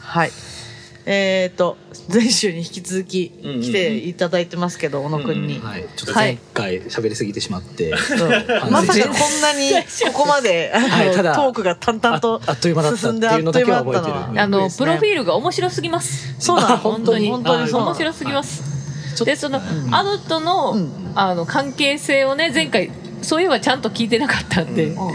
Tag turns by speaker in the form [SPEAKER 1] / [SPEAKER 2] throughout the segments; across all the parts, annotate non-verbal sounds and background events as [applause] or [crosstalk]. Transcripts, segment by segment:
[SPEAKER 1] はい。えっ、と、前週に引き続き来ていただいてますけど、小野くんに。
[SPEAKER 2] はい、ちょっと前回喋りすぎてしま
[SPEAKER 1] [laughs]
[SPEAKER 2] って、
[SPEAKER 1] うんまさかこんな
[SPEAKER 3] [laughs]
[SPEAKER 1] にここまであの
[SPEAKER 2] はいただ
[SPEAKER 1] トークが淡々と
[SPEAKER 2] ああっという間だったっていうのだけは覚えてる
[SPEAKER 1] 進んで
[SPEAKER 3] あのプロフィ
[SPEAKER 1] ール
[SPEAKER 3] ールが面白すぎます。
[SPEAKER 1] そう
[SPEAKER 3] [laughs]
[SPEAKER 1] なの
[SPEAKER 2] あ
[SPEAKER 1] 本
[SPEAKER 2] 本
[SPEAKER 1] 当
[SPEAKER 2] 当
[SPEAKER 1] に
[SPEAKER 2] に
[SPEAKER 1] 本当にそうなの
[SPEAKER 3] 面白すぎます。
[SPEAKER 2] ちょっと
[SPEAKER 3] でその
[SPEAKER 2] うん
[SPEAKER 3] アドとの、
[SPEAKER 1] うん
[SPEAKER 3] あの関係性をね前回そういえばちゃんと聞いてなかったんで、
[SPEAKER 2] うん
[SPEAKER 1] うん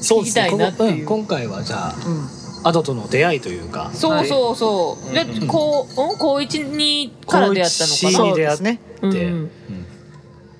[SPEAKER 2] そうですね
[SPEAKER 3] 聞きたいなっていう
[SPEAKER 2] ここうん今回はじゃあ
[SPEAKER 1] うん
[SPEAKER 2] アドとの出会いというか
[SPEAKER 3] そうそうそう。
[SPEAKER 2] はい
[SPEAKER 3] でこう、うん、高一にから出会ったのか
[SPEAKER 2] 高
[SPEAKER 3] な
[SPEAKER 2] 一。
[SPEAKER 1] そうですね
[SPEAKER 3] うん
[SPEAKER 2] で、
[SPEAKER 3] うん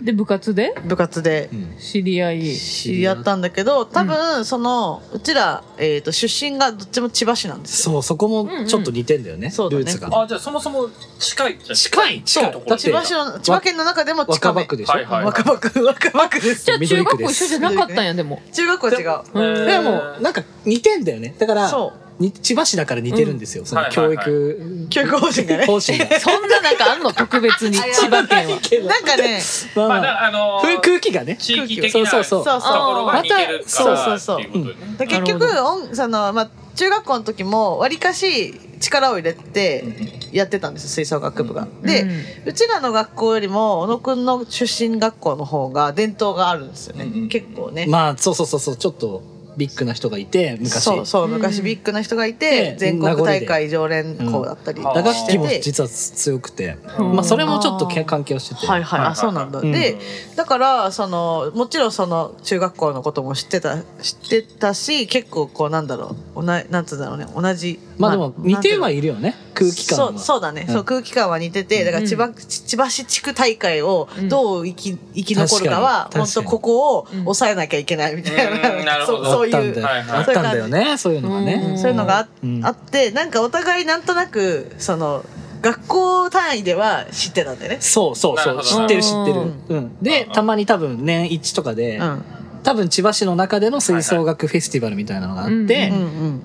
[SPEAKER 3] で部活で
[SPEAKER 1] 部活で
[SPEAKER 2] うんうん
[SPEAKER 3] 知り合い。
[SPEAKER 1] 知り合ったんだけど多分そのうちら、えー、と出身がどっちも千葉市なんです
[SPEAKER 2] そうそこ
[SPEAKER 3] うんう
[SPEAKER 2] も
[SPEAKER 3] ん
[SPEAKER 2] ちょっと似てんだよね、
[SPEAKER 1] そうだね
[SPEAKER 2] ルーツが
[SPEAKER 4] あ、じゃあそもそも近いじゃん。
[SPEAKER 2] 近い近い
[SPEAKER 4] そう
[SPEAKER 2] だっ
[SPEAKER 1] 千
[SPEAKER 2] て
[SPEAKER 1] 葉市の千葉県の中でも近
[SPEAKER 2] 若葉
[SPEAKER 1] め
[SPEAKER 2] 区でしょ、
[SPEAKER 4] はいはい
[SPEAKER 1] 若葉区若葉区です
[SPEAKER 3] じゃあ中
[SPEAKER 2] 緑
[SPEAKER 3] 学
[SPEAKER 2] 区
[SPEAKER 3] 校
[SPEAKER 2] で
[SPEAKER 3] 一緒
[SPEAKER 2] す
[SPEAKER 3] じゃなかったんやでも。
[SPEAKER 1] 中学校は違う
[SPEAKER 3] う
[SPEAKER 4] うん
[SPEAKER 3] ん。
[SPEAKER 2] でもなんか似てんだよねだから
[SPEAKER 1] そう
[SPEAKER 2] に千葉市だから似てるんですよ、その教
[SPEAKER 4] はい
[SPEAKER 2] 育、
[SPEAKER 1] 教育方針がね
[SPEAKER 2] 方針が
[SPEAKER 3] そんななんかあんの特別に千葉県は。
[SPEAKER 1] [laughs] なんかね
[SPEAKER 2] まあ
[SPEAKER 4] ま
[SPEAKER 2] ま
[SPEAKER 4] あ、
[SPEAKER 2] あ、
[SPEAKER 4] だあのー
[SPEAKER 2] ふ空気がね
[SPEAKER 4] 地域的
[SPEAKER 2] そ
[SPEAKER 4] な
[SPEAKER 2] う
[SPEAKER 4] と
[SPEAKER 2] そうそう
[SPEAKER 1] そうそう
[SPEAKER 4] ころが似て
[SPEAKER 2] ま
[SPEAKER 4] る
[SPEAKER 2] たそ
[SPEAKER 4] か
[SPEAKER 2] う
[SPEAKER 1] そ
[SPEAKER 4] ら
[SPEAKER 1] うそう
[SPEAKER 4] っていうことよね。
[SPEAKER 1] で結局
[SPEAKER 3] なる
[SPEAKER 1] 音その、まあ、中学校の時もわりかし力を入れてやってたんですよ吹奏楽部が。で、うちらの学校よりも小野くんの出身学校の方が伝統があるんですよね、
[SPEAKER 4] うんうん
[SPEAKER 1] 結構ね。
[SPEAKER 2] まあそうそうそうそうちょっとビッグな人がいて昔
[SPEAKER 1] そうそう
[SPEAKER 3] うん
[SPEAKER 1] 昔ビッグな人がいて、
[SPEAKER 2] で
[SPEAKER 1] 全国大会常連校だったり
[SPEAKER 4] うん
[SPEAKER 2] 打
[SPEAKER 1] して
[SPEAKER 2] 楽器も
[SPEAKER 1] て、
[SPEAKER 2] 実は強くて、
[SPEAKER 3] うん
[SPEAKER 2] まあ、それもちょっとけ関係をしてて、
[SPEAKER 1] はいはい、
[SPEAKER 4] はいはいは
[SPEAKER 1] あ
[SPEAKER 4] い
[SPEAKER 1] そうなんだ、
[SPEAKER 2] うん
[SPEAKER 1] でだからそのもちろんその中学校のことも知ってた知ってたし結構こうなんだろうおななんつうんだろうね同じ
[SPEAKER 2] まあでも似てはいるよね空気感は
[SPEAKER 1] そうそうだね、
[SPEAKER 2] うん
[SPEAKER 1] そう空気感は似ててだから
[SPEAKER 3] うん
[SPEAKER 1] 千葉,、千葉市地区大会を
[SPEAKER 3] うん
[SPEAKER 1] どう生き,、生き残るかは
[SPEAKER 2] 確かに
[SPEAKER 1] 本当ここを
[SPEAKER 3] うん
[SPEAKER 1] 抑えなきゃいけないみた
[SPEAKER 4] う
[SPEAKER 1] い
[SPEAKER 4] ん
[SPEAKER 1] な、
[SPEAKER 4] なる
[SPEAKER 1] そ
[SPEAKER 4] ほ
[SPEAKER 1] う
[SPEAKER 4] ど
[SPEAKER 1] そう
[SPEAKER 2] あったん
[SPEAKER 1] いう
[SPEAKER 2] だよ、
[SPEAKER 4] はいはい
[SPEAKER 2] あったんだよねそういうのが
[SPEAKER 3] うん
[SPEAKER 2] ね
[SPEAKER 1] そういうのがあ,、
[SPEAKER 2] うん
[SPEAKER 1] あってなんかお互いなんとなくその学校単位では知ってたんだよね。
[SPEAKER 2] そうそう
[SPEAKER 4] なる
[SPEAKER 2] そ
[SPEAKER 4] ほ
[SPEAKER 2] う知
[SPEAKER 4] ど
[SPEAKER 2] ってる知ってる、
[SPEAKER 1] うん
[SPEAKER 2] うん、で
[SPEAKER 4] うん
[SPEAKER 2] たまに多分年1とかで、
[SPEAKER 1] うん
[SPEAKER 2] 多分千葉市の中での吹奏楽フェスティバルみたいなのがあって、
[SPEAKER 3] はい
[SPEAKER 1] うんうん、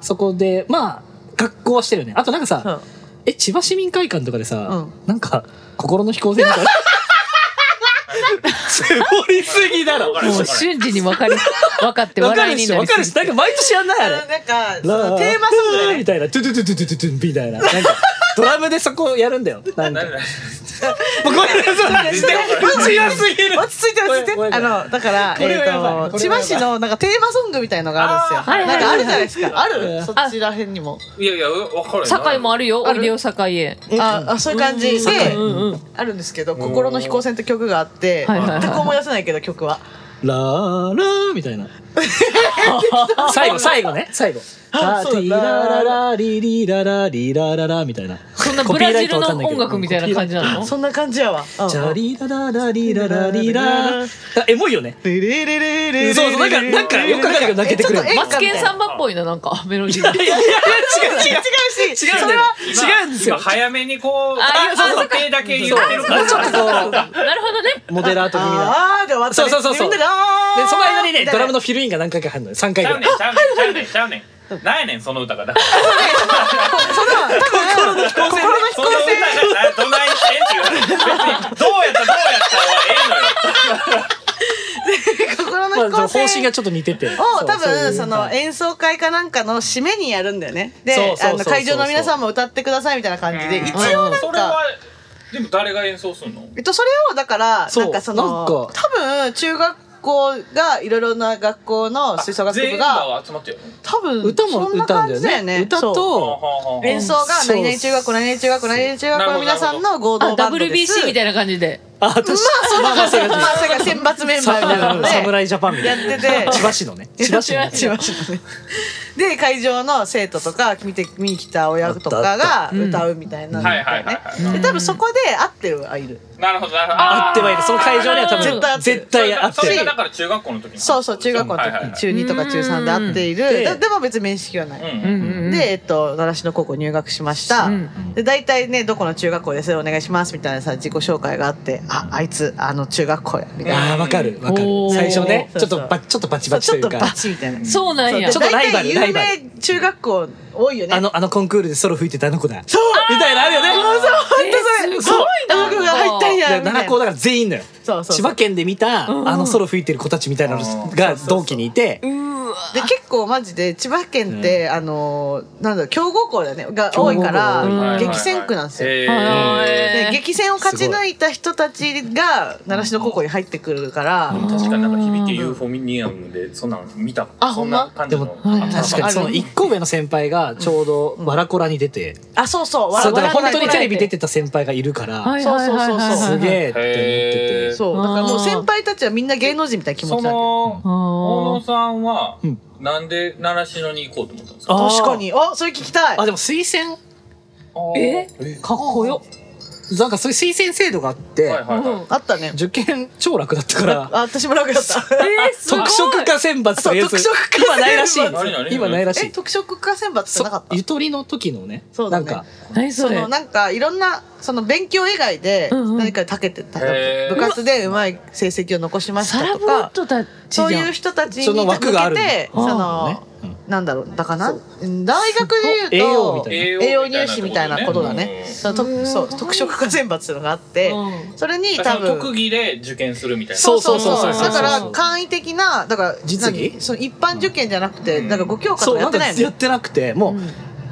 [SPEAKER 2] そこでまあ学校はしてるよねあとなんかさ
[SPEAKER 1] そう
[SPEAKER 2] え千葉市民会館とかでさ、
[SPEAKER 1] うん
[SPEAKER 2] なんか心の飛行船みたい
[SPEAKER 4] [laughs]
[SPEAKER 2] な絞りすぎだろ
[SPEAKER 4] わかる
[SPEAKER 3] もう瞬時に分かり分かって
[SPEAKER 2] わか
[SPEAKER 3] 笑
[SPEAKER 2] るで
[SPEAKER 3] いに
[SPEAKER 2] しょ
[SPEAKER 3] な
[SPEAKER 2] わ
[SPEAKER 3] り
[SPEAKER 2] かるでしょなんか毎年やんない
[SPEAKER 1] あ
[SPEAKER 2] あ
[SPEAKER 1] の
[SPEAKER 2] れ
[SPEAKER 1] なんかそのテーマソングだよね
[SPEAKER 2] みたいなトゥトゥトゥトゥトゥトゥトゥみたいななんかドラムでそこやるんだよなんか
[SPEAKER 4] 何
[SPEAKER 2] も
[SPEAKER 4] 々
[SPEAKER 2] うごめんなさい
[SPEAKER 1] 全然わかんない
[SPEAKER 2] 強すぎる
[SPEAKER 1] 落ち着いて落ち着い
[SPEAKER 2] こ
[SPEAKER 1] て
[SPEAKER 2] れこれ
[SPEAKER 1] あのだから
[SPEAKER 2] これはやばい
[SPEAKER 1] えっ
[SPEAKER 2] ことれ
[SPEAKER 1] 千葉市
[SPEAKER 2] はやばい
[SPEAKER 1] のなんかテーマソングみたいのがあるんですよ
[SPEAKER 3] あー
[SPEAKER 1] なんかあるじゃないです
[SPEAKER 2] はい
[SPEAKER 1] かあ
[SPEAKER 2] はいはいはい
[SPEAKER 1] るそちら辺にも
[SPEAKER 4] いやいや、わかるよ。
[SPEAKER 3] 堺もあるよ。おいでよ堺へ。
[SPEAKER 1] ああそういう感じで
[SPEAKER 3] うんうんうん。
[SPEAKER 1] あるんですけど「心の飛行船」って曲があって
[SPEAKER 3] はいはいはい
[SPEAKER 1] 全く思い出せないけど曲は
[SPEAKER 2] ラーラーみたいな最後最後ね最後
[SPEAKER 1] あ
[SPEAKER 2] ラ
[SPEAKER 1] そう
[SPEAKER 2] ー
[SPEAKER 1] だ
[SPEAKER 2] ラララリリララリラララみたいな
[SPEAKER 3] そんなブラジルの音楽みたいな感じなの
[SPEAKER 1] そんな感じやわうん
[SPEAKER 2] じゃリラララリララリラあエモいよね
[SPEAKER 1] レレレレレレレ
[SPEAKER 2] そうそうなんかなんかよくわかんないけど泣けてくる
[SPEAKER 1] えちょっとえ
[SPEAKER 3] マツケンサンバっぽいな、なん
[SPEAKER 1] [laughs]
[SPEAKER 3] か、メロディーが。
[SPEAKER 2] いやいや違う違う
[SPEAKER 1] 違うし
[SPEAKER 2] 違う
[SPEAKER 1] そ
[SPEAKER 2] んだ
[SPEAKER 1] れ
[SPEAKER 2] よ
[SPEAKER 1] は
[SPEAKER 2] 違うんですよ
[SPEAKER 4] 今早めにこう、
[SPEAKER 3] あそうそう
[SPEAKER 4] 予定だけ言ってるか
[SPEAKER 2] もう
[SPEAKER 4] ら。
[SPEAKER 2] ちょっとこ
[SPEAKER 3] なるほどね。
[SPEAKER 2] うモデラート気味な
[SPEAKER 1] あーで終わったね
[SPEAKER 2] そうそうそうそう
[SPEAKER 1] みんなであー
[SPEAKER 2] でその間にね
[SPEAKER 1] みたいな
[SPEAKER 2] ドラムのフィルインが何回か入るのよ3
[SPEAKER 4] ち
[SPEAKER 2] 回ぐ
[SPEAKER 4] ゃ
[SPEAKER 2] ら
[SPEAKER 4] う
[SPEAKER 2] い
[SPEAKER 4] ねん、ちゃうねん、ちゃうねん、ちゃうねん。何やねん、その歌が。だから
[SPEAKER 1] そんな多分心の飛
[SPEAKER 4] そ
[SPEAKER 1] 行
[SPEAKER 4] の歌
[SPEAKER 1] 船
[SPEAKER 4] がなどないしてんっていう話。別に、どうやったらどうやったら
[SPEAKER 1] 心の
[SPEAKER 2] ま
[SPEAKER 1] 飛行
[SPEAKER 2] あその方
[SPEAKER 1] 船
[SPEAKER 2] 針がちょっと似てて
[SPEAKER 1] を
[SPEAKER 2] そう
[SPEAKER 1] 多
[SPEAKER 2] うい
[SPEAKER 1] 分
[SPEAKER 2] う
[SPEAKER 1] その
[SPEAKER 2] はい
[SPEAKER 1] 演奏会かなんかの締めにやるんだよね
[SPEAKER 2] そ
[SPEAKER 1] で
[SPEAKER 2] うそう
[SPEAKER 1] あ
[SPEAKER 2] そう
[SPEAKER 1] の
[SPEAKER 2] そう
[SPEAKER 1] 会場の皆さんも歌ってくださいみたいな感じ
[SPEAKER 4] え
[SPEAKER 1] で
[SPEAKER 4] え
[SPEAKER 1] 一
[SPEAKER 4] のよ。
[SPEAKER 2] ん
[SPEAKER 1] 応なん
[SPEAKER 4] それは
[SPEAKER 1] か、
[SPEAKER 4] でも誰が演奏するの
[SPEAKER 1] えっとそれをだから
[SPEAKER 2] そう
[SPEAKER 1] なんかそ
[SPEAKER 2] なん
[SPEAKER 1] の
[SPEAKER 2] か
[SPEAKER 1] 多分中学校がいろいろな学校の吹奏楽
[SPEAKER 4] 全
[SPEAKER 1] 部
[SPEAKER 4] 員
[SPEAKER 1] が
[SPEAKER 4] が集まってよ。
[SPEAKER 1] 多分
[SPEAKER 2] 歌も
[SPEAKER 1] そんな
[SPEAKER 2] 歌うん
[SPEAKER 1] 感
[SPEAKER 2] だ
[SPEAKER 1] じだよ
[SPEAKER 2] よ
[SPEAKER 1] ね
[SPEAKER 2] ね歌
[SPEAKER 1] そう
[SPEAKER 4] はあ
[SPEAKER 2] と
[SPEAKER 4] はあはあ
[SPEAKER 1] 演奏が
[SPEAKER 2] そう
[SPEAKER 1] 何々中学校何々中学校何々中学校の皆さんの合同
[SPEAKER 3] あ、
[SPEAKER 1] バンドです
[SPEAKER 3] WBC みたいな感じで。
[SPEAKER 2] あ確かに
[SPEAKER 1] まあそれが選抜メンバーみたいなので
[SPEAKER 2] 侍ジャパンみたい [laughs] な
[SPEAKER 1] やってて
[SPEAKER 2] 千葉市のね千葉市のね
[SPEAKER 1] 千葉市のねで会場の生徒とか見て見に来た親とか
[SPEAKER 2] あ
[SPEAKER 1] が
[SPEAKER 3] った
[SPEAKER 1] 歌うみたいな、
[SPEAKER 4] はいはいはいはい
[SPEAKER 1] で多分そこで合ってるはいる、
[SPEAKER 4] なるほど、なるほど。
[SPEAKER 2] 合ってはいるその会場には多
[SPEAKER 1] 絶対合っ
[SPEAKER 2] 分
[SPEAKER 1] てる
[SPEAKER 2] 絶対合っ
[SPEAKER 4] そ
[SPEAKER 2] て
[SPEAKER 4] れが
[SPEAKER 2] る
[SPEAKER 4] だから中学校の時の話
[SPEAKER 1] そうそう中学校の時、
[SPEAKER 4] はいはいはい
[SPEAKER 1] 中2とか中3で合っている
[SPEAKER 2] うん
[SPEAKER 1] ででも別に面識はない、
[SPEAKER 4] うん
[SPEAKER 3] うんうんうん。
[SPEAKER 1] で、えっと、習志野高校入学しました、
[SPEAKER 3] うん
[SPEAKER 1] で大体ねどこの中学校ですお願いしますみたいなさ自己紹介があってああいつあの中学校やみたいな、
[SPEAKER 2] あーわかるわかる
[SPEAKER 3] おー
[SPEAKER 2] 最初ね
[SPEAKER 1] そう
[SPEAKER 2] ち
[SPEAKER 1] そ
[SPEAKER 2] ょ
[SPEAKER 1] う
[SPEAKER 2] っとばちょっとバチ
[SPEAKER 1] そ
[SPEAKER 2] バ
[SPEAKER 1] う
[SPEAKER 2] チ
[SPEAKER 1] ち
[SPEAKER 2] と
[SPEAKER 1] ょっ
[SPEAKER 2] いう
[SPEAKER 1] と
[SPEAKER 2] か
[SPEAKER 1] バチみたいな
[SPEAKER 3] そうなんや
[SPEAKER 1] で。
[SPEAKER 2] ょっとライバ
[SPEAKER 1] 大体有
[SPEAKER 2] ルライ
[SPEAKER 1] 名中学校多いよね
[SPEAKER 2] あのあのコンクールでソロ吹いてたあの子だ
[SPEAKER 1] そう
[SPEAKER 2] みたいなあるよね
[SPEAKER 3] えーすごいな。
[SPEAKER 1] 僕が入ったんや
[SPEAKER 2] だから奈良高だから全員だよ
[SPEAKER 1] そうそうそう
[SPEAKER 2] 千葉県で見た
[SPEAKER 3] うん
[SPEAKER 2] あのソロ吹いてる子たちみたいなのが同期にいて
[SPEAKER 3] うーわ。
[SPEAKER 1] で結校マジで千葉県って、あのなんだろう強豪校だよねが多いか
[SPEAKER 2] 強豪
[SPEAKER 1] ら
[SPEAKER 2] 校
[SPEAKER 3] が多い
[SPEAKER 1] 激戦区なんですよ。
[SPEAKER 4] へ
[SPEAKER 3] は
[SPEAKER 4] ー
[SPEAKER 3] い
[SPEAKER 1] で激戦を勝ち抜いた人たちが習志野高校に入ってくるから、
[SPEAKER 3] ん
[SPEAKER 4] 確かになんか響きユーフォニアムでそんなん見た
[SPEAKER 1] あ
[SPEAKER 4] そんな感じの
[SPEAKER 2] ほん
[SPEAKER 3] までも
[SPEAKER 4] あ
[SPEAKER 2] 確かにその一個上の先輩がちょうどわらこらに出て、
[SPEAKER 1] あそうそうわ
[SPEAKER 2] そうだから
[SPEAKER 1] わ
[SPEAKER 2] 本
[SPEAKER 1] ら
[SPEAKER 2] 当
[SPEAKER 1] こ
[SPEAKER 2] に
[SPEAKER 1] ら
[SPEAKER 2] テレビ出てた先輩がいるから、
[SPEAKER 3] はいはいはいはいはい
[SPEAKER 1] そうそうそうそう
[SPEAKER 2] すげえって思っ
[SPEAKER 4] へ
[SPEAKER 2] て
[SPEAKER 4] ー
[SPEAKER 2] て
[SPEAKER 1] そうだからもう先輩たちはみんな芸能人みたいな気持
[SPEAKER 4] そ
[SPEAKER 1] ちなんだよ
[SPEAKER 4] の
[SPEAKER 1] [laughs]
[SPEAKER 4] 小野
[SPEAKER 3] あ
[SPEAKER 4] さんは
[SPEAKER 2] うん
[SPEAKER 4] なんで習志野に行こうと思ったんです
[SPEAKER 2] あ
[SPEAKER 4] か
[SPEAKER 2] ー
[SPEAKER 1] 確かにあそれ聞きたい
[SPEAKER 2] あでも推薦
[SPEAKER 4] あー
[SPEAKER 3] え
[SPEAKER 2] かっこよなんかそういう推薦制度があって、
[SPEAKER 4] はいはいはい
[SPEAKER 1] あったね
[SPEAKER 2] 受験超楽だったから
[SPEAKER 1] [laughs] あ私も楽だった
[SPEAKER 3] ーえー、すごい
[SPEAKER 2] 特色化選抜というや
[SPEAKER 1] [laughs]
[SPEAKER 2] つ
[SPEAKER 1] そう特色化選抜
[SPEAKER 2] 今ないらしい
[SPEAKER 1] 何
[SPEAKER 4] 々何々
[SPEAKER 2] 今ないらし
[SPEAKER 1] え
[SPEAKER 2] い
[SPEAKER 1] 特色化選抜って
[SPEAKER 2] そ
[SPEAKER 1] なかった
[SPEAKER 2] ゆとりの時のね
[SPEAKER 1] そうだね
[SPEAKER 2] なんか
[SPEAKER 3] 何そ
[SPEAKER 1] そ
[SPEAKER 3] れ
[SPEAKER 1] のなんかいろんなその勉強以外で
[SPEAKER 3] うんうん
[SPEAKER 1] 何かに長けてたとか、
[SPEAKER 4] へー
[SPEAKER 1] 部活でうまい成績を残しまし
[SPEAKER 3] サ
[SPEAKER 1] たと
[SPEAKER 3] ラブレッ
[SPEAKER 1] か
[SPEAKER 3] ドたちじゃ
[SPEAKER 1] そう
[SPEAKER 3] ん
[SPEAKER 1] いう人たちに
[SPEAKER 2] その
[SPEAKER 1] 向け
[SPEAKER 2] 枠がある
[SPEAKER 1] て
[SPEAKER 2] の
[SPEAKER 1] そ
[SPEAKER 2] ね
[SPEAKER 1] の、
[SPEAKER 2] うん
[SPEAKER 1] なんだろうだかなうん大学で
[SPEAKER 2] 栄
[SPEAKER 1] 言
[SPEAKER 2] 養み
[SPEAKER 1] う
[SPEAKER 2] た
[SPEAKER 1] と
[SPEAKER 2] いな
[SPEAKER 1] 栄養入試みたいなことだ
[SPEAKER 4] う
[SPEAKER 1] ね
[SPEAKER 4] ん
[SPEAKER 1] そのとそう特色化選抜っていうのがあって
[SPEAKER 3] うん
[SPEAKER 1] それに
[SPEAKER 4] だか
[SPEAKER 1] 多
[SPEAKER 4] らその特
[SPEAKER 1] 分
[SPEAKER 4] 技で受験するみたいな。
[SPEAKER 2] そうそうそうそう
[SPEAKER 1] だから
[SPEAKER 2] そう
[SPEAKER 1] 簡易的なだから
[SPEAKER 2] 実技
[SPEAKER 1] 何その一般受験じゃなくて
[SPEAKER 4] うん
[SPEAKER 1] だから5教科と
[SPEAKER 2] そう
[SPEAKER 1] かや
[SPEAKER 2] な
[SPEAKER 1] っ
[SPEAKER 2] ん
[SPEAKER 1] て
[SPEAKER 2] か
[SPEAKER 1] ない
[SPEAKER 2] や
[SPEAKER 1] よ
[SPEAKER 2] っ
[SPEAKER 1] ね
[SPEAKER 2] てなくてもう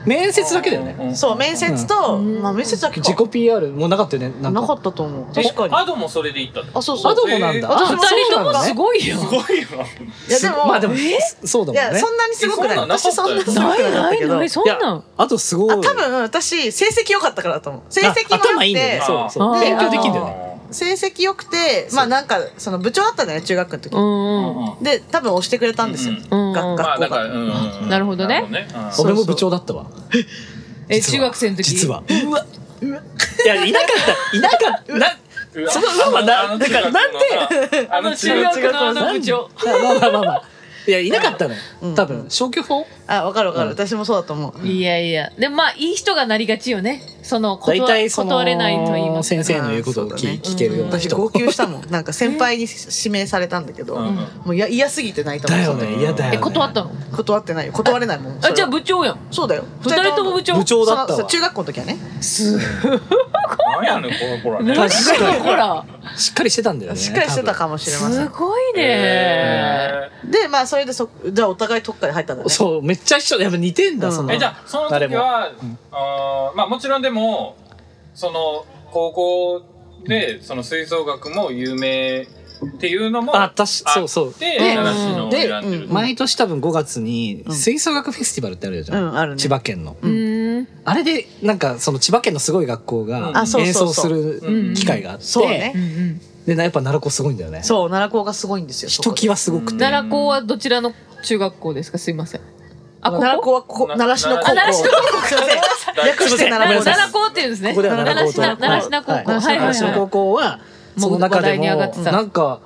[SPEAKER 2] 面接だけだよね
[SPEAKER 4] んん
[SPEAKER 1] そう面接と、
[SPEAKER 3] うん
[SPEAKER 1] まあ面接だけか
[SPEAKER 2] 自己 PR もうなかったよねなん
[SPEAKER 1] なか
[SPEAKER 2] か
[SPEAKER 1] ったと思う
[SPEAKER 4] え
[SPEAKER 1] 確かに
[SPEAKER 4] アドもそれで行ったってこと
[SPEAKER 1] あそうそう
[SPEAKER 2] アドもなん
[SPEAKER 4] え
[SPEAKER 2] だ
[SPEAKER 4] ー
[SPEAKER 2] あ
[SPEAKER 3] あ二人ともすごいよ
[SPEAKER 4] すごいよな。
[SPEAKER 1] いやでも
[SPEAKER 2] まあでもそうだもん
[SPEAKER 1] い
[SPEAKER 2] ね
[SPEAKER 1] やそんなにすごくない
[SPEAKER 4] えそんなのなか
[SPEAKER 1] 私
[SPEAKER 4] った
[SPEAKER 1] そん
[SPEAKER 4] よ
[SPEAKER 1] なすごくな
[SPEAKER 3] ない
[SPEAKER 1] かっ
[SPEAKER 3] な
[SPEAKER 1] たけ
[SPEAKER 3] い
[SPEAKER 1] ど
[SPEAKER 3] ないそんなん
[SPEAKER 2] あとすごい
[SPEAKER 1] あ多分私成績良かったからだと思う成績も良くて
[SPEAKER 2] あ頭いいんだよねそうそ
[SPEAKER 3] あ
[SPEAKER 2] う
[SPEAKER 3] ー
[SPEAKER 2] 勉強できるんだよね
[SPEAKER 4] あ
[SPEAKER 1] 成績良くてまあなんかその部長だったんだよね中学の時、
[SPEAKER 3] うんうん
[SPEAKER 4] ー
[SPEAKER 1] で多分押してくれたんですよ、
[SPEAKER 4] うん
[SPEAKER 3] うん
[SPEAKER 1] が
[SPEAKER 4] まあ
[SPEAKER 1] 学
[SPEAKER 4] だ
[SPEAKER 1] 校が、
[SPEAKER 4] からうんうん
[SPEAKER 3] なるほどね
[SPEAKER 4] うん
[SPEAKER 1] そう
[SPEAKER 2] 俺も部長だったわ
[SPEAKER 3] え
[SPEAKER 2] 実
[SPEAKER 3] 中
[SPEAKER 2] は
[SPEAKER 3] 学生の時
[SPEAKER 2] 実はうわうわいやいなかったいなか
[SPEAKER 1] [laughs]
[SPEAKER 2] ったな
[SPEAKER 4] うわ
[SPEAKER 2] その馬はな
[SPEAKER 4] あの中学のなあ
[SPEAKER 3] あ
[SPEAKER 4] の
[SPEAKER 3] の
[SPEAKER 4] 中
[SPEAKER 3] 中
[SPEAKER 4] 学
[SPEAKER 3] 学
[SPEAKER 4] の
[SPEAKER 3] のあの部長
[SPEAKER 2] まあまあまあまあいやいなかったのよ
[SPEAKER 1] うん
[SPEAKER 2] 多分消去法
[SPEAKER 1] あ分かる分かる、
[SPEAKER 2] うん
[SPEAKER 1] 私もそうだと思う
[SPEAKER 3] いやいやでもまあいい人がなりがちよねその断
[SPEAKER 2] 大体その
[SPEAKER 3] 断れないと言います
[SPEAKER 2] 先
[SPEAKER 3] か
[SPEAKER 2] 生の言うことを
[SPEAKER 1] あーそうだ
[SPEAKER 2] 聞
[SPEAKER 1] ね
[SPEAKER 2] 聞けるような
[SPEAKER 1] 私
[SPEAKER 2] 人
[SPEAKER 1] 号泣したもんなんか先輩に指名されたんだけど、
[SPEAKER 4] うんうん
[SPEAKER 1] もういや嫌すぎて泣いた
[SPEAKER 2] だ
[SPEAKER 1] も
[SPEAKER 2] よ
[SPEAKER 1] ん、
[SPEAKER 2] ね嫌だよね
[SPEAKER 3] え断ったの
[SPEAKER 1] 断ってないよ断れないもんそれ
[SPEAKER 3] あ
[SPEAKER 1] は
[SPEAKER 3] じゃあ部長やん
[SPEAKER 1] そうだよ
[SPEAKER 3] 二人とも部長
[SPEAKER 2] 部長だった
[SPEAKER 1] その
[SPEAKER 2] わ
[SPEAKER 1] そう中学校の時はね
[SPEAKER 3] す
[SPEAKER 4] なんやねんこの子らね
[SPEAKER 3] 何このほら
[SPEAKER 2] しっかりしてたんだよね
[SPEAKER 1] しっかりしてたかもしれませ
[SPEAKER 3] す
[SPEAKER 1] ん
[SPEAKER 3] ごいね
[SPEAKER 4] え
[SPEAKER 1] でまあそれでそじゃあお互い特化で入ったんだ
[SPEAKER 2] 多
[SPEAKER 1] ね
[SPEAKER 2] 分そうめっちゃ一緒やっぱ似てんだ
[SPEAKER 1] うん
[SPEAKER 2] その
[SPEAKER 4] じゃあその時はあーまあもちろんでもその高校でその吹奏楽も有名っていうのも
[SPEAKER 2] あ私
[SPEAKER 4] あ
[SPEAKER 2] そうそうで
[SPEAKER 4] で習志野を
[SPEAKER 2] で
[SPEAKER 4] 選んでる
[SPEAKER 1] うん
[SPEAKER 2] 毎年多分5月に
[SPEAKER 1] うん
[SPEAKER 2] 吹奏楽フェスティバルってあるじゃん、
[SPEAKER 1] うんあるね
[SPEAKER 2] 千葉県の、
[SPEAKER 1] うん
[SPEAKER 3] うん
[SPEAKER 2] あれでなんかその千葉県のすごい学校
[SPEAKER 4] うんあ
[SPEAKER 2] が
[SPEAKER 1] そう
[SPEAKER 2] 演
[SPEAKER 1] そ
[SPEAKER 2] 奏
[SPEAKER 1] うそ
[SPEAKER 2] す
[SPEAKER 1] う
[SPEAKER 2] る機会があって、
[SPEAKER 1] そうね
[SPEAKER 3] うんうん
[SPEAKER 2] でなやっぱ奈良子すごいんだよね
[SPEAKER 1] そう奈良校がすごいんですよ
[SPEAKER 2] ひときわすごくて、
[SPEAKER 3] 奈良校はどちらの中学校ですかすいませんあここ
[SPEAKER 1] 奈良校はここ
[SPEAKER 4] な
[SPEAKER 1] 習志野高校
[SPEAKER 4] あ
[SPEAKER 3] 習志野
[SPEAKER 1] 略して奈良校
[SPEAKER 2] ごめんなさい
[SPEAKER 4] 校
[SPEAKER 3] 奈良校っていうんですね
[SPEAKER 2] ここでは奈良
[SPEAKER 3] 奈
[SPEAKER 2] 子と
[SPEAKER 3] 良奈良市奈良高校
[SPEAKER 2] はい
[SPEAKER 3] はいはい
[SPEAKER 2] 奈良高校はそ
[SPEAKER 3] はい
[SPEAKER 2] の中でも
[SPEAKER 3] もう話題に上がってた
[SPEAKER 2] なんか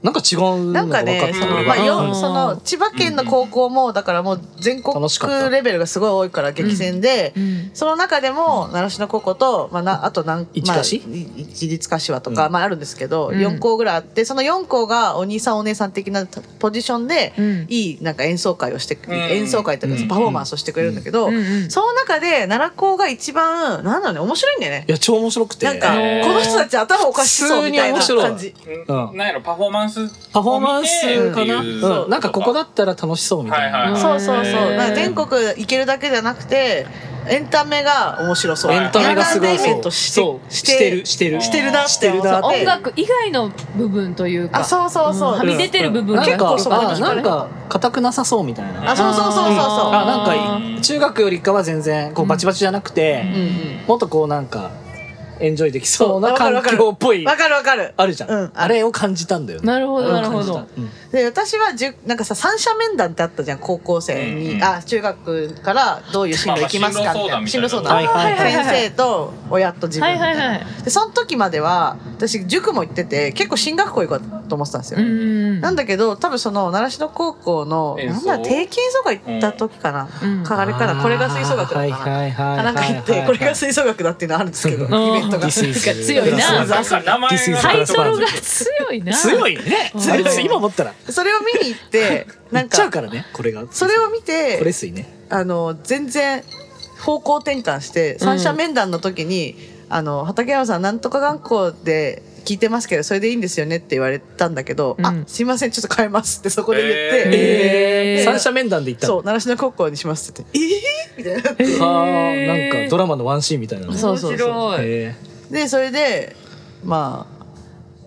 [SPEAKER 2] なんか違うのが
[SPEAKER 1] なん
[SPEAKER 2] 分
[SPEAKER 1] か
[SPEAKER 2] かった
[SPEAKER 1] ね、その
[SPEAKER 2] 俺
[SPEAKER 1] まあ、
[SPEAKER 2] が
[SPEAKER 3] う
[SPEAKER 1] よ
[SPEAKER 3] ん
[SPEAKER 1] その千葉県の高校もだからもう全国
[SPEAKER 2] 楽しかった
[SPEAKER 1] レベルがすごい多いから激戦で、
[SPEAKER 3] うん
[SPEAKER 1] その中でも習志野高校と、まあ、なあと何
[SPEAKER 2] 一
[SPEAKER 1] まあ、
[SPEAKER 2] かし
[SPEAKER 1] 一律柏とか、
[SPEAKER 2] うん
[SPEAKER 1] まあ、あるんですけど、
[SPEAKER 3] うん
[SPEAKER 1] 四4校ぐらいあってその4校がお兄さんお姉さん的なポジションで、
[SPEAKER 3] うん
[SPEAKER 1] いいなんか演奏会をして、
[SPEAKER 4] ん
[SPEAKER 1] 演奏会というか、
[SPEAKER 2] うん
[SPEAKER 1] パフォーマンスをしてくれるんだけど、
[SPEAKER 3] うんうん
[SPEAKER 1] その中で奈良校が一番なんだろうね面白いんだよね
[SPEAKER 2] い。や超面白くて
[SPEAKER 1] なんか、
[SPEAKER 4] えー
[SPEAKER 1] この人たち頭おかしそうみたいな
[SPEAKER 2] 普通に面白い
[SPEAKER 1] 感じ。
[SPEAKER 2] うん
[SPEAKER 4] なんやろパフォーマンスを見て
[SPEAKER 2] パフォーマンスかな、
[SPEAKER 4] っていう
[SPEAKER 2] うん、なんかここだったら楽しそうみたいな、
[SPEAKER 4] はいはい
[SPEAKER 1] そうそう
[SPEAKER 4] へ
[SPEAKER 1] そう。
[SPEAKER 4] ー
[SPEAKER 1] なんか全国行けるだけじゃなくて、エンタメが面白そう。
[SPEAKER 4] はい
[SPEAKER 2] エンタメがすごい
[SPEAKER 1] エンタメイ
[SPEAKER 2] そ
[SPEAKER 1] ベント
[SPEAKER 2] う
[SPEAKER 1] して
[SPEAKER 2] そう
[SPEAKER 1] し
[SPEAKER 2] しててるしてる
[SPEAKER 1] してるなって
[SPEAKER 2] してるなって
[SPEAKER 3] 音楽以外の部分というか
[SPEAKER 1] あ、そうそうそう。
[SPEAKER 3] はみ出てる部分が
[SPEAKER 2] なんか
[SPEAKER 1] 結構そこに
[SPEAKER 2] あなんか硬くなさそうみたいな
[SPEAKER 1] あ、そうそうそうそうそう。
[SPEAKER 2] あなん
[SPEAKER 4] う
[SPEAKER 2] か
[SPEAKER 4] ん
[SPEAKER 2] い中学よりかは全然こうバチバチじゃなく
[SPEAKER 1] う
[SPEAKER 2] て、
[SPEAKER 1] んうん。
[SPEAKER 2] もっとこうなんかエンジョイできそうな環境っぽい
[SPEAKER 1] わかるわかる。
[SPEAKER 2] あるじゃん、
[SPEAKER 1] うん
[SPEAKER 2] あれを感じたんだよね
[SPEAKER 3] なるほど
[SPEAKER 2] あれを感じた
[SPEAKER 3] なる
[SPEAKER 2] うん
[SPEAKER 1] で、私はじゅ、なんかさ、三者面談ってあったじゃん、高校生
[SPEAKER 4] うんう
[SPEAKER 1] に。
[SPEAKER 4] ん
[SPEAKER 1] あ、中学からどういう進路行きますかみたいな。進
[SPEAKER 4] 進
[SPEAKER 1] 路
[SPEAKER 4] 路
[SPEAKER 1] 相
[SPEAKER 4] 相
[SPEAKER 1] 談
[SPEAKER 2] 談。みたいなはいはい
[SPEAKER 3] はいはい
[SPEAKER 1] 先生と親と自分
[SPEAKER 3] は
[SPEAKER 1] み
[SPEAKER 3] いは
[SPEAKER 1] た
[SPEAKER 3] い
[SPEAKER 1] いな。
[SPEAKER 3] はい
[SPEAKER 1] で、その時までは、私、塾も行ってて、結構進学校行こうと思ってたんですよ。
[SPEAKER 3] うん
[SPEAKER 1] なんだけど多分その習志野高校の
[SPEAKER 4] 演
[SPEAKER 1] なん
[SPEAKER 4] 奏
[SPEAKER 1] だ定期演奏会行った時かな、
[SPEAKER 3] うん
[SPEAKER 1] かあれかなこれが吹奏楽だ
[SPEAKER 2] はい
[SPEAKER 1] かな、
[SPEAKER 2] はいはいはい
[SPEAKER 1] あなんか言ってこれが吹奏楽だっていうのあるんですけどイベントが
[SPEAKER 2] ディスイズ
[SPEAKER 3] なんか強いな
[SPEAKER 4] なんか名前が
[SPEAKER 2] This is
[SPEAKER 3] タイトルが強いな
[SPEAKER 2] 強いね
[SPEAKER 3] うん
[SPEAKER 2] 強い今思ったら
[SPEAKER 1] それを見に行って
[SPEAKER 2] [laughs] な
[SPEAKER 1] なんん
[SPEAKER 2] かちゃう
[SPEAKER 1] か
[SPEAKER 2] からねこれが
[SPEAKER 1] それを見
[SPEAKER 2] これ
[SPEAKER 1] て
[SPEAKER 2] 水ね
[SPEAKER 1] あの全然方向転換して三者面談の時に、あの畠山さんなんとか学校で聞いてますけどそれでいいんですよねって言われたんだけど、
[SPEAKER 3] うん
[SPEAKER 1] あすいませんちょっと変えますってそこで言って、
[SPEAKER 3] えー
[SPEAKER 2] 三者面談で行った
[SPEAKER 1] そ
[SPEAKER 2] の
[SPEAKER 1] う習志野高校にしますって言って「えー、みたいな
[SPEAKER 2] はあなんかドラマのワンシーンみたいなの
[SPEAKER 3] そうそうそう
[SPEAKER 4] 面白い。
[SPEAKER 2] へえ
[SPEAKER 1] でそれでまあ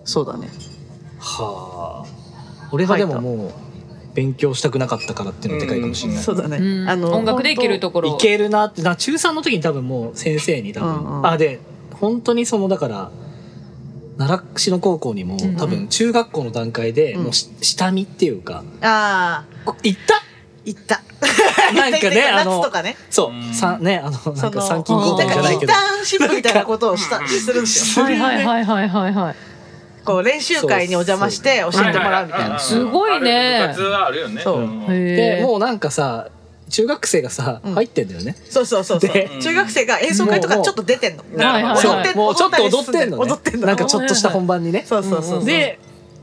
[SPEAKER 1] そうだね
[SPEAKER 2] はあ俺はでももう勉強したくなかったからっていうのはでかいかもしれない
[SPEAKER 1] そうだね、
[SPEAKER 3] うん音楽でいけるところ
[SPEAKER 2] いけるなってな中3の時に多分もう先生に多分、
[SPEAKER 1] うんうん
[SPEAKER 2] あで本当にそのだから奈良市の高校にも
[SPEAKER 3] んうん
[SPEAKER 2] 多分中学校の段階で
[SPEAKER 1] うん
[SPEAKER 2] もうし下見っていうか、
[SPEAKER 1] ああ
[SPEAKER 2] 行った
[SPEAKER 1] 行った
[SPEAKER 2] [laughs] なんかねあ
[SPEAKER 1] 夏
[SPEAKER 2] の
[SPEAKER 1] とかね
[SPEAKER 2] そう、
[SPEAKER 4] うん
[SPEAKER 2] さねあのな
[SPEAKER 1] そ
[SPEAKER 2] んか
[SPEAKER 1] の
[SPEAKER 2] 参勤交
[SPEAKER 1] なん
[SPEAKER 2] 代じ
[SPEAKER 1] か
[SPEAKER 2] ゃない
[SPEAKER 1] イン
[SPEAKER 2] け
[SPEAKER 1] タ
[SPEAKER 2] ど
[SPEAKER 1] ーンシップみたいなことをした
[SPEAKER 4] なんか
[SPEAKER 1] するんですよ
[SPEAKER 3] はいはいはいはいはいはい
[SPEAKER 1] こう練習会にお邪魔して教えてもらうみたいな
[SPEAKER 3] そうすごいね
[SPEAKER 4] ある部活はあるよね。
[SPEAKER 1] そうん
[SPEAKER 3] へ
[SPEAKER 2] で
[SPEAKER 3] え
[SPEAKER 2] もうなんかさ中学生がさ、
[SPEAKER 1] うん
[SPEAKER 2] 入ってんだよね
[SPEAKER 1] そうそうそうそう
[SPEAKER 2] で
[SPEAKER 1] 中学生が演奏会とかちょっと出てんの
[SPEAKER 4] なる
[SPEAKER 1] 踊
[SPEAKER 4] ほど
[SPEAKER 2] そ
[SPEAKER 1] って
[SPEAKER 2] うもうちょっと踊ってんのね
[SPEAKER 1] 踊ってんの
[SPEAKER 2] なんかちょっとした本番にね
[SPEAKER 1] そうそうそうそう
[SPEAKER 2] で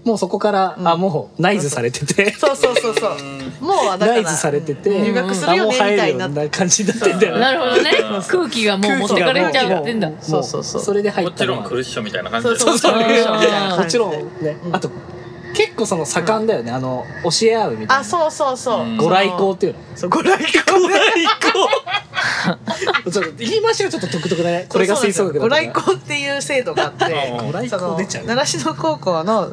[SPEAKER 2] もうそこから、
[SPEAKER 1] うん
[SPEAKER 2] あもうナイズされてて
[SPEAKER 1] そうそうそうそうもうだか
[SPEAKER 2] [laughs] ナ
[SPEAKER 1] ら
[SPEAKER 2] イズされてて、
[SPEAKER 1] 入学するよねみたいにな
[SPEAKER 2] あ
[SPEAKER 1] っ
[SPEAKER 2] も
[SPEAKER 1] て
[SPEAKER 2] う入るよみたいな感じになってんだよね
[SPEAKER 3] なるほどね
[SPEAKER 4] うん
[SPEAKER 3] 空気がもう持ってかれちゃってんだ
[SPEAKER 2] も
[SPEAKER 1] そうそうそう
[SPEAKER 2] それで入
[SPEAKER 4] も
[SPEAKER 2] ったの
[SPEAKER 4] ちろ
[SPEAKER 2] は
[SPEAKER 4] んクルッションみたいな感じ
[SPEAKER 1] そう
[SPEAKER 4] で。
[SPEAKER 1] そうそう
[SPEAKER 2] あー
[SPEAKER 1] みたいな
[SPEAKER 2] も
[SPEAKER 1] 感じ
[SPEAKER 2] ち
[SPEAKER 1] で
[SPEAKER 2] ろんね、
[SPEAKER 1] うん
[SPEAKER 2] あと結構その盛んだよねあの教え合うみたい
[SPEAKER 1] あ
[SPEAKER 2] な
[SPEAKER 1] そうそうそう
[SPEAKER 4] うん
[SPEAKER 2] ご来光っていうの
[SPEAKER 1] そうご来光
[SPEAKER 2] ご来光 [laughs] ちょっと言い回しがちょっと独特だねこれが吹奏楽だ
[SPEAKER 1] ご
[SPEAKER 2] から
[SPEAKER 1] 来光っていう制度があって
[SPEAKER 4] うん
[SPEAKER 2] ご来
[SPEAKER 1] そ
[SPEAKER 2] 光
[SPEAKER 1] の
[SPEAKER 2] 出ちゃう
[SPEAKER 1] 習志野高校の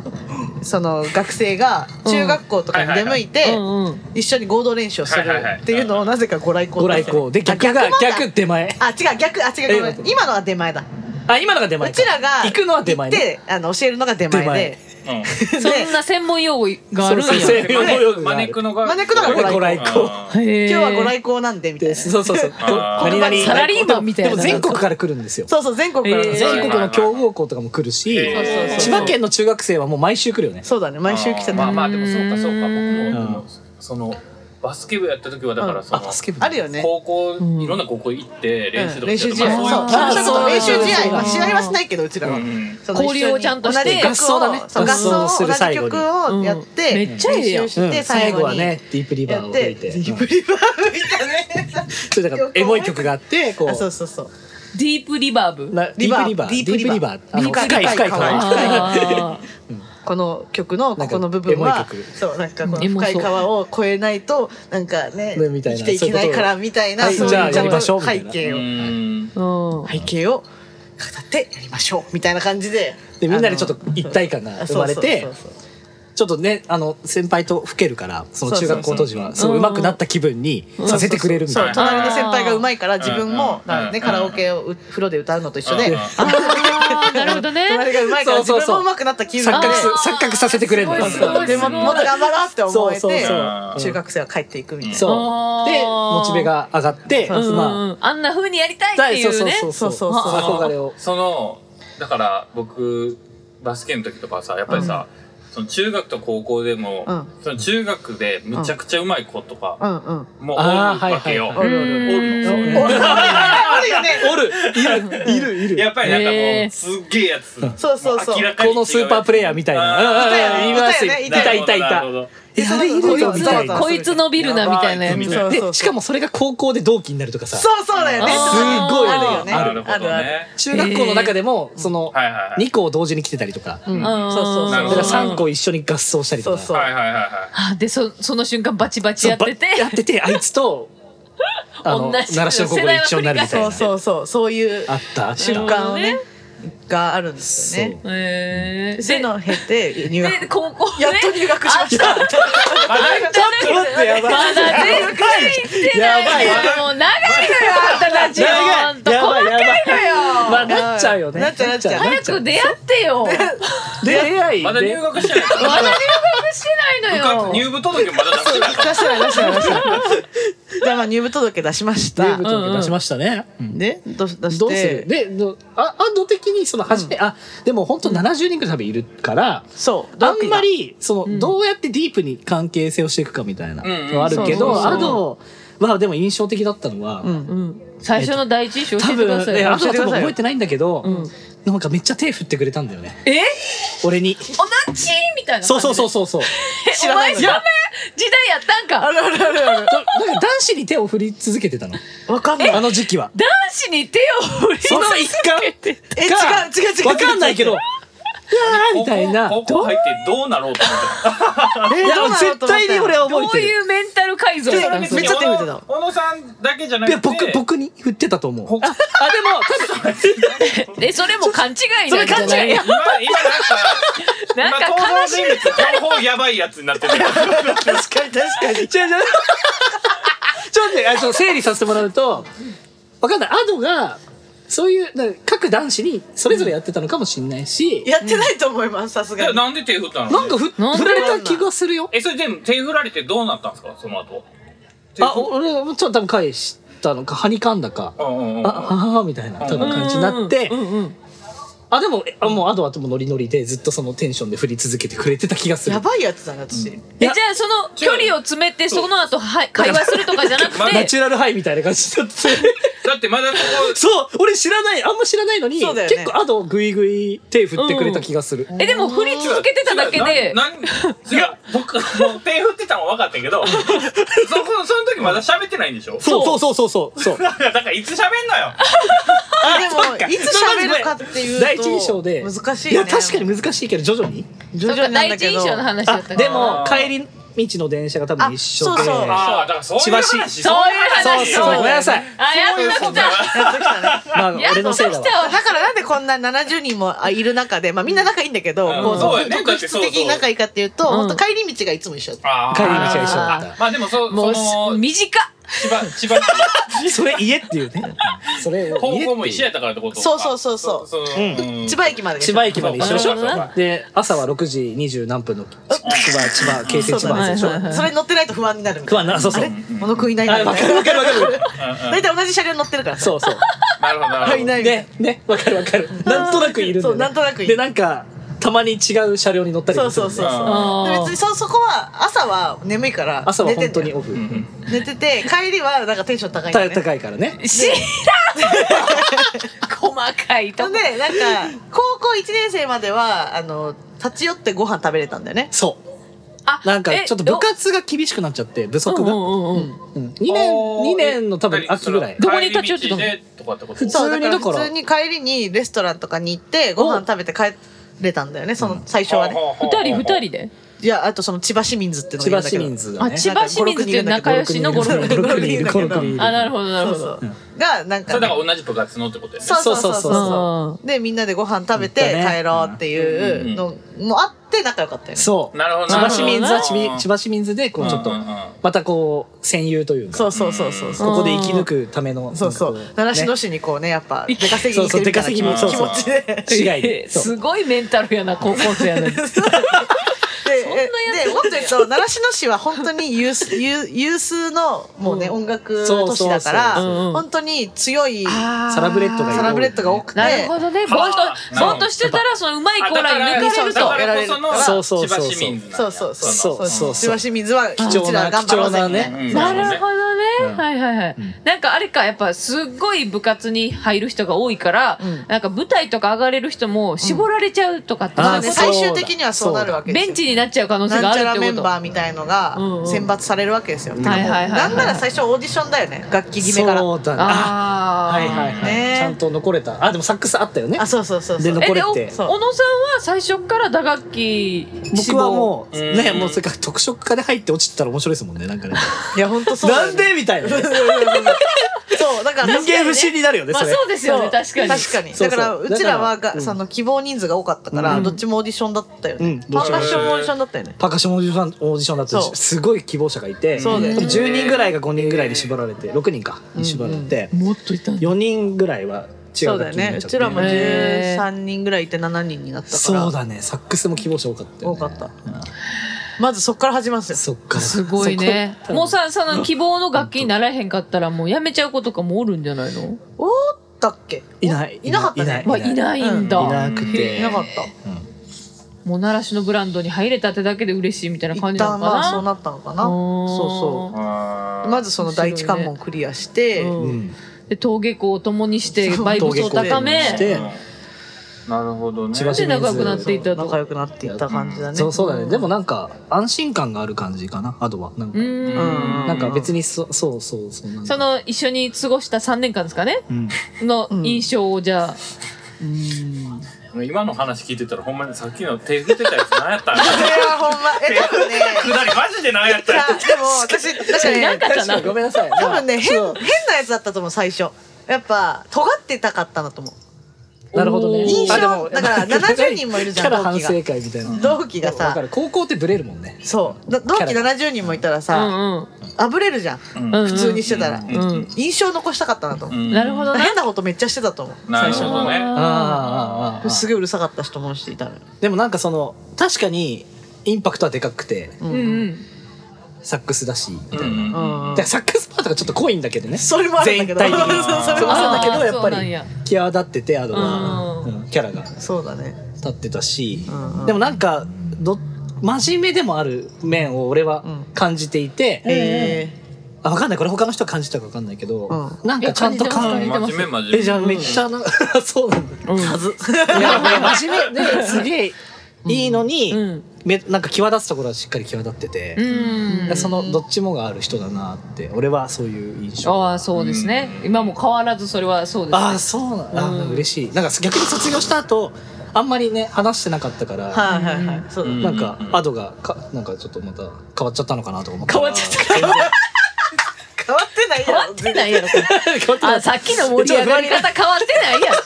[SPEAKER 1] その学生が中学校とかに出向いて
[SPEAKER 3] うんうん
[SPEAKER 1] 一緒に合同練習をするっていうのをなぜかご来光
[SPEAKER 2] ご来光で逆が逆出前
[SPEAKER 1] あ違う逆あ違うごめ
[SPEAKER 2] え
[SPEAKER 1] ん今のは出前だ
[SPEAKER 2] あ今のが出前
[SPEAKER 1] う
[SPEAKER 2] か
[SPEAKER 1] ちらが
[SPEAKER 2] 行くのは出前ね
[SPEAKER 1] であの教えるのが出前
[SPEAKER 2] 出
[SPEAKER 1] で
[SPEAKER 2] 前
[SPEAKER 4] うん
[SPEAKER 1] で
[SPEAKER 3] そんな専門用語があるん
[SPEAKER 2] そうそうそう
[SPEAKER 3] や
[SPEAKER 2] 専門用語がある
[SPEAKER 4] 招くのが。
[SPEAKER 1] 招くのが
[SPEAKER 2] ご来光
[SPEAKER 4] あー
[SPEAKER 3] へえ
[SPEAKER 1] 今日はご来光なんでみたい
[SPEAKER 2] で
[SPEAKER 1] な
[SPEAKER 2] そうそうそう
[SPEAKER 4] あー
[SPEAKER 2] 何々
[SPEAKER 3] サラリーマンみたいな
[SPEAKER 2] でも全国から来るんですよ
[SPEAKER 1] そうそう全国から
[SPEAKER 3] えー
[SPEAKER 2] 全国の強豪校とかも来るし、
[SPEAKER 4] へー
[SPEAKER 1] そうそうそう
[SPEAKER 2] 千葉県の中学生はもう毎週来るよね。
[SPEAKER 1] そうだね毎週来て
[SPEAKER 4] まあ
[SPEAKER 1] た
[SPEAKER 4] まあでもそうかそうか僕
[SPEAKER 3] うん
[SPEAKER 4] もでもそのバスケ部やった時はだからそ
[SPEAKER 2] あ、
[SPEAKER 4] の
[SPEAKER 2] バスケ部。
[SPEAKER 1] あるよね
[SPEAKER 4] 高校
[SPEAKER 3] ん
[SPEAKER 4] いろんな高校行って練
[SPEAKER 1] う
[SPEAKER 4] 習と
[SPEAKER 1] ん
[SPEAKER 4] か
[SPEAKER 1] 練
[SPEAKER 4] して
[SPEAKER 1] 習
[SPEAKER 4] た
[SPEAKER 1] 試
[SPEAKER 4] か
[SPEAKER 1] 合
[SPEAKER 4] ら
[SPEAKER 1] そう
[SPEAKER 4] ま
[SPEAKER 1] そうそう
[SPEAKER 2] あそ
[SPEAKER 4] あ
[SPEAKER 2] う
[SPEAKER 1] 練習試合は
[SPEAKER 3] そう
[SPEAKER 1] 試合はしないけどうちらは
[SPEAKER 4] うんうん
[SPEAKER 1] その一緒に
[SPEAKER 3] 交流をちゃんとして
[SPEAKER 1] 同じ曲を
[SPEAKER 2] 合奏だね
[SPEAKER 1] そう合奏
[SPEAKER 2] 合奏す
[SPEAKER 1] 同
[SPEAKER 2] る
[SPEAKER 1] じ
[SPEAKER 2] 最後に
[SPEAKER 1] 曲をやって
[SPEAKER 3] うんめっちゃええやん
[SPEAKER 1] 練習して最
[SPEAKER 2] 最後
[SPEAKER 1] 後
[SPEAKER 2] は
[SPEAKER 1] に [laughs]
[SPEAKER 2] ね、ディープリバ
[SPEAKER 1] や
[SPEAKER 2] ー
[SPEAKER 1] っ
[SPEAKER 2] を
[SPEAKER 1] て
[SPEAKER 2] 吹い
[SPEAKER 1] デ
[SPEAKER 2] て。
[SPEAKER 1] ィープリバー吹いたね
[SPEAKER 2] それだから、エモい曲があって、こ
[SPEAKER 1] あそう
[SPEAKER 2] う。
[SPEAKER 1] そうそう
[SPEAKER 3] ディープリバーブ
[SPEAKER 2] なディープリバー。
[SPEAKER 1] ディープリバー
[SPEAKER 2] あ
[SPEAKER 1] デ
[SPEAKER 2] の
[SPEAKER 1] ィープリバー
[SPEAKER 2] 深い深
[SPEAKER 1] 深
[SPEAKER 2] い
[SPEAKER 1] い
[SPEAKER 2] 川。
[SPEAKER 3] あー
[SPEAKER 1] この曲のここの部分は
[SPEAKER 2] なんかエモい曲
[SPEAKER 1] そうなんかこの
[SPEAKER 3] エモそ
[SPEAKER 1] 深
[SPEAKER 3] う
[SPEAKER 1] い川を越えないとなんかね
[SPEAKER 2] ねみたい
[SPEAKER 1] 生
[SPEAKER 2] な
[SPEAKER 1] きていけないからみたいな
[SPEAKER 2] はい
[SPEAKER 1] そういう
[SPEAKER 3] じゃあ
[SPEAKER 1] ちゃん
[SPEAKER 3] やりま
[SPEAKER 1] と
[SPEAKER 2] しょうみた
[SPEAKER 1] 背
[SPEAKER 2] いな
[SPEAKER 1] 景を
[SPEAKER 4] うん
[SPEAKER 3] うん
[SPEAKER 1] 背景を語ってやりましょうみたいな感じで
[SPEAKER 2] で、みんなでちょっと一体感が生まれて
[SPEAKER 1] そう、そうそう
[SPEAKER 2] ちょっとね、あの、先輩と吹けるから、その中学校当時は、
[SPEAKER 3] そうそう
[SPEAKER 2] そ
[SPEAKER 3] そうう
[SPEAKER 2] 上手くなった気分に
[SPEAKER 1] そう
[SPEAKER 2] させてくれるみたい
[SPEAKER 4] そ
[SPEAKER 2] な。
[SPEAKER 4] う
[SPEAKER 1] 隣の先輩がうまいから
[SPEAKER 4] ん
[SPEAKER 1] 自分も
[SPEAKER 4] うん
[SPEAKER 1] なんかね
[SPEAKER 4] うん
[SPEAKER 1] カラオケをう風呂で歌うのと一緒
[SPEAKER 4] うん
[SPEAKER 1] で
[SPEAKER 3] あーなるほどね
[SPEAKER 1] 隣がうまいから自
[SPEAKER 2] そうそ
[SPEAKER 1] 分
[SPEAKER 2] うそう
[SPEAKER 1] もうまくなった気
[SPEAKER 2] 錯
[SPEAKER 1] 分で
[SPEAKER 2] 覚す
[SPEAKER 3] あー
[SPEAKER 2] 錯覚させてくれるのよ
[SPEAKER 3] すごいすごい
[SPEAKER 1] でももっと頑張ろうって思え
[SPEAKER 2] そうそう
[SPEAKER 1] て
[SPEAKER 2] そう
[SPEAKER 4] うん
[SPEAKER 1] 中学生は帰っていくみたいな
[SPEAKER 2] そう。で、
[SPEAKER 3] あー
[SPEAKER 2] モチベが上がって、
[SPEAKER 1] そう
[SPEAKER 3] うんうん
[SPEAKER 2] まあ、
[SPEAKER 3] あんな風にやりたいっていうね
[SPEAKER 2] そうそうそうそう。
[SPEAKER 1] そうそう
[SPEAKER 4] そう
[SPEAKER 2] 憧れを。
[SPEAKER 4] そのだから僕バスケの時とかはさやっぱりさ、その中学と高校でも、
[SPEAKER 1] うん
[SPEAKER 4] その中学でむちゃくちゃうまい子とか、
[SPEAKER 1] うんうん
[SPEAKER 4] もうおる
[SPEAKER 2] あー
[SPEAKER 4] わけよ、
[SPEAKER 2] はい
[SPEAKER 1] おるおる
[SPEAKER 4] おるの
[SPEAKER 3] うん
[SPEAKER 1] おるよね
[SPEAKER 2] おるいるいるいる
[SPEAKER 4] やっぱりなんかもう、
[SPEAKER 3] へー
[SPEAKER 4] すっげえやつ
[SPEAKER 1] そうそうそう
[SPEAKER 4] も明らかに違
[SPEAKER 2] こ
[SPEAKER 4] う
[SPEAKER 2] のスーパープレイヤーみたいな。
[SPEAKER 1] ー
[SPEAKER 4] あ
[SPEAKER 2] うんうんうんいます
[SPEAKER 1] い
[SPEAKER 2] い
[SPEAKER 1] たよねい
[SPEAKER 2] い
[SPEAKER 1] た
[SPEAKER 2] た
[SPEAKER 1] よ
[SPEAKER 2] いたい
[SPEAKER 4] な
[SPEAKER 2] た
[SPEAKER 4] るほ。ど
[SPEAKER 2] えそれいるよ
[SPEAKER 1] こい
[SPEAKER 2] み
[SPEAKER 1] つ
[SPEAKER 2] たいな。
[SPEAKER 3] こいつ伸びるなみたいなやつ
[SPEAKER 4] や
[SPEAKER 1] そ
[SPEAKER 4] ばい
[SPEAKER 1] う
[SPEAKER 2] で
[SPEAKER 1] そう
[SPEAKER 2] し
[SPEAKER 1] そう
[SPEAKER 2] かもそれが高校で同期になるとかさ。
[SPEAKER 1] そうそうだよね。
[SPEAKER 3] あー
[SPEAKER 1] そう
[SPEAKER 2] すごい
[SPEAKER 1] あるよね。
[SPEAKER 2] あ
[SPEAKER 4] な
[SPEAKER 2] る
[SPEAKER 4] るほど
[SPEAKER 1] あるある
[SPEAKER 4] ね
[SPEAKER 2] 中学校の中でもその
[SPEAKER 4] はいはいはい
[SPEAKER 2] 2校同時に来てたりとか。
[SPEAKER 1] うん
[SPEAKER 3] うん
[SPEAKER 1] そうそう
[SPEAKER 4] な
[SPEAKER 1] そ
[SPEAKER 4] る
[SPEAKER 1] う。
[SPEAKER 2] だか
[SPEAKER 4] ほど
[SPEAKER 2] ら3校一緒に合奏したりとか。
[SPEAKER 1] そうそう
[SPEAKER 4] はいはいはいはい
[SPEAKER 3] あでそその瞬間バチバチやってて
[SPEAKER 2] ばやっててあい
[SPEAKER 1] [laughs]
[SPEAKER 2] つとあの
[SPEAKER 3] 同
[SPEAKER 2] 奈
[SPEAKER 3] じ
[SPEAKER 2] 良市の高校で一緒になるみたい
[SPEAKER 1] そ
[SPEAKER 2] な
[SPEAKER 1] う。そうそうそういう
[SPEAKER 2] あったあった。
[SPEAKER 1] 瞬間をねがあるんです
[SPEAKER 2] そ
[SPEAKER 1] よね
[SPEAKER 2] う。
[SPEAKER 3] えー
[SPEAKER 1] そういうのを経て入
[SPEAKER 3] で
[SPEAKER 1] 学。
[SPEAKER 3] 高校ね
[SPEAKER 1] やっと入学しました。
[SPEAKER 4] まだ
[SPEAKER 2] ちょっと待ってやばい。
[SPEAKER 3] まだ全然行ってない
[SPEAKER 2] やばいやば
[SPEAKER 3] よもう長いのよあんたたち
[SPEAKER 2] 長
[SPEAKER 3] ほ
[SPEAKER 2] い
[SPEAKER 3] んと
[SPEAKER 2] やばいやばい。ま
[SPEAKER 3] よ
[SPEAKER 2] あなっちゃうよね。
[SPEAKER 1] なっちゃうなっちゃう
[SPEAKER 3] 早く出会ってよまだ
[SPEAKER 2] 出会い
[SPEAKER 4] まだ入学してない
[SPEAKER 3] 入学してないの
[SPEAKER 4] 部活
[SPEAKER 3] よ
[SPEAKER 4] 入部届もまだ出してない
[SPEAKER 1] 出したら出したら出したら。じゃあまあ入部届出しまし
[SPEAKER 2] デ
[SPEAKER 1] た
[SPEAKER 2] ブ。と出しましたね。うん
[SPEAKER 1] でど出して。
[SPEAKER 2] どうするでどあ安度的にその初め、あでも本当70人くらい多分いるから、
[SPEAKER 1] そう。
[SPEAKER 2] あんま
[SPEAKER 1] 同期
[SPEAKER 2] りその、
[SPEAKER 3] ん
[SPEAKER 2] どうやってディープに関係性をしていくかみたいな
[SPEAKER 4] うんうん
[SPEAKER 2] のはあるけど、
[SPEAKER 1] そうそうそう
[SPEAKER 2] アドはでも印象的だったのは、
[SPEAKER 1] が。うん。
[SPEAKER 3] うん最初の第一印象教
[SPEAKER 2] 多
[SPEAKER 3] えてく
[SPEAKER 2] 分
[SPEAKER 3] ださい
[SPEAKER 2] ね
[SPEAKER 3] よ
[SPEAKER 2] アドは多分覚えてないんだけど、
[SPEAKER 3] うん
[SPEAKER 2] なんかめっちゃ手振ってくれたんだよね
[SPEAKER 3] え
[SPEAKER 2] 俺に。
[SPEAKER 3] 同じみたいな感じ
[SPEAKER 2] そうそうそう
[SPEAKER 3] う
[SPEAKER 1] [laughs]
[SPEAKER 2] そうそう。
[SPEAKER 1] 知
[SPEAKER 3] お
[SPEAKER 1] らな
[SPEAKER 3] 前
[SPEAKER 1] い
[SPEAKER 3] そ
[SPEAKER 1] の
[SPEAKER 3] んな時代やったん
[SPEAKER 1] あ
[SPEAKER 3] か
[SPEAKER 1] るあるあるある。
[SPEAKER 2] なんか男子に手を振り続けてたの。
[SPEAKER 1] わかんない。
[SPEAKER 2] あの時期は。
[SPEAKER 3] 男子に手を振り
[SPEAKER 2] その一環
[SPEAKER 1] え違う違う違う違う
[SPEAKER 2] わかんないけど、みたいな
[SPEAKER 4] 高校高校入ってどうなろうと思ってた
[SPEAKER 1] え
[SPEAKER 2] い
[SPEAKER 1] ー
[SPEAKER 2] や
[SPEAKER 1] どうなの
[SPEAKER 2] 絶対に俺は覚
[SPEAKER 3] どう
[SPEAKER 2] えて
[SPEAKER 3] い
[SPEAKER 2] る
[SPEAKER 3] うメンタル改造だったんです
[SPEAKER 1] めっちゃ手振ってた
[SPEAKER 4] 小野さんだけじゃないく
[SPEAKER 2] や
[SPEAKER 4] て
[SPEAKER 2] 僕僕に振ってたと思う
[SPEAKER 4] ほ今
[SPEAKER 2] あでも [laughs] 多分
[SPEAKER 3] え、それも勘違いなんじゃない
[SPEAKER 2] それ勘違い
[SPEAKER 4] 今
[SPEAKER 3] な
[SPEAKER 4] なんん
[SPEAKER 3] か
[SPEAKER 4] か今
[SPEAKER 3] 悲
[SPEAKER 4] 東
[SPEAKER 3] し
[SPEAKER 4] 方人物両方やばいやつにな [laughs] ってる
[SPEAKER 1] 確かに確かに
[SPEAKER 2] 違う違う。ちょっと待ってあちょっと整理させてもらうと、わかんない。アドが、そういう、だから各男子にそれぞれやってたのかもしれないし、
[SPEAKER 1] やってないと思いますさす
[SPEAKER 4] い
[SPEAKER 1] が
[SPEAKER 4] や
[SPEAKER 1] に
[SPEAKER 4] なんで手振ったの
[SPEAKER 2] なんかふ
[SPEAKER 3] なんで
[SPEAKER 2] 振られた気がするよ。
[SPEAKER 4] えそれで手振られてどうなったんですかその後手
[SPEAKER 2] あ、
[SPEAKER 4] 振
[SPEAKER 2] お俺もちょっと多分返したのか、はにかんだか、
[SPEAKER 4] うんうんうん
[SPEAKER 2] あ、はははみたいな多分感じになって
[SPEAKER 3] う、んうんうん
[SPEAKER 2] あ、でも、えあもうアドはともノリノリでずっとそのテンションで振り続けてくれてた気がする。
[SPEAKER 1] やばいやつだな私、
[SPEAKER 3] えじ
[SPEAKER 2] い
[SPEAKER 3] ゃ
[SPEAKER 2] や
[SPEAKER 3] あその距離を詰めてその後はい会話するとかじゃなく
[SPEAKER 4] まあ
[SPEAKER 2] ナ
[SPEAKER 3] て
[SPEAKER 2] チュラルハイみたいな感じになって。
[SPEAKER 4] だってまだ
[SPEAKER 2] [laughs]
[SPEAKER 4] ここ
[SPEAKER 2] そう俺知らないあんま知らないのに、
[SPEAKER 1] そうだよね
[SPEAKER 2] 結構アドグイグイ手振ってくれた気がする、
[SPEAKER 3] えでも振り続けてただけで
[SPEAKER 4] なんなんいや僕もう手振ってたのは分かったけどそこその時まだ喋ってないんでしょ
[SPEAKER 2] そうそうそうそうそうそう
[SPEAKER 4] だからだからいつ喋んのよ
[SPEAKER 1] あでもいつ喋るかっていうと
[SPEAKER 2] 第一印象で
[SPEAKER 1] 難しい、ね、
[SPEAKER 2] いや確かに難しいけど徐々に
[SPEAKER 1] 徐
[SPEAKER 3] そっ
[SPEAKER 1] 々
[SPEAKER 3] か
[SPEAKER 1] にな
[SPEAKER 3] 第
[SPEAKER 1] んだ
[SPEAKER 3] 一
[SPEAKER 1] けど
[SPEAKER 3] 印象の話だ
[SPEAKER 2] あ
[SPEAKER 3] ったから
[SPEAKER 2] でも
[SPEAKER 4] あー
[SPEAKER 2] 帰り道の電車が多分一緒
[SPEAKER 1] あ
[SPEAKER 2] で
[SPEAKER 1] そうそう
[SPEAKER 4] ああだからそういう
[SPEAKER 2] 千葉
[SPEAKER 4] 話
[SPEAKER 2] 市
[SPEAKER 3] そういう
[SPEAKER 2] そう
[SPEAKER 3] 話
[SPEAKER 2] そうごめんなさい
[SPEAKER 3] あやっと
[SPEAKER 4] そう
[SPEAKER 3] 来
[SPEAKER 4] だ
[SPEAKER 3] た
[SPEAKER 1] やっときたね
[SPEAKER 2] まあ
[SPEAKER 3] やっ
[SPEAKER 2] 俺
[SPEAKER 3] と
[SPEAKER 2] の
[SPEAKER 3] 来た
[SPEAKER 2] せいだわ
[SPEAKER 3] わ
[SPEAKER 1] だからなんでこんな70人もいる中で、まあ、みんな仲いいんだけど、
[SPEAKER 4] うん
[SPEAKER 1] もう
[SPEAKER 4] そうやね
[SPEAKER 1] 特質的に仲いいかっていうと、
[SPEAKER 3] うん
[SPEAKER 1] 本当帰り道がいつも一緒だった。
[SPEAKER 4] あー
[SPEAKER 2] 帰り道が一緒だった
[SPEAKER 4] あーまあでもそう
[SPEAKER 3] もう
[SPEAKER 4] その
[SPEAKER 3] 短っ
[SPEAKER 4] 千葉千葉
[SPEAKER 2] それ家っていうねそれ
[SPEAKER 4] 高
[SPEAKER 2] 家
[SPEAKER 4] 校も
[SPEAKER 2] っ
[SPEAKER 4] 一緒
[SPEAKER 2] てい
[SPEAKER 4] や
[SPEAKER 2] う
[SPEAKER 4] ったからってこと
[SPEAKER 1] そうそうそうそう
[SPEAKER 4] そう
[SPEAKER 2] うん
[SPEAKER 4] ん
[SPEAKER 1] 千葉駅まででし
[SPEAKER 2] 千
[SPEAKER 1] ょ
[SPEAKER 2] 葉駅まで一緒でし
[SPEAKER 4] そ
[SPEAKER 2] ょ
[SPEAKER 4] うそうそう
[SPEAKER 2] で朝は6時20何分の千葉千葉京成千葉でし
[SPEAKER 3] そうだね
[SPEAKER 2] ょ
[SPEAKER 1] それに乗ってないと不安になるみ
[SPEAKER 2] 不
[SPEAKER 1] たい
[SPEAKER 2] 安
[SPEAKER 1] な。
[SPEAKER 2] なそうそう
[SPEAKER 1] 小野くんいない
[SPEAKER 2] あ
[SPEAKER 1] な
[SPEAKER 2] わ
[SPEAKER 1] み
[SPEAKER 2] か
[SPEAKER 1] たい
[SPEAKER 2] る
[SPEAKER 1] な。
[SPEAKER 2] わかるわかる
[SPEAKER 4] うんう
[SPEAKER 1] [laughs] 大
[SPEAKER 4] ん
[SPEAKER 1] 体同じ車両に乗ってるからさ。
[SPEAKER 2] そうそう
[SPEAKER 4] なるほどなるほど
[SPEAKER 1] いないみたいな
[SPEAKER 2] ね、ね、わかるわかる。なんとなくいるんだ
[SPEAKER 1] そ
[SPEAKER 2] よ、ね。
[SPEAKER 1] うなんとなくいる
[SPEAKER 2] で、なんか、たまに違う車両に乗ったり
[SPEAKER 1] そ
[SPEAKER 2] も
[SPEAKER 1] う
[SPEAKER 2] する
[SPEAKER 1] そう
[SPEAKER 2] んで。
[SPEAKER 1] そうそう。
[SPEAKER 4] あ
[SPEAKER 1] で別にそそこは朝は眠いから
[SPEAKER 2] 朝は
[SPEAKER 1] 寝て
[SPEAKER 2] 本
[SPEAKER 1] ん
[SPEAKER 2] 当
[SPEAKER 1] だ
[SPEAKER 2] に
[SPEAKER 1] よ
[SPEAKER 2] オフ。
[SPEAKER 4] うんうん
[SPEAKER 1] 寝てて帰りはなんかテンション高いんだ
[SPEAKER 2] た
[SPEAKER 1] よね。
[SPEAKER 2] 高いからね。
[SPEAKER 3] 知らん細かいと
[SPEAKER 1] ほ
[SPEAKER 3] こ
[SPEAKER 1] んでなんか高校1年生まではあの立ち寄ってご飯食べれたんだよね。
[SPEAKER 2] そう。
[SPEAKER 3] あ
[SPEAKER 2] なんか、
[SPEAKER 3] え
[SPEAKER 2] ちょっと部活が厳しくなっちゃって、部
[SPEAKER 3] うん
[SPEAKER 2] 足
[SPEAKER 3] う
[SPEAKER 2] が。
[SPEAKER 3] んうんうん
[SPEAKER 2] うん2年、二年の多分
[SPEAKER 4] え
[SPEAKER 2] 秋ぐらい
[SPEAKER 4] そ。の
[SPEAKER 3] どこに立ち寄ってたの
[SPEAKER 4] 帰り道でとかってこと
[SPEAKER 2] 普通
[SPEAKER 1] そう
[SPEAKER 2] にだ
[SPEAKER 1] 普
[SPEAKER 2] から
[SPEAKER 1] 通に帰りにレストランとかに行ってご飯食べて帰れたんだよねその最初はね。
[SPEAKER 3] 二人二人で
[SPEAKER 1] いやあとその千葉市民図っていうのが
[SPEAKER 2] 千
[SPEAKER 1] いる
[SPEAKER 2] 葉
[SPEAKER 1] んだけど
[SPEAKER 2] 市民図が
[SPEAKER 3] あ
[SPEAKER 2] ね。
[SPEAKER 3] 千葉市民って仲良しのゴルフ
[SPEAKER 1] 五六
[SPEAKER 2] 人いる、
[SPEAKER 1] 五六
[SPEAKER 2] 5、
[SPEAKER 1] 人いるんだけど
[SPEAKER 2] 6人いる。
[SPEAKER 3] あなるほどなるほ
[SPEAKER 1] そ
[SPEAKER 3] ど
[SPEAKER 1] うそうがなん
[SPEAKER 4] そ
[SPEAKER 1] か
[SPEAKER 4] れだから同じ部活のってことですね
[SPEAKER 1] そうそうそうそう
[SPEAKER 2] そう
[SPEAKER 3] そう
[SPEAKER 1] でみんなでご飯食べて
[SPEAKER 2] 行ったね
[SPEAKER 1] 帰ろうっていうのもあって仲良かったよね
[SPEAKER 2] そう。
[SPEAKER 4] なるほど
[SPEAKER 2] 千葉市民図は千
[SPEAKER 4] う
[SPEAKER 2] 葉
[SPEAKER 4] ん
[SPEAKER 2] 千葉市民図で、こう、ちょっと
[SPEAKER 4] うんうんうん、
[SPEAKER 2] またこう、戦友というか、
[SPEAKER 1] そうそうそうそうそう
[SPEAKER 2] ここで生き抜くための、
[SPEAKER 1] そうそう
[SPEAKER 2] なんか
[SPEAKER 1] 習
[SPEAKER 2] こ
[SPEAKER 1] 志
[SPEAKER 2] ね
[SPEAKER 1] 野市にこうねやっぱ出稼ぎに行ってるみたいな気
[SPEAKER 2] そう
[SPEAKER 4] そう出
[SPEAKER 1] 持
[SPEAKER 4] 稼
[SPEAKER 1] ちで
[SPEAKER 2] 市外
[SPEAKER 3] え
[SPEAKER 1] [laughs]
[SPEAKER 2] で。そう
[SPEAKER 3] すごいメンタルやな高校生や
[SPEAKER 2] [laughs]
[SPEAKER 3] のに
[SPEAKER 1] ででもっと言うと習志野市は本当に有 [laughs] 数有有数のもうね
[SPEAKER 3] うん
[SPEAKER 1] 音楽都市だから
[SPEAKER 2] そう
[SPEAKER 3] そうそううん
[SPEAKER 1] 本当に強いサ
[SPEAKER 2] サラブレッドがいる
[SPEAKER 1] ラブレッドが多くて
[SPEAKER 3] なるほどねぼーっ
[SPEAKER 4] は
[SPEAKER 3] と
[SPEAKER 4] あ
[SPEAKER 3] ぼーっとしてたらそのうまいコーラに抜かれる
[SPEAKER 1] だ
[SPEAKER 3] と
[SPEAKER 1] から
[SPEAKER 2] そうそうそうそ
[SPEAKER 1] そ
[SPEAKER 2] う
[SPEAKER 1] うそうそう
[SPEAKER 2] そうそうそう
[SPEAKER 1] 千葉市水は
[SPEAKER 2] 貴重な
[SPEAKER 1] うちら頑張ろうぜみたい
[SPEAKER 2] 貴重なね
[SPEAKER 4] うん
[SPEAKER 3] なるほどね、
[SPEAKER 2] うん
[SPEAKER 3] はいはいはい、
[SPEAKER 2] うん
[SPEAKER 3] なんかあれかやっぱすっごい部活に入る人が多いから、
[SPEAKER 1] うん
[SPEAKER 3] なんか舞台とか上がれる人も絞られちゃうとかって、
[SPEAKER 2] うん
[SPEAKER 1] まあ
[SPEAKER 2] ー
[SPEAKER 1] ね、
[SPEAKER 2] そう
[SPEAKER 1] 最終的にはそうなるわけです
[SPEAKER 3] ベ
[SPEAKER 1] よ
[SPEAKER 3] ンチになっちゃう可能性が
[SPEAKER 1] なん
[SPEAKER 3] あ
[SPEAKER 1] ちゃら
[SPEAKER 3] るっ
[SPEAKER 1] メ
[SPEAKER 3] て
[SPEAKER 1] ン
[SPEAKER 3] こと
[SPEAKER 1] バーみたいのが
[SPEAKER 3] うんうん
[SPEAKER 1] 選抜されるわけですよ、
[SPEAKER 2] はい
[SPEAKER 3] はいはいはい
[SPEAKER 1] なんなら最初オーディションだよね楽器決めから
[SPEAKER 2] そうだねあ
[SPEAKER 3] ああ
[SPEAKER 2] はいはいはい、
[SPEAKER 1] ね
[SPEAKER 2] ちゃんと残れたあでもサックスあったよね
[SPEAKER 1] あそうそうそうそ
[SPEAKER 2] で
[SPEAKER 1] う
[SPEAKER 2] 残
[SPEAKER 3] え
[SPEAKER 2] れ
[SPEAKER 3] でお小
[SPEAKER 2] て
[SPEAKER 3] 野さんは最初から打楽器
[SPEAKER 2] 僕はもう
[SPEAKER 4] 志望
[SPEAKER 2] ね
[SPEAKER 4] うん
[SPEAKER 2] もうそれから特色化で入って落ちてたら面白いですもんねなんかね [laughs]
[SPEAKER 1] いや本当そうだ
[SPEAKER 2] な
[SPEAKER 1] よ
[SPEAKER 2] ん
[SPEAKER 1] ね
[SPEAKER 2] でみたいなね
[SPEAKER 1] そうだから
[SPEAKER 2] 人間不信になるよね
[SPEAKER 3] まあ
[SPEAKER 2] それ、
[SPEAKER 3] そうですよね確かに
[SPEAKER 1] 確かに
[SPEAKER 2] そう
[SPEAKER 1] だ
[SPEAKER 2] そう
[SPEAKER 1] からうちらは
[SPEAKER 2] だから
[SPEAKER 1] が
[SPEAKER 2] うん
[SPEAKER 1] その希望人数が多かったから、
[SPEAKER 2] うん
[SPEAKER 1] どっちもオーディションだったよね、
[SPEAKER 2] うんど
[SPEAKER 1] パー
[SPEAKER 2] っち
[SPEAKER 1] カ
[SPEAKER 2] も
[SPEAKER 1] ッションオーディションだったよね
[SPEAKER 2] パーカッションオーディションオーディションだった
[SPEAKER 1] そう
[SPEAKER 2] しすごい希望者がいて
[SPEAKER 1] そうだよね
[SPEAKER 2] 多分10人ぐらいが5人ぐらいに絞られて6人かに絞られて、
[SPEAKER 3] もっといたんだ
[SPEAKER 2] 4人ぐらいは違
[SPEAKER 1] そう
[SPEAKER 2] う
[SPEAKER 1] だ
[SPEAKER 2] 楽
[SPEAKER 1] よ
[SPEAKER 2] 器にな
[SPEAKER 1] ね
[SPEAKER 2] っ
[SPEAKER 1] う
[SPEAKER 2] ちゃっ
[SPEAKER 1] ちらも
[SPEAKER 2] て
[SPEAKER 3] へー
[SPEAKER 1] 13人ぐらいいて7人になったから
[SPEAKER 2] そうだねサックスも希望者多かったよ
[SPEAKER 1] 多
[SPEAKER 2] ね
[SPEAKER 1] かったまずそっから始まるんですよ
[SPEAKER 2] そっか
[SPEAKER 3] すごいねもうさその希望の楽器にならへんかったらもうやめちゃう子とかもおるんじゃないの
[SPEAKER 1] おったっけ
[SPEAKER 2] いない
[SPEAKER 1] いなかったね
[SPEAKER 3] まあいないんだ、
[SPEAKER 2] いなくて
[SPEAKER 1] いなかった
[SPEAKER 3] もう習志野ブランドに入れたってだけで嬉しいみたいな感
[SPEAKER 1] 一
[SPEAKER 3] じな
[SPEAKER 1] 旦
[SPEAKER 3] のかな
[SPEAKER 1] まあそうなったのかなそ
[SPEAKER 3] うーん
[SPEAKER 1] うそうまずその第一関門クリアして、
[SPEAKER 3] うん
[SPEAKER 2] うん
[SPEAKER 3] で登下校を共にしてバイブスを高
[SPEAKER 2] 登下校
[SPEAKER 3] め
[SPEAKER 2] をして
[SPEAKER 4] なるほどね
[SPEAKER 2] 千葉市
[SPEAKER 3] で仲良くなっていったと
[SPEAKER 1] 仲良くなっていった感じだね
[SPEAKER 2] そうそうだねでもなんか安心感がある感じかなアドはなん
[SPEAKER 3] う
[SPEAKER 2] か
[SPEAKER 3] ーん
[SPEAKER 4] うん
[SPEAKER 2] なんか別にそそうそうそうなんか
[SPEAKER 3] その一緒に過ごした3年間ですかね
[SPEAKER 2] うん
[SPEAKER 3] の
[SPEAKER 1] うん
[SPEAKER 3] 印象をじゃあ、
[SPEAKER 1] うん
[SPEAKER 4] 今の話聞いてたらほんまにさっきの手振ってたやつ何やったん
[SPEAKER 1] それはほんまえ多分ね
[SPEAKER 4] くだりマジで何やった
[SPEAKER 1] じゃ
[SPEAKER 4] んや
[SPEAKER 1] あでも私だから
[SPEAKER 3] なん
[SPEAKER 1] ね
[SPEAKER 3] かじゃない
[SPEAKER 2] 確にごめんなさい。
[SPEAKER 1] 多分ね変変
[SPEAKER 2] そう
[SPEAKER 1] なやつだったと思う最初やっぱ尖ってたかったなと思う
[SPEAKER 2] なるほどね。
[SPEAKER 1] 印象
[SPEAKER 2] あでも
[SPEAKER 1] だから70人もいるじゃん
[SPEAKER 2] キャラ
[SPEAKER 1] 同
[SPEAKER 2] 反
[SPEAKER 1] 期が
[SPEAKER 2] 省会みたいな。
[SPEAKER 1] 同期が
[SPEAKER 2] わか
[SPEAKER 1] さ
[SPEAKER 2] る。高校ってブレるもんね。
[SPEAKER 1] そうだ同期70人もいたら
[SPEAKER 3] う
[SPEAKER 1] さ
[SPEAKER 3] ん
[SPEAKER 1] あぶれるじゃん
[SPEAKER 4] うん
[SPEAKER 3] うん。
[SPEAKER 1] 普通にしてたら
[SPEAKER 3] うんうん。
[SPEAKER 1] 印象残したかったなと
[SPEAKER 4] う
[SPEAKER 1] 思うん
[SPEAKER 3] なるほどね。
[SPEAKER 1] 変なことめっちゃしてたと思う
[SPEAKER 4] な
[SPEAKER 1] 最
[SPEAKER 4] る
[SPEAKER 1] 初
[SPEAKER 4] ほ
[SPEAKER 1] の
[SPEAKER 4] どね
[SPEAKER 2] あああああ
[SPEAKER 1] すげえうるさかった人もしていたのよ
[SPEAKER 2] あ。でもなんかその確かにインパクトはでかくて
[SPEAKER 1] う
[SPEAKER 3] うんんうん。
[SPEAKER 2] サックスだし。
[SPEAKER 4] うん
[SPEAKER 1] う
[SPEAKER 4] うん
[SPEAKER 1] ん
[SPEAKER 2] でサックスパートがちょっと濃いんだけどね。
[SPEAKER 1] それもあるんだけど [laughs] そ
[SPEAKER 2] 全
[SPEAKER 1] れ
[SPEAKER 2] 体的
[SPEAKER 1] も
[SPEAKER 2] に
[SPEAKER 1] そうだけ
[SPEAKER 2] けどやっぱり
[SPEAKER 3] あーそうなんや
[SPEAKER 2] 際立っててアドが、
[SPEAKER 3] うん
[SPEAKER 2] うんキャラが
[SPEAKER 1] どそうだね
[SPEAKER 2] 立ってたし、
[SPEAKER 1] うんうん
[SPEAKER 2] でもなんかど真面目でもある面を俺は
[SPEAKER 1] うん
[SPEAKER 2] 感じていて、
[SPEAKER 1] え
[SPEAKER 2] あ分かんないこれ他の人は感じたか分かんないけど、
[SPEAKER 1] う
[SPEAKER 2] なんかちゃんと考
[SPEAKER 3] い
[SPEAKER 2] え
[SPEAKER 3] や感じて
[SPEAKER 2] て
[SPEAKER 3] ます
[SPEAKER 4] 真面目真面目
[SPEAKER 2] えじゃあめっちゃな、 [laughs] そうなんだ
[SPEAKER 3] うん
[SPEAKER 1] はず
[SPEAKER 2] いや真面目ですげえいいのに、
[SPEAKER 3] うん
[SPEAKER 2] めなんか際立つところはしっかり際立ってて、
[SPEAKER 3] うん
[SPEAKER 2] そのどっちもがある人だなって俺はそういう印象
[SPEAKER 3] ああそうですね今も変わらずそれはそうですね
[SPEAKER 2] ああそうなんだ、
[SPEAKER 3] うん
[SPEAKER 2] 嬉しいなんか逆に卒業した後あんまりね話してなかったから、
[SPEAKER 1] はいはいはいそうだ
[SPEAKER 4] うん
[SPEAKER 2] なんか、アドがか、なんかちょっとまた変わっちゃったのかなとか思って。
[SPEAKER 3] 変わっちゃった変
[SPEAKER 1] 変わってないよ
[SPEAKER 3] わってないやろこれ
[SPEAKER 2] た。変わって
[SPEAKER 3] あ
[SPEAKER 2] た。
[SPEAKER 3] さっきの盛り上がり方変わってないやろ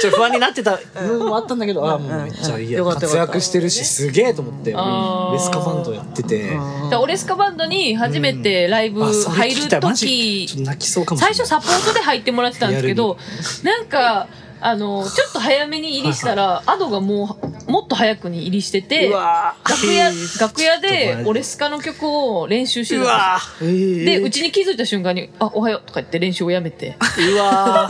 [SPEAKER 2] ちょっと不安になってた部分もあったんだけど、ああ、もうめっちゃいいや。
[SPEAKER 1] よかったよ
[SPEAKER 2] 活
[SPEAKER 1] かった
[SPEAKER 2] 躍してるし、すげえと思って、
[SPEAKER 3] あー
[SPEAKER 2] 俺ベスカバンドやってて。
[SPEAKER 3] だからオレスカバンドに初めてライブ
[SPEAKER 2] あ、それ聞
[SPEAKER 3] 入る
[SPEAKER 2] きたい。マジ、
[SPEAKER 3] 時
[SPEAKER 2] ちょっと泣きそうかもしれ
[SPEAKER 3] 最
[SPEAKER 2] ない。
[SPEAKER 3] 初サポートで入ってもらってたんですけどなんかあのちょっと早めに入りしたらアドがもうもっと早くに入りしてて
[SPEAKER 2] うわ
[SPEAKER 3] 楽屋楽
[SPEAKER 2] ちょ
[SPEAKER 3] 屋
[SPEAKER 2] っとマ
[SPEAKER 3] で
[SPEAKER 2] ジ
[SPEAKER 3] オレスカの曲を練習してたん
[SPEAKER 2] う
[SPEAKER 3] ですよ
[SPEAKER 2] わー
[SPEAKER 3] で、うちに気づいた瞬間に、あ、おはようとか言って練習をやめて、
[SPEAKER 2] うわ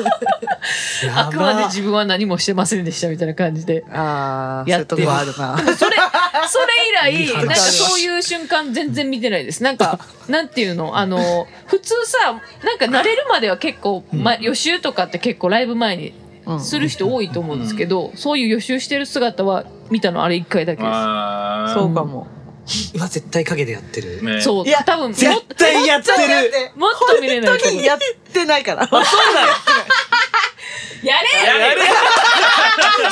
[SPEAKER 2] ーやば
[SPEAKER 3] あくまで自分は何もしてませんでしたみたいな感じで。
[SPEAKER 1] ああ
[SPEAKER 3] やってる
[SPEAKER 1] そういうとこはあるな
[SPEAKER 3] それ、それ以来、なんか
[SPEAKER 2] 話
[SPEAKER 3] そういう瞬間全然見てないです。なんか、なんていうのあの、普通さ、なんか慣れるまでは結構、ま、予習とかって結構ライブ前に
[SPEAKER 1] うん
[SPEAKER 3] する人多いと思うんですけど、そういう予習してる姿は見たのあれ一回だけで
[SPEAKER 4] あー
[SPEAKER 1] そうかも
[SPEAKER 2] うわ絶対影でやってる。
[SPEAKER 4] ね
[SPEAKER 3] す。そう、
[SPEAKER 1] いや
[SPEAKER 3] 多分もっと、
[SPEAKER 2] 絶対やってる。
[SPEAKER 3] もっと見れない
[SPEAKER 1] 本
[SPEAKER 3] と
[SPEAKER 1] 当
[SPEAKER 3] 思う
[SPEAKER 1] に。やってない
[SPEAKER 3] [laughs]
[SPEAKER 1] から
[SPEAKER 3] やれやれ
[SPEAKER 4] やれ
[SPEAKER 2] それは、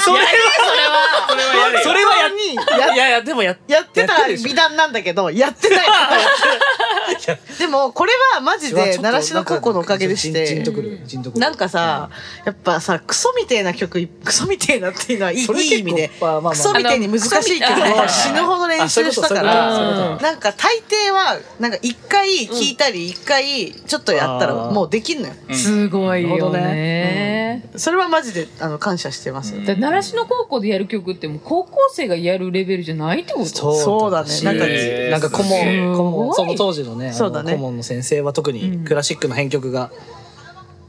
[SPEAKER 3] それは
[SPEAKER 4] それはやれよ
[SPEAKER 2] それはやっ、いやいや、でもやっ
[SPEAKER 1] やってたら
[SPEAKER 2] やってるでしょ
[SPEAKER 1] 美談なんだけど、やってない。
[SPEAKER 3] [laughs]
[SPEAKER 1] でも、これはマジで、習志野高校のおかげでし
[SPEAKER 2] ちょっ
[SPEAKER 1] て、
[SPEAKER 2] となんかじんじんとくるじんとくる
[SPEAKER 1] なんかさ、やっぱさ、クソみてえな曲、 [laughs] クソみてえなっていうのはいいい
[SPEAKER 2] それ結構
[SPEAKER 1] い意味で、
[SPEAKER 2] まあまあまあ
[SPEAKER 1] クソみてえに難しい曲
[SPEAKER 3] あの
[SPEAKER 1] を
[SPEAKER 3] ク
[SPEAKER 2] ソ
[SPEAKER 1] 死
[SPEAKER 2] み
[SPEAKER 1] ぬほど練習したか
[SPEAKER 2] あ
[SPEAKER 3] そういうことそういうこと
[SPEAKER 1] ら、
[SPEAKER 3] うん
[SPEAKER 1] なんか大抵は、なんか一回聴いたり、一回ちょっとやったら
[SPEAKER 2] あー
[SPEAKER 1] もうできんのよ。
[SPEAKER 4] うん
[SPEAKER 3] すごい
[SPEAKER 2] なる
[SPEAKER 3] よ
[SPEAKER 2] ほど
[SPEAKER 3] ね。
[SPEAKER 1] それはマジで、あの、感謝してます
[SPEAKER 4] う。ん
[SPEAKER 3] だから習志野高校でやる曲ってもう高校生がやるレベルじゃないってこと
[SPEAKER 1] そうだね
[SPEAKER 2] し
[SPEAKER 1] なんか
[SPEAKER 4] えー
[SPEAKER 2] なんか顧
[SPEAKER 4] すげえ
[SPEAKER 2] 問、顧問、
[SPEAKER 3] す
[SPEAKER 2] そ
[SPEAKER 3] ごい
[SPEAKER 2] の当時のね、あの
[SPEAKER 1] そうだね
[SPEAKER 2] 顧問の先生は特
[SPEAKER 3] うん
[SPEAKER 2] にクラシックの編曲が、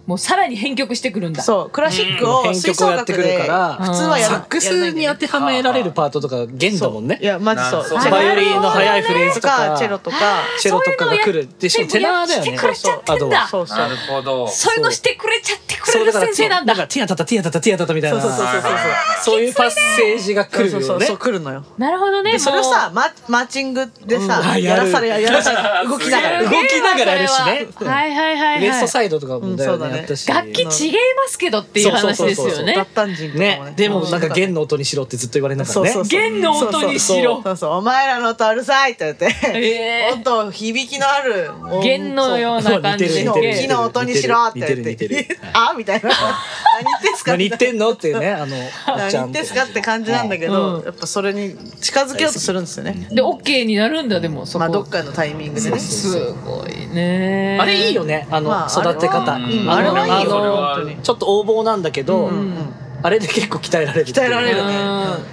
[SPEAKER 3] もうさらに編曲してくるんだ。
[SPEAKER 1] そう、クラシックを
[SPEAKER 2] 編
[SPEAKER 1] 吹
[SPEAKER 2] 曲を
[SPEAKER 1] 奏
[SPEAKER 2] やっ
[SPEAKER 1] 楽
[SPEAKER 2] てくる
[SPEAKER 1] で、
[SPEAKER 2] か
[SPEAKER 1] 普通
[SPEAKER 2] ら、
[SPEAKER 3] 吹奏楽
[SPEAKER 1] はや
[SPEAKER 2] サ
[SPEAKER 1] ら
[SPEAKER 2] ックスに当てはめられるパートとか弦だもん
[SPEAKER 1] い
[SPEAKER 2] ね。
[SPEAKER 1] や、マジそう。
[SPEAKER 4] そう
[SPEAKER 1] チェロ
[SPEAKER 2] バイオリンの速いフレーズと
[SPEAKER 1] か、
[SPEAKER 2] か、
[SPEAKER 1] チェロとか、
[SPEAKER 2] チェロとかが来る。で、しかもテナーだよ
[SPEAKER 3] や
[SPEAKER 2] ね。
[SPEAKER 3] ってくれちゃってんだ
[SPEAKER 2] そう
[SPEAKER 1] そうそう
[SPEAKER 4] な。るほど
[SPEAKER 3] そういうのしてくれちゃってくれる先生なん
[SPEAKER 2] な
[SPEAKER 3] だ。
[SPEAKER 2] んか、ティアタタ、ティアタタ、ティアタタみたいな。
[SPEAKER 1] そうそうそうそうそう
[SPEAKER 2] そういうパッセージが来る
[SPEAKER 1] そ
[SPEAKER 2] よ
[SPEAKER 1] うそう
[SPEAKER 2] ね
[SPEAKER 1] そう。来るのよ。
[SPEAKER 3] なるほどね。も
[SPEAKER 1] で
[SPEAKER 3] う
[SPEAKER 1] それをさ、ママーチングでさ
[SPEAKER 2] うんあ、や
[SPEAKER 1] や
[SPEAKER 2] る
[SPEAKER 1] らされやらされ動きなが
[SPEAKER 3] や
[SPEAKER 1] ら
[SPEAKER 3] る
[SPEAKER 2] 動
[SPEAKER 1] 動
[SPEAKER 3] ね
[SPEAKER 2] きながらやるしね
[SPEAKER 3] それははいはいはいは
[SPEAKER 2] ウ
[SPEAKER 3] い。
[SPEAKER 2] エストサイドとかもだよ
[SPEAKER 1] うんそうだね
[SPEAKER 2] ね、やったし。
[SPEAKER 3] 楽器違いますけどっていう話です
[SPEAKER 2] そう
[SPEAKER 3] よ
[SPEAKER 2] そう
[SPEAKER 1] き
[SPEAKER 3] ね
[SPEAKER 1] だっ。たんじんとかも
[SPEAKER 2] ね
[SPEAKER 1] ね。、
[SPEAKER 2] でもなんか
[SPEAKER 1] 弦
[SPEAKER 2] 弦の音にしろってずっと言われなが
[SPEAKER 1] そう
[SPEAKER 2] らね
[SPEAKER 1] そうそう。
[SPEAKER 3] 弦の音にしろ
[SPEAKER 1] そうそうそう。お前らの音うるさいって言って。
[SPEAKER 3] ええ
[SPEAKER 1] 音響きのある音
[SPEAKER 3] 弦のような感じ
[SPEAKER 1] そう木
[SPEAKER 2] [laughs] 似
[SPEAKER 3] で
[SPEAKER 2] て
[SPEAKER 1] の
[SPEAKER 2] る似て
[SPEAKER 1] 木
[SPEAKER 2] る
[SPEAKER 1] の音にしろって言
[SPEAKER 2] 似て
[SPEAKER 1] っ
[SPEAKER 2] る似て
[SPEAKER 1] て
[SPEAKER 2] る。
[SPEAKER 1] [laughs] あみたいな。何言ってんすか
[SPEAKER 2] 何言ってんのっていうね、あ [laughs] の、あっ
[SPEAKER 1] 何
[SPEAKER 2] ちゃ
[SPEAKER 1] 言
[SPEAKER 2] ん
[SPEAKER 1] ってんすかって感じなんだけど
[SPEAKER 3] う、ん
[SPEAKER 1] やっぱそれに近づけようとするんですよね。
[SPEAKER 3] で、OK になるんだ、でも、そ
[SPEAKER 1] まあど
[SPEAKER 3] こ
[SPEAKER 1] っ。かのタイミングでね。
[SPEAKER 3] すごいね。
[SPEAKER 2] あれいいよね、あの
[SPEAKER 1] まあ、
[SPEAKER 2] 育て方。
[SPEAKER 1] あれ
[SPEAKER 4] うん
[SPEAKER 1] はあれはいいよ
[SPEAKER 2] あの
[SPEAKER 1] 本当に。
[SPEAKER 2] ちょっと横暴なんだけど、
[SPEAKER 1] うんうん
[SPEAKER 2] あれで結構鍛えられるっていう。
[SPEAKER 1] 鍛えられるね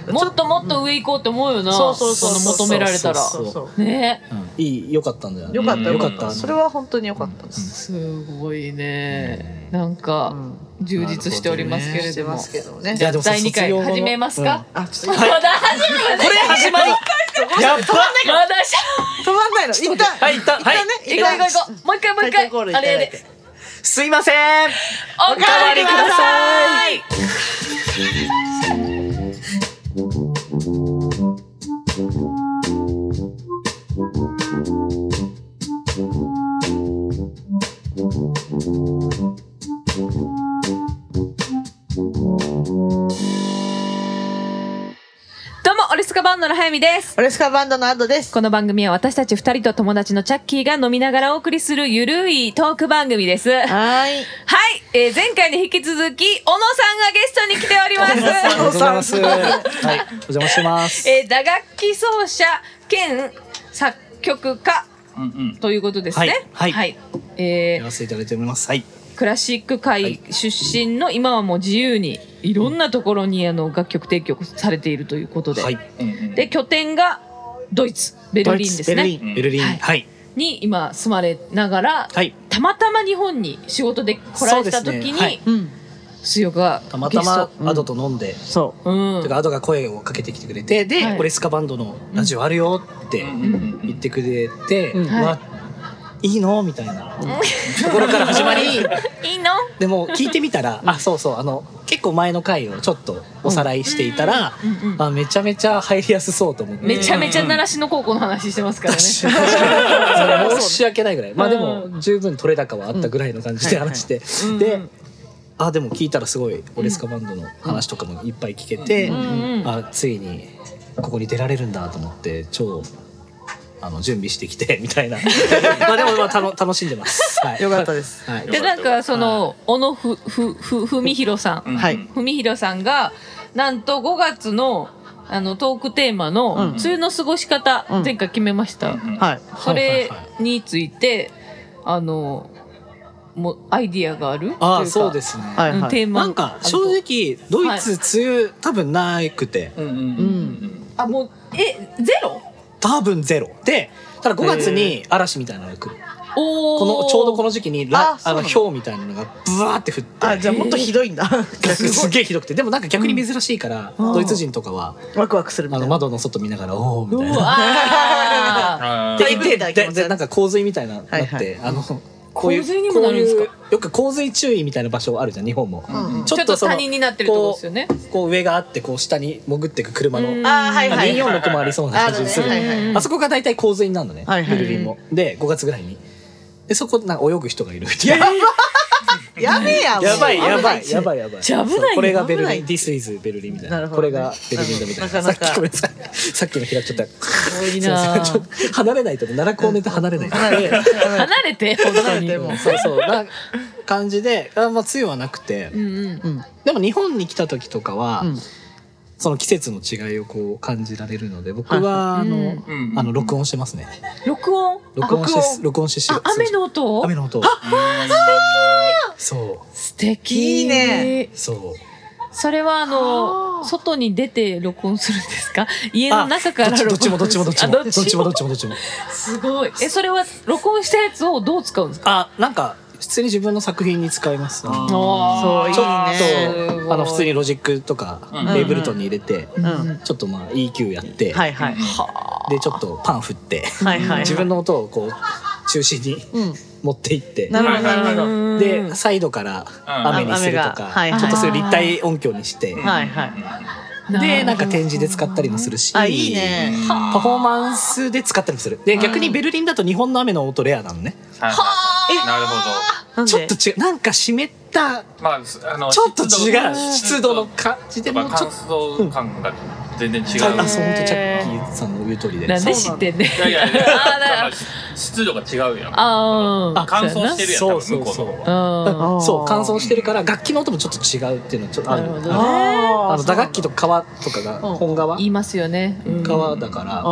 [SPEAKER 3] うんもっともっと上行こうって思うよな。
[SPEAKER 1] そうそうそう
[SPEAKER 3] の求められたら。
[SPEAKER 1] そうそう。
[SPEAKER 3] ね。
[SPEAKER 2] うんいい、良かったんだよね。
[SPEAKER 1] よかった
[SPEAKER 2] うん
[SPEAKER 1] よか
[SPEAKER 2] 良か
[SPEAKER 1] った。
[SPEAKER 2] った
[SPEAKER 1] それは本当によかったです。
[SPEAKER 3] すごいね。なんか、充実しておりますけれ
[SPEAKER 1] して
[SPEAKER 3] ども。
[SPEAKER 1] ますけどね。
[SPEAKER 3] じ
[SPEAKER 2] いや
[SPEAKER 3] ゃあ
[SPEAKER 2] でもさ
[SPEAKER 3] 第2
[SPEAKER 2] 卒
[SPEAKER 3] 回
[SPEAKER 2] 業後の
[SPEAKER 3] 始めますか、
[SPEAKER 1] あ、ちょっと
[SPEAKER 3] [laughs] まだ始めこれ
[SPEAKER 2] 始まるやっば
[SPEAKER 3] まだし
[SPEAKER 1] 止まんないの。一旦、
[SPEAKER 2] はい一旦
[SPEAKER 1] 一旦ね、
[SPEAKER 3] ゃ行こう行こう行こうもう一回もう一
[SPEAKER 1] タイトル
[SPEAKER 3] 回
[SPEAKER 1] コールい
[SPEAKER 3] あ
[SPEAKER 1] た
[SPEAKER 3] れ
[SPEAKER 1] だ
[SPEAKER 3] あ
[SPEAKER 1] い
[SPEAKER 3] れ
[SPEAKER 1] て。
[SPEAKER 2] すいません
[SPEAKER 3] おかわりください
[SPEAKER 5] 「
[SPEAKER 3] バンドの早見です。
[SPEAKER 1] オレスカバンドのアドです。
[SPEAKER 3] この番組は私たち二人と友達のチャッキーが飲みながらお送りするゆるいトーク番組です。はい、
[SPEAKER 1] はーい。
[SPEAKER 3] えー前回に引き続き、小野さんがゲストに来ております
[SPEAKER 2] ありが。とうござい [laughs] ます。はい、お邪魔してます。
[SPEAKER 3] えー打楽器奏者兼作曲家
[SPEAKER 4] うんうん。
[SPEAKER 3] ということですね。
[SPEAKER 2] はいはい
[SPEAKER 3] え
[SPEAKER 2] や
[SPEAKER 3] ー
[SPEAKER 2] らせていただいております。はい。
[SPEAKER 3] クラシック界出身の今はもう自由にいろんなところにあの楽曲提供されているということで、
[SPEAKER 2] はい。
[SPEAKER 4] うんうん
[SPEAKER 3] で拠点がドイツベルリンです
[SPEAKER 1] ドイ
[SPEAKER 3] ね
[SPEAKER 1] ツベルリン
[SPEAKER 4] うん
[SPEAKER 2] ベルリン。
[SPEAKER 3] はい
[SPEAKER 2] はい。
[SPEAKER 3] に今住まれながら、
[SPEAKER 2] はい。
[SPEAKER 3] たまたま日本に仕事で来られた
[SPEAKER 2] そうです
[SPEAKER 3] 時
[SPEAKER 2] ねはい
[SPEAKER 3] に
[SPEAKER 1] うん。
[SPEAKER 3] 水曜が
[SPEAKER 2] たま
[SPEAKER 3] ゲ
[SPEAKER 2] た
[SPEAKER 3] ス
[SPEAKER 2] ま
[SPEAKER 3] ト、
[SPEAKER 2] アドと飲んで、
[SPEAKER 1] そ
[SPEAKER 3] うん
[SPEAKER 2] というか、アドが声をかけてきてくれて、で、
[SPEAKER 3] はい
[SPEAKER 2] オレスカバンドのラジオあるよって
[SPEAKER 4] うんうんうん
[SPEAKER 2] 言ってくれて、
[SPEAKER 1] うん
[SPEAKER 2] まあ、いいのみたいなところから始ま
[SPEAKER 3] [laughs]
[SPEAKER 2] り、
[SPEAKER 3] いいの
[SPEAKER 2] でも聞いてみたら、あ、そうそう、あの、結構前の回をちょっとおさらいしていたら、
[SPEAKER 3] うんうん
[SPEAKER 2] あめちゃめちゃ入りやすそうと思って。
[SPEAKER 3] めちゃめちゃ習志野高校の話してますからね。
[SPEAKER 2] 確かにそれ申し訳ないぐらいまあで
[SPEAKER 3] う
[SPEAKER 2] も十分取れ高はあったぐらいの感じで
[SPEAKER 3] うん
[SPEAKER 2] 話して
[SPEAKER 3] いはい
[SPEAKER 2] で
[SPEAKER 3] うん
[SPEAKER 2] あでも聞いたらすごいオレスカバンドの話とかもいっぱい聞けて
[SPEAKER 4] うん
[SPEAKER 3] うん
[SPEAKER 2] あついにここに出られるんだと思って超あの準備してきて [laughs] みたいな
[SPEAKER 1] [laughs]
[SPEAKER 2] まあでもまあたの楽しんでます、は
[SPEAKER 1] う。
[SPEAKER 2] い、
[SPEAKER 1] よかったです。
[SPEAKER 2] はい
[SPEAKER 3] でなんかその小野ふふふ文弘さ
[SPEAKER 4] うんうん
[SPEAKER 3] ん
[SPEAKER 1] はい
[SPEAKER 3] 文弘さんがなんと5月のあのトークテーマの
[SPEAKER 1] うん
[SPEAKER 3] 「梅雨の過ごし方」
[SPEAKER 1] うん
[SPEAKER 3] 前回決めました、
[SPEAKER 4] うんうん
[SPEAKER 1] はい。
[SPEAKER 3] それ
[SPEAKER 2] はいはいは
[SPEAKER 3] についてあのもうアイディアがある、
[SPEAKER 2] ああそうですすね、
[SPEAKER 1] はい
[SPEAKER 3] うんテーマ
[SPEAKER 2] なんか正直ドイツ梅雨多分なくて
[SPEAKER 4] うんうん
[SPEAKER 1] う
[SPEAKER 4] うんん
[SPEAKER 3] あもうえゼロ
[SPEAKER 2] 多分ゼロでただ5月に嵐みたいなのが来る
[SPEAKER 3] お
[SPEAKER 2] このちょうどこの時期に
[SPEAKER 1] あ
[SPEAKER 2] ラあの
[SPEAKER 1] そうなの
[SPEAKER 2] ひょうみたいなのがブワーって降って
[SPEAKER 1] あ、じゃあもっとひどいんだ。
[SPEAKER 2] 逆にすげえひどくてでもなんか逆に珍しいから、
[SPEAKER 1] うん
[SPEAKER 2] ドイツ人とかは
[SPEAKER 1] [laughs] ワクワクするみた
[SPEAKER 2] あの
[SPEAKER 1] いな。
[SPEAKER 2] 窓の外見ながら「おお」み
[SPEAKER 3] う
[SPEAKER 2] たいな。
[SPEAKER 4] [laughs]
[SPEAKER 3] わー
[SPEAKER 4] あ
[SPEAKER 2] で
[SPEAKER 1] だい
[SPEAKER 2] い
[SPEAKER 1] ぶ
[SPEAKER 2] て
[SPEAKER 1] みたいな気
[SPEAKER 2] で
[SPEAKER 1] 持ち
[SPEAKER 2] でなんか洪水みたいなのになって、
[SPEAKER 1] はい
[SPEAKER 2] あのこういう
[SPEAKER 3] 洪水にもなるんですか
[SPEAKER 2] こういうよく洪水注意みたいな場所あるじゃん日本も。
[SPEAKER 1] う
[SPEAKER 4] うん
[SPEAKER 1] ん
[SPEAKER 3] ちょっと
[SPEAKER 2] その
[SPEAKER 3] 他人になってるとこですよね
[SPEAKER 2] こう上があってこう下に潜ってく車の、
[SPEAKER 3] うん
[SPEAKER 2] あ
[SPEAKER 1] あー、はいはい。
[SPEAKER 2] 24の子もありそうな感じする、
[SPEAKER 1] あるねはい
[SPEAKER 3] うん
[SPEAKER 2] あそこが大体洪水になるのね、
[SPEAKER 1] はいはい
[SPEAKER 2] ベルリンも。で5月ぐらいに。でそこなんか泳ぐ人がいるみたいな。
[SPEAKER 1] やべえやん。
[SPEAKER 2] やばいや
[SPEAKER 1] もう
[SPEAKER 2] ば
[SPEAKER 1] 危ないし
[SPEAKER 2] やばいやばい。
[SPEAKER 3] じゃあ危ないよ
[SPEAKER 2] そうこれがベル
[SPEAKER 1] 危な
[SPEAKER 2] リ
[SPEAKER 1] い
[SPEAKER 2] ン、This is ベルリンみたい
[SPEAKER 1] なる
[SPEAKER 2] な。
[SPEAKER 1] ほ
[SPEAKER 2] こ
[SPEAKER 1] どね
[SPEAKER 2] れがベルリンだみたいな。
[SPEAKER 1] なかなか
[SPEAKER 2] さっきごめんなさい。さっきの開っちゃった。す
[SPEAKER 3] 多い
[SPEAKER 2] いません
[SPEAKER 3] な
[SPEAKER 2] ちょっ
[SPEAKER 3] ー
[SPEAKER 2] と離れないと奈良公ネタ離れないと。
[SPEAKER 1] 離れて離れ
[SPEAKER 3] 離れて本当
[SPEAKER 1] 離れ
[SPEAKER 3] に
[SPEAKER 1] てもう
[SPEAKER 2] そうそうな感じで、あまあ梅雨はなくて
[SPEAKER 3] う、んうん
[SPEAKER 1] うん
[SPEAKER 2] でも日本に来た時とかは
[SPEAKER 1] うん。
[SPEAKER 2] その季節の違いをこう感じられるので、僕は
[SPEAKER 3] は
[SPEAKER 2] あ
[SPEAKER 3] いはい
[SPEAKER 2] の
[SPEAKER 4] うんうん
[SPEAKER 2] あの録音してますね。
[SPEAKER 3] 録音
[SPEAKER 2] 録音してす
[SPEAKER 1] 録
[SPEAKER 2] 録音してし
[SPEAKER 3] あ雨の音を
[SPEAKER 2] 雨の音。そ
[SPEAKER 3] 素
[SPEAKER 1] い
[SPEAKER 3] 敵
[SPEAKER 1] いね
[SPEAKER 2] うそう。
[SPEAKER 3] それはあ
[SPEAKER 1] あ
[SPEAKER 3] の
[SPEAKER 1] ー
[SPEAKER 3] 外に出て録音するんですか家の中から
[SPEAKER 2] あどっち
[SPEAKER 3] 録
[SPEAKER 2] もど
[SPEAKER 3] 音
[SPEAKER 2] っちもどっちも
[SPEAKER 3] あ
[SPEAKER 2] ど
[SPEAKER 3] ど
[SPEAKER 2] っ
[SPEAKER 3] っ
[SPEAKER 2] ち
[SPEAKER 3] ち
[SPEAKER 2] も
[SPEAKER 3] も
[SPEAKER 2] どっちもどっちも。
[SPEAKER 3] すごいえそれは録音したやつをどう使うんですか
[SPEAKER 2] あなんか普通に自分の作品に使います、ね、
[SPEAKER 4] あ
[SPEAKER 2] ちょ
[SPEAKER 1] そういい
[SPEAKER 2] っ
[SPEAKER 1] ね
[SPEAKER 2] とあの普通にロジックとか
[SPEAKER 4] うん
[SPEAKER 2] レーブルトンに入れて、
[SPEAKER 1] うん
[SPEAKER 2] ちょっとまあ EQ やって、
[SPEAKER 1] はいはい。
[SPEAKER 2] でちょっとパン振って、
[SPEAKER 1] はいはい。
[SPEAKER 2] 自分の音をこう中心に
[SPEAKER 1] うん。
[SPEAKER 2] 持っていって
[SPEAKER 1] なるほどなるほど。
[SPEAKER 2] でサイドから雨にすると
[SPEAKER 1] 雨が
[SPEAKER 2] か、
[SPEAKER 1] はいはい
[SPEAKER 2] ちょっとそういう立体音響にして、
[SPEAKER 4] ー
[SPEAKER 1] はいはい
[SPEAKER 2] でなんか展示で使ったりもするし
[SPEAKER 1] あ、いいね。
[SPEAKER 2] パフォーマンスで使ったりもするで逆にベルリンだと日本の雨の音レアなのね
[SPEAKER 4] はい
[SPEAKER 1] え
[SPEAKER 4] なるほど。
[SPEAKER 1] なんで
[SPEAKER 2] ちょっと違うなんか湿った
[SPEAKER 4] まあす、あの
[SPEAKER 2] ちょっと違う湿
[SPEAKER 4] 湿
[SPEAKER 2] 度
[SPEAKER 4] 度
[SPEAKER 2] の
[SPEAKER 4] の
[SPEAKER 2] 感じで
[SPEAKER 4] やっぱ
[SPEAKER 2] もちょ
[SPEAKER 4] 乾
[SPEAKER 2] っと
[SPEAKER 4] 燥感が全然違う。
[SPEAKER 2] あ
[SPEAKER 1] うん
[SPEAKER 2] そう本当チャッキーさんの言う通りで
[SPEAKER 3] なんで知ってんね
[SPEAKER 4] いやいやい
[SPEAKER 3] あ
[SPEAKER 4] や、
[SPEAKER 3] ーだか
[SPEAKER 4] だから湿度が違うやん。
[SPEAKER 3] あーうん
[SPEAKER 4] 乾燥してるやん、多
[SPEAKER 2] そ
[SPEAKER 4] 分
[SPEAKER 2] う
[SPEAKER 4] 向こ
[SPEAKER 2] そう
[SPEAKER 4] うの
[SPEAKER 3] う
[SPEAKER 4] 方は。
[SPEAKER 3] ん
[SPEAKER 1] あー
[SPEAKER 2] そう乾燥してるから楽器の音もちょっと違うっていうのはちょっとある
[SPEAKER 3] なるほど
[SPEAKER 2] あの
[SPEAKER 1] あ
[SPEAKER 2] あの打楽器と革とかが
[SPEAKER 1] うん
[SPEAKER 2] 本革
[SPEAKER 3] 言いますよねうん
[SPEAKER 2] 革だからあ
[SPEAKER 1] うん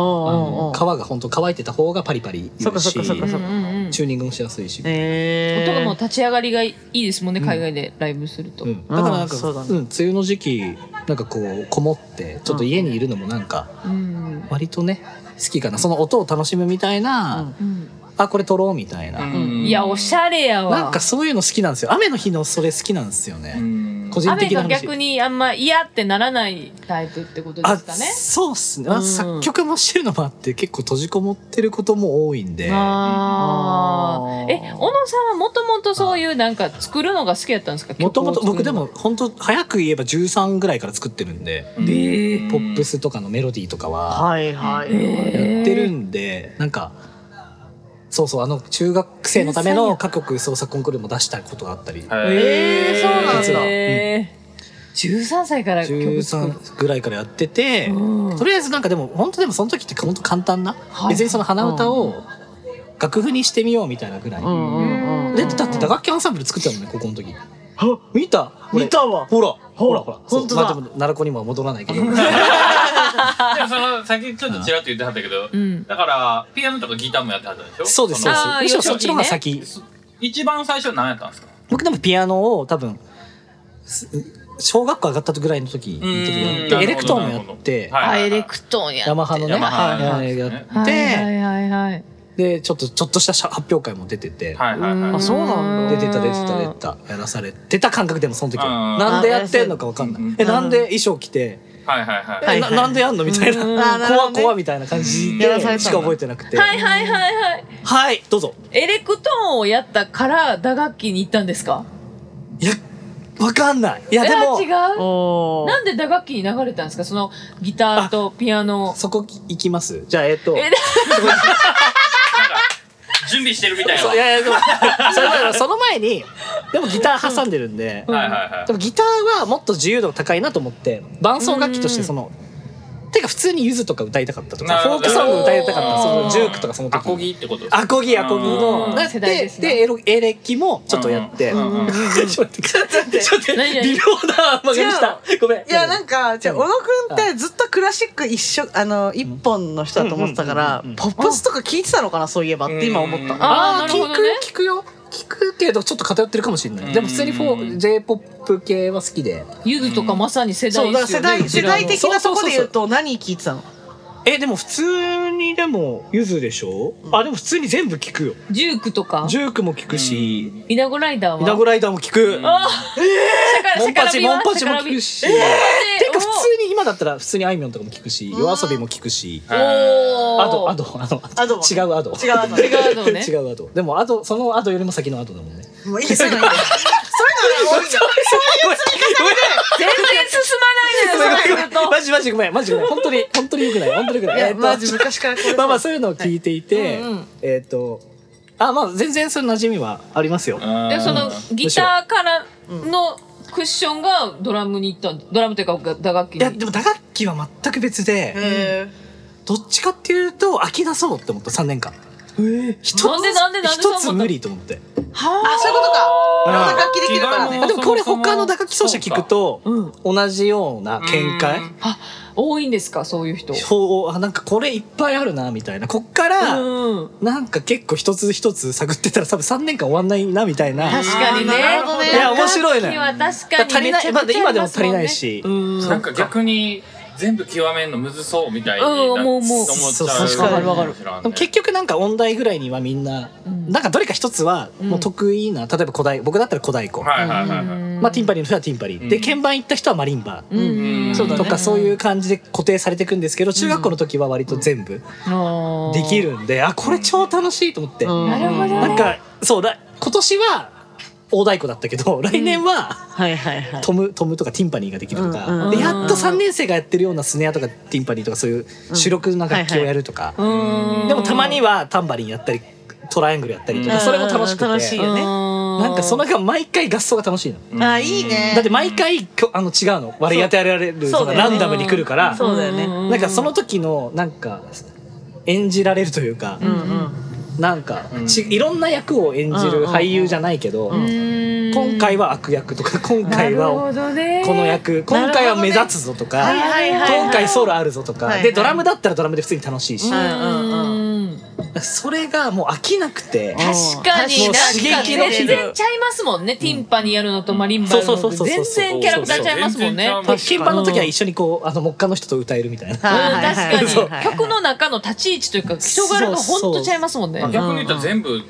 [SPEAKER 1] うんう
[SPEAKER 2] の
[SPEAKER 1] ん
[SPEAKER 2] 革が本当乾いてた方がパリパリ
[SPEAKER 1] そっ
[SPEAKER 2] 言
[SPEAKER 1] か
[SPEAKER 2] う
[SPEAKER 1] そっ
[SPEAKER 2] し
[SPEAKER 1] かそっ
[SPEAKER 3] う
[SPEAKER 1] か
[SPEAKER 3] んう
[SPEAKER 1] そっか
[SPEAKER 3] んうん
[SPEAKER 2] チューニングもしやすいし
[SPEAKER 1] えー
[SPEAKER 3] 音がもう立ち上がりがいいですもんね海外でライブすると
[SPEAKER 2] うんだからなんか
[SPEAKER 1] うんそうだね
[SPEAKER 2] うん梅雨の時期なんかこうこもってちょっと家にいるのもなんか
[SPEAKER 3] うん
[SPEAKER 2] 割とね好きかなその音を楽しむみたいな
[SPEAKER 3] うん
[SPEAKER 2] あこれ撮ろうみたいな
[SPEAKER 4] うん
[SPEAKER 3] いやおしゃれやわ
[SPEAKER 2] なんかそういうの好きなんですよ。雨の日のそれ好きなんですよ
[SPEAKER 4] う
[SPEAKER 2] ね。
[SPEAKER 4] ん
[SPEAKER 2] 個人的な
[SPEAKER 3] 雨が
[SPEAKER 2] 話。
[SPEAKER 3] 逆にあんま嫌ってならないタイプってことで
[SPEAKER 2] あ、
[SPEAKER 3] すかね
[SPEAKER 2] そうっすね。まあ
[SPEAKER 3] うん
[SPEAKER 2] 作曲もしてるのもあって結構閉じこもってることも多いんで。
[SPEAKER 1] あ
[SPEAKER 3] あー
[SPEAKER 1] ー
[SPEAKER 3] え小野さんはもともとそういうなんか作るのが好きだったんですか
[SPEAKER 2] もともと
[SPEAKER 3] 曲を
[SPEAKER 2] 僕
[SPEAKER 3] 作
[SPEAKER 2] で
[SPEAKER 3] るの
[SPEAKER 2] も本当早く言えば13ぐらいから作ってるんで、
[SPEAKER 4] ー
[SPEAKER 2] ポップスとかのメロディーとかは
[SPEAKER 1] はいはい、
[SPEAKER 2] やってるんで、なんか、そうそう、あの中学生のための各国創作コンクールも出したことがあったり。
[SPEAKER 4] はい
[SPEAKER 1] えーそうなんだ
[SPEAKER 2] 実は
[SPEAKER 3] へー13歳から曲作る
[SPEAKER 2] 13ぐらいからやってて、
[SPEAKER 3] うん
[SPEAKER 2] とりあえずなんかでも本当でもその時って本当簡単な、
[SPEAKER 3] い
[SPEAKER 2] 別にその鼻歌を楽譜にしてみようみたいなぐらい、
[SPEAKER 1] うんうんうん
[SPEAKER 2] でだって打楽器アンサンブル作ってたもんね高校の時
[SPEAKER 1] あ
[SPEAKER 2] 見た俺
[SPEAKER 1] 見たわ
[SPEAKER 2] ほらほら
[SPEAKER 1] ほ
[SPEAKER 2] ほ
[SPEAKER 1] ら
[SPEAKER 2] らそう
[SPEAKER 1] 本当だ
[SPEAKER 2] まあでも奈良子にも戻らないけど
[SPEAKER 4] でもその、先ちょっとちらっと言ってはったけど、
[SPEAKER 3] ん
[SPEAKER 4] だから、ピアノとかギターもやってはったでしょ
[SPEAKER 2] そうですそう
[SPEAKER 4] の
[SPEAKER 2] です
[SPEAKER 3] あー
[SPEAKER 2] むしろそっちの方が
[SPEAKER 3] 幼少
[SPEAKER 2] 先、
[SPEAKER 4] 一番最初何やったんですか
[SPEAKER 2] 僕でもピアノを多分す小学校上がったぐらいの時
[SPEAKER 4] うん
[SPEAKER 2] やってエレクトーンもやって、
[SPEAKER 4] なるほどなるほどはい
[SPEAKER 3] あエレクトーンやって
[SPEAKER 2] ヤマハのね
[SPEAKER 4] ヤマハ
[SPEAKER 2] はい
[SPEAKER 4] はい
[SPEAKER 2] やって、
[SPEAKER 3] はいはいはいはい
[SPEAKER 2] でちょっとちょっとした発表会も出てて、
[SPEAKER 4] はいはいはい。
[SPEAKER 1] あそうなんだ
[SPEAKER 2] 出てた出てた出て
[SPEAKER 3] た
[SPEAKER 2] たやらされてた感覚でもその時は
[SPEAKER 4] うん
[SPEAKER 2] なんでやってんのかわかんない
[SPEAKER 4] うん
[SPEAKER 2] えなんで衣装着て
[SPEAKER 4] はいはいはい。
[SPEAKER 1] はい
[SPEAKER 2] えななんでやんのみたいな
[SPEAKER 3] うん
[SPEAKER 1] あーなるほど
[SPEAKER 2] 怖
[SPEAKER 1] ね
[SPEAKER 2] 怖みたいな感じで
[SPEAKER 1] やらされたんだ
[SPEAKER 2] しか覚えてなくて
[SPEAKER 3] はいはいはいはい
[SPEAKER 2] はいどうぞ
[SPEAKER 3] エレクトーンをやったから打楽器に行ったんですか
[SPEAKER 2] いやわかんないいや
[SPEAKER 3] え
[SPEAKER 2] でも
[SPEAKER 3] 違う
[SPEAKER 1] おー
[SPEAKER 3] なんで打楽器に流れたんですかそのギターとピアノ
[SPEAKER 2] そこ行きますじゃあえっと
[SPEAKER 3] え [laughs]
[SPEAKER 4] なんか、準備してるみたいな。
[SPEAKER 2] そうい
[SPEAKER 4] はい
[SPEAKER 2] やいやでもそれだからその前にでもギター挟んでるんで
[SPEAKER 4] はいは
[SPEAKER 2] でもギターはもっと自由度が高いなと思って伴奏楽器としてそのてか普通にゆずとか歌いたかったとか
[SPEAKER 4] なる
[SPEAKER 2] フォ
[SPEAKER 4] ほ
[SPEAKER 2] ー
[SPEAKER 4] ど
[SPEAKER 2] クソング歌いたかったそ
[SPEAKER 3] お
[SPEAKER 2] の
[SPEAKER 3] ー
[SPEAKER 2] ジュークとかその
[SPEAKER 4] い。
[SPEAKER 2] 時
[SPEAKER 4] アコギってことですか
[SPEAKER 2] アコギアコギ
[SPEAKER 3] う
[SPEAKER 2] の
[SPEAKER 3] ん
[SPEAKER 2] だって
[SPEAKER 3] 世代ですな
[SPEAKER 2] でエロエレキもちょっとやって、
[SPEAKER 4] うんうんうん
[SPEAKER 2] [laughs] ちょっと待ってちょっと待ってちょっと
[SPEAKER 3] 何
[SPEAKER 2] 待って微
[SPEAKER 3] 々
[SPEAKER 2] 妙な曲がしたごめん
[SPEAKER 1] いやなんかじゃあ
[SPEAKER 2] うん
[SPEAKER 1] 小野くんってずっとクラシック一緒あの一本の人だと思ってたから
[SPEAKER 2] うんうんうんうん
[SPEAKER 1] ポップスとか聞いてたのかなそういえばって今思った
[SPEAKER 4] うん
[SPEAKER 2] あ
[SPEAKER 3] あー
[SPEAKER 2] あ
[SPEAKER 3] なるほ
[SPEAKER 2] 聞
[SPEAKER 3] どね
[SPEAKER 2] く聞くよ聞くけどちょっと偏ってるかもしれない、でも普通にフォ
[SPEAKER 4] う
[SPEAKER 2] ー
[SPEAKER 4] ん
[SPEAKER 2] j p o p 系は好きで
[SPEAKER 3] ゆずとかまさに世
[SPEAKER 1] そ
[SPEAKER 3] 代
[SPEAKER 1] うだか
[SPEAKER 3] で
[SPEAKER 1] ら
[SPEAKER 3] す
[SPEAKER 1] 世代世
[SPEAKER 3] よね
[SPEAKER 1] 代
[SPEAKER 3] うち
[SPEAKER 1] 的
[SPEAKER 3] らの
[SPEAKER 1] なとこで言うと何聞いてたの
[SPEAKER 2] えでも普通にでもゆずでしょ、あでも普通に全部聞くよ
[SPEAKER 3] ジュークとか
[SPEAKER 2] ジュークも聞くし、
[SPEAKER 3] イナゴライダーは
[SPEAKER 2] イナゴライダーも聞く、
[SPEAKER 3] あー
[SPEAKER 2] モンパチモンパチ
[SPEAKER 3] シャ
[SPEAKER 2] も
[SPEAKER 3] カ
[SPEAKER 2] 聞
[SPEAKER 3] ラビ
[SPEAKER 2] く
[SPEAKER 3] はシ
[SPEAKER 2] し、
[SPEAKER 3] ャカラビ
[SPEAKER 2] てか普通に今だったら普通にあいみょんとかも聞くし夜遊びも聞くし、
[SPEAKER 4] はいはいはい
[SPEAKER 3] おー
[SPEAKER 2] アド、アド、あの、
[SPEAKER 1] アドも
[SPEAKER 2] 違うアド。
[SPEAKER 1] 違うアド
[SPEAKER 2] [laughs]
[SPEAKER 3] 違うアドね
[SPEAKER 2] 違うアド。でも、アド、そのアドよりも先のアドだもんね。
[SPEAKER 1] もういいそういうのいいそういうのはいいよ
[SPEAKER 3] 全然進ま
[SPEAKER 2] [laughs]
[SPEAKER 3] ないのよそれ言うと
[SPEAKER 2] マジマジごめん、マジごめん。本当に、本当に良くない、本当に良くない。
[SPEAKER 1] いや
[SPEAKER 2] えーと
[SPEAKER 1] マジ昔からこれ
[SPEAKER 2] [laughs] まあまあ、そういうのを聞いていて
[SPEAKER 1] はいうんうん、
[SPEAKER 2] えっと、あ、まあ、全然その馴染みはありますよ。
[SPEAKER 4] うん
[SPEAKER 3] でそのギターからのクッションがドラムに行ったんドラムというか打楽器
[SPEAKER 2] い
[SPEAKER 3] に
[SPEAKER 2] や、でも打楽器は全く別で、
[SPEAKER 1] へ
[SPEAKER 2] どっちかっていうと、飽きなそうって思った、3年間。一つ
[SPEAKER 3] なんでなんでなんでそう
[SPEAKER 2] 一
[SPEAKER 3] 思った
[SPEAKER 2] つ無理と思って。
[SPEAKER 1] ーあ
[SPEAKER 3] は
[SPEAKER 1] そういうことか
[SPEAKER 4] あー
[SPEAKER 2] いろんな
[SPEAKER 1] 楽器できるからね
[SPEAKER 4] 気
[SPEAKER 2] あ
[SPEAKER 4] 軽
[SPEAKER 2] でもこれ
[SPEAKER 4] そもそも
[SPEAKER 2] 他の打楽器奏者聞くと
[SPEAKER 3] あ、うん
[SPEAKER 2] 同じような見解
[SPEAKER 4] うん
[SPEAKER 3] あ多いんですかそういう人
[SPEAKER 2] そうあなんかこれいっぱいあるなみたいなこっから、
[SPEAKER 3] うん
[SPEAKER 2] なんか結構一つ一つ探ってたら多分3年間終わんないなみたいな。
[SPEAKER 3] 確かにね
[SPEAKER 1] あーなるほどね
[SPEAKER 2] いや面白いね
[SPEAKER 3] 打楽器は確か
[SPEAKER 2] 足
[SPEAKER 3] に
[SPEAKER 2] り
[SPEAKER 3] め
[SPEAKER 2] な
[SPEAKER 3] ち
[SPEAKER 2] い、
[SPEAKER 3] ゃ
[SPEAKER 2] まあ、
[SPEAKER 3] くちゃあ
[SPEAKER 2] 今で
[SPEAKER 3] り
[SPEAKER 2] も
[SPEAKER 3] ます
[SPEAKER 2] 足りないし。
[SPEAKER 3] もんねうん
[SPEAKER 4] なんか逆に全部極めんのむずそうみたいにな
[SPEAKER 3] うん思う思う
[SPEAKER 4] 思っち
[SPEAKER 2] そう
[SPEAKER 4] ゃう
[SPEAKER 2] そうわか
[SPEAKER 3] るわかる
[SPEAKER 4] 知らんね
[SPEAKER 2] でも結局なんか音大ぐらいにはみんな、
[SPEAKER 3] うん
[SPEAKER 2] なんかどれか一つはもう得意な、例えば古代、僕だったら古代鼓。
[SPEAKER 4] はいはいはいはい
[SPEAKER 2] まあティンパニーの人はティンパニー。で、
[SPEAKER 4] うん
[SPEAKER 2] 鍵盤行った人はマリンバ。
[SPEAKER 3] うん
[SPEAKER 1] そうだね
[SPEAKER 2] とかそういう感じで固定されていくんですけど、中学校の時は割と全部
[SPEAKER 3] あー
[SPEAKER 2] できるんで、あ、これ超楽しいと思って。
[SPEAKER 1] うん
[SPEAKER 3] なるほどね
[SPEAKER 2] なんか、そうだ、今年は大太鼓だったけど、来年は、
[SPEAKER 1] はいはいはい
[SPEAKER 2] トムトムとかティンパニーができるとか、
[SPEAKER 1] うんうん
[SPEAKER 2] でやっと3年生がやってるようなスネアとかティンパニーとかそういう主力な楽器をやるとか、
[SPEAKER 3] うん
[SPEAKER 2] でもたまにはタンバリンやったりトライアングルやったりとか、
[SPEAKER 4] うん
[SPEAKER 2] それも楽しくて、
[SPEAKER 1] うん楽しいよね
[SPEAKER 2] なんかその
[SPEAKER 3] う
[SPEAKER 2] 間毎回合奏が楽しいの。
[SPEAKER 1] あーいいね
[SPEAKER 2] だって毎回きょあの違うの割り当てられる
[SPEAKER 1] そう
[SPEAKER 2] その
[SPEAKER 1] そうだ
[SPEAKER 2] ラ
[SPEAKER 1] よね
[SPEAKER 2] ンダムに来るから、
[SPEAKER 1] そうだよね
[SPEAKER 3] ん
[SPEAKER 2] なんかその時のなんか演じられるというか、
[SPEAKER 1] うんうん
[SPEAKER 2] なんか
[SPEAKER 4] うん
[SPEAKER 2] ちいろんな役を演じる俳優じゃないけど、
[SPEAKER 3] うん
[SPEAKER 2] 今回は悪役とか [laughs] 今回は
[SPEAKER 3] なるほどね
[SPEAKER 2] この役今回は目立つぞとか、
[SPEAKER 1] はいはいはいはい
[SPEAKER 2] 今回ソウルあるぞとか、
[SPEAKER 1] はいはい
[SPEAKER 2] でドラムだったらドラムで普通に楽しいし、
[SPEAKER 1] うんうん
[SPEAKER 3] うん
[SPEAKER 2] それがもう飽きなくて、
[SPEAKER 1] ん
[SPEAKER 3] 確かに
[SPEAKER 2] もう
[SPEAKER 3] なんか
[SPEAKER 2] 刺激の
[SPEAKER 3] 全然ちゃいますもんね、ティンパにやるのとマリンバやるの
[SPEAKER 2] そ
[SPEAKER 3] と
[SPEAKER 2] うそうそうそ
[SPEAKER 3] 全
[SPEAKER 2] うそう
[SPEAKER 3] 然キャラクターちゃいますもんね
[SPEAKER 4] そう
[SPEAKER 3] うん
[SPEAKER 4] そう
[SPEAKER 1] か
[SPEAKER 2] 鍵盤の時は一緒にこうあの木下の人と歌えるみたいな、
[SPEAKER 1] はいはい
[SPEAKER 3] 確
[SPEAKER 1] はい
[SPEAKER 3] かに
[SPEAKER 2] そう
[SPEAKER 3] 曲の中の立ち位置というか人柄がほんとちゃいますもんね
[SPEAKER 4] 逆に言ったら全部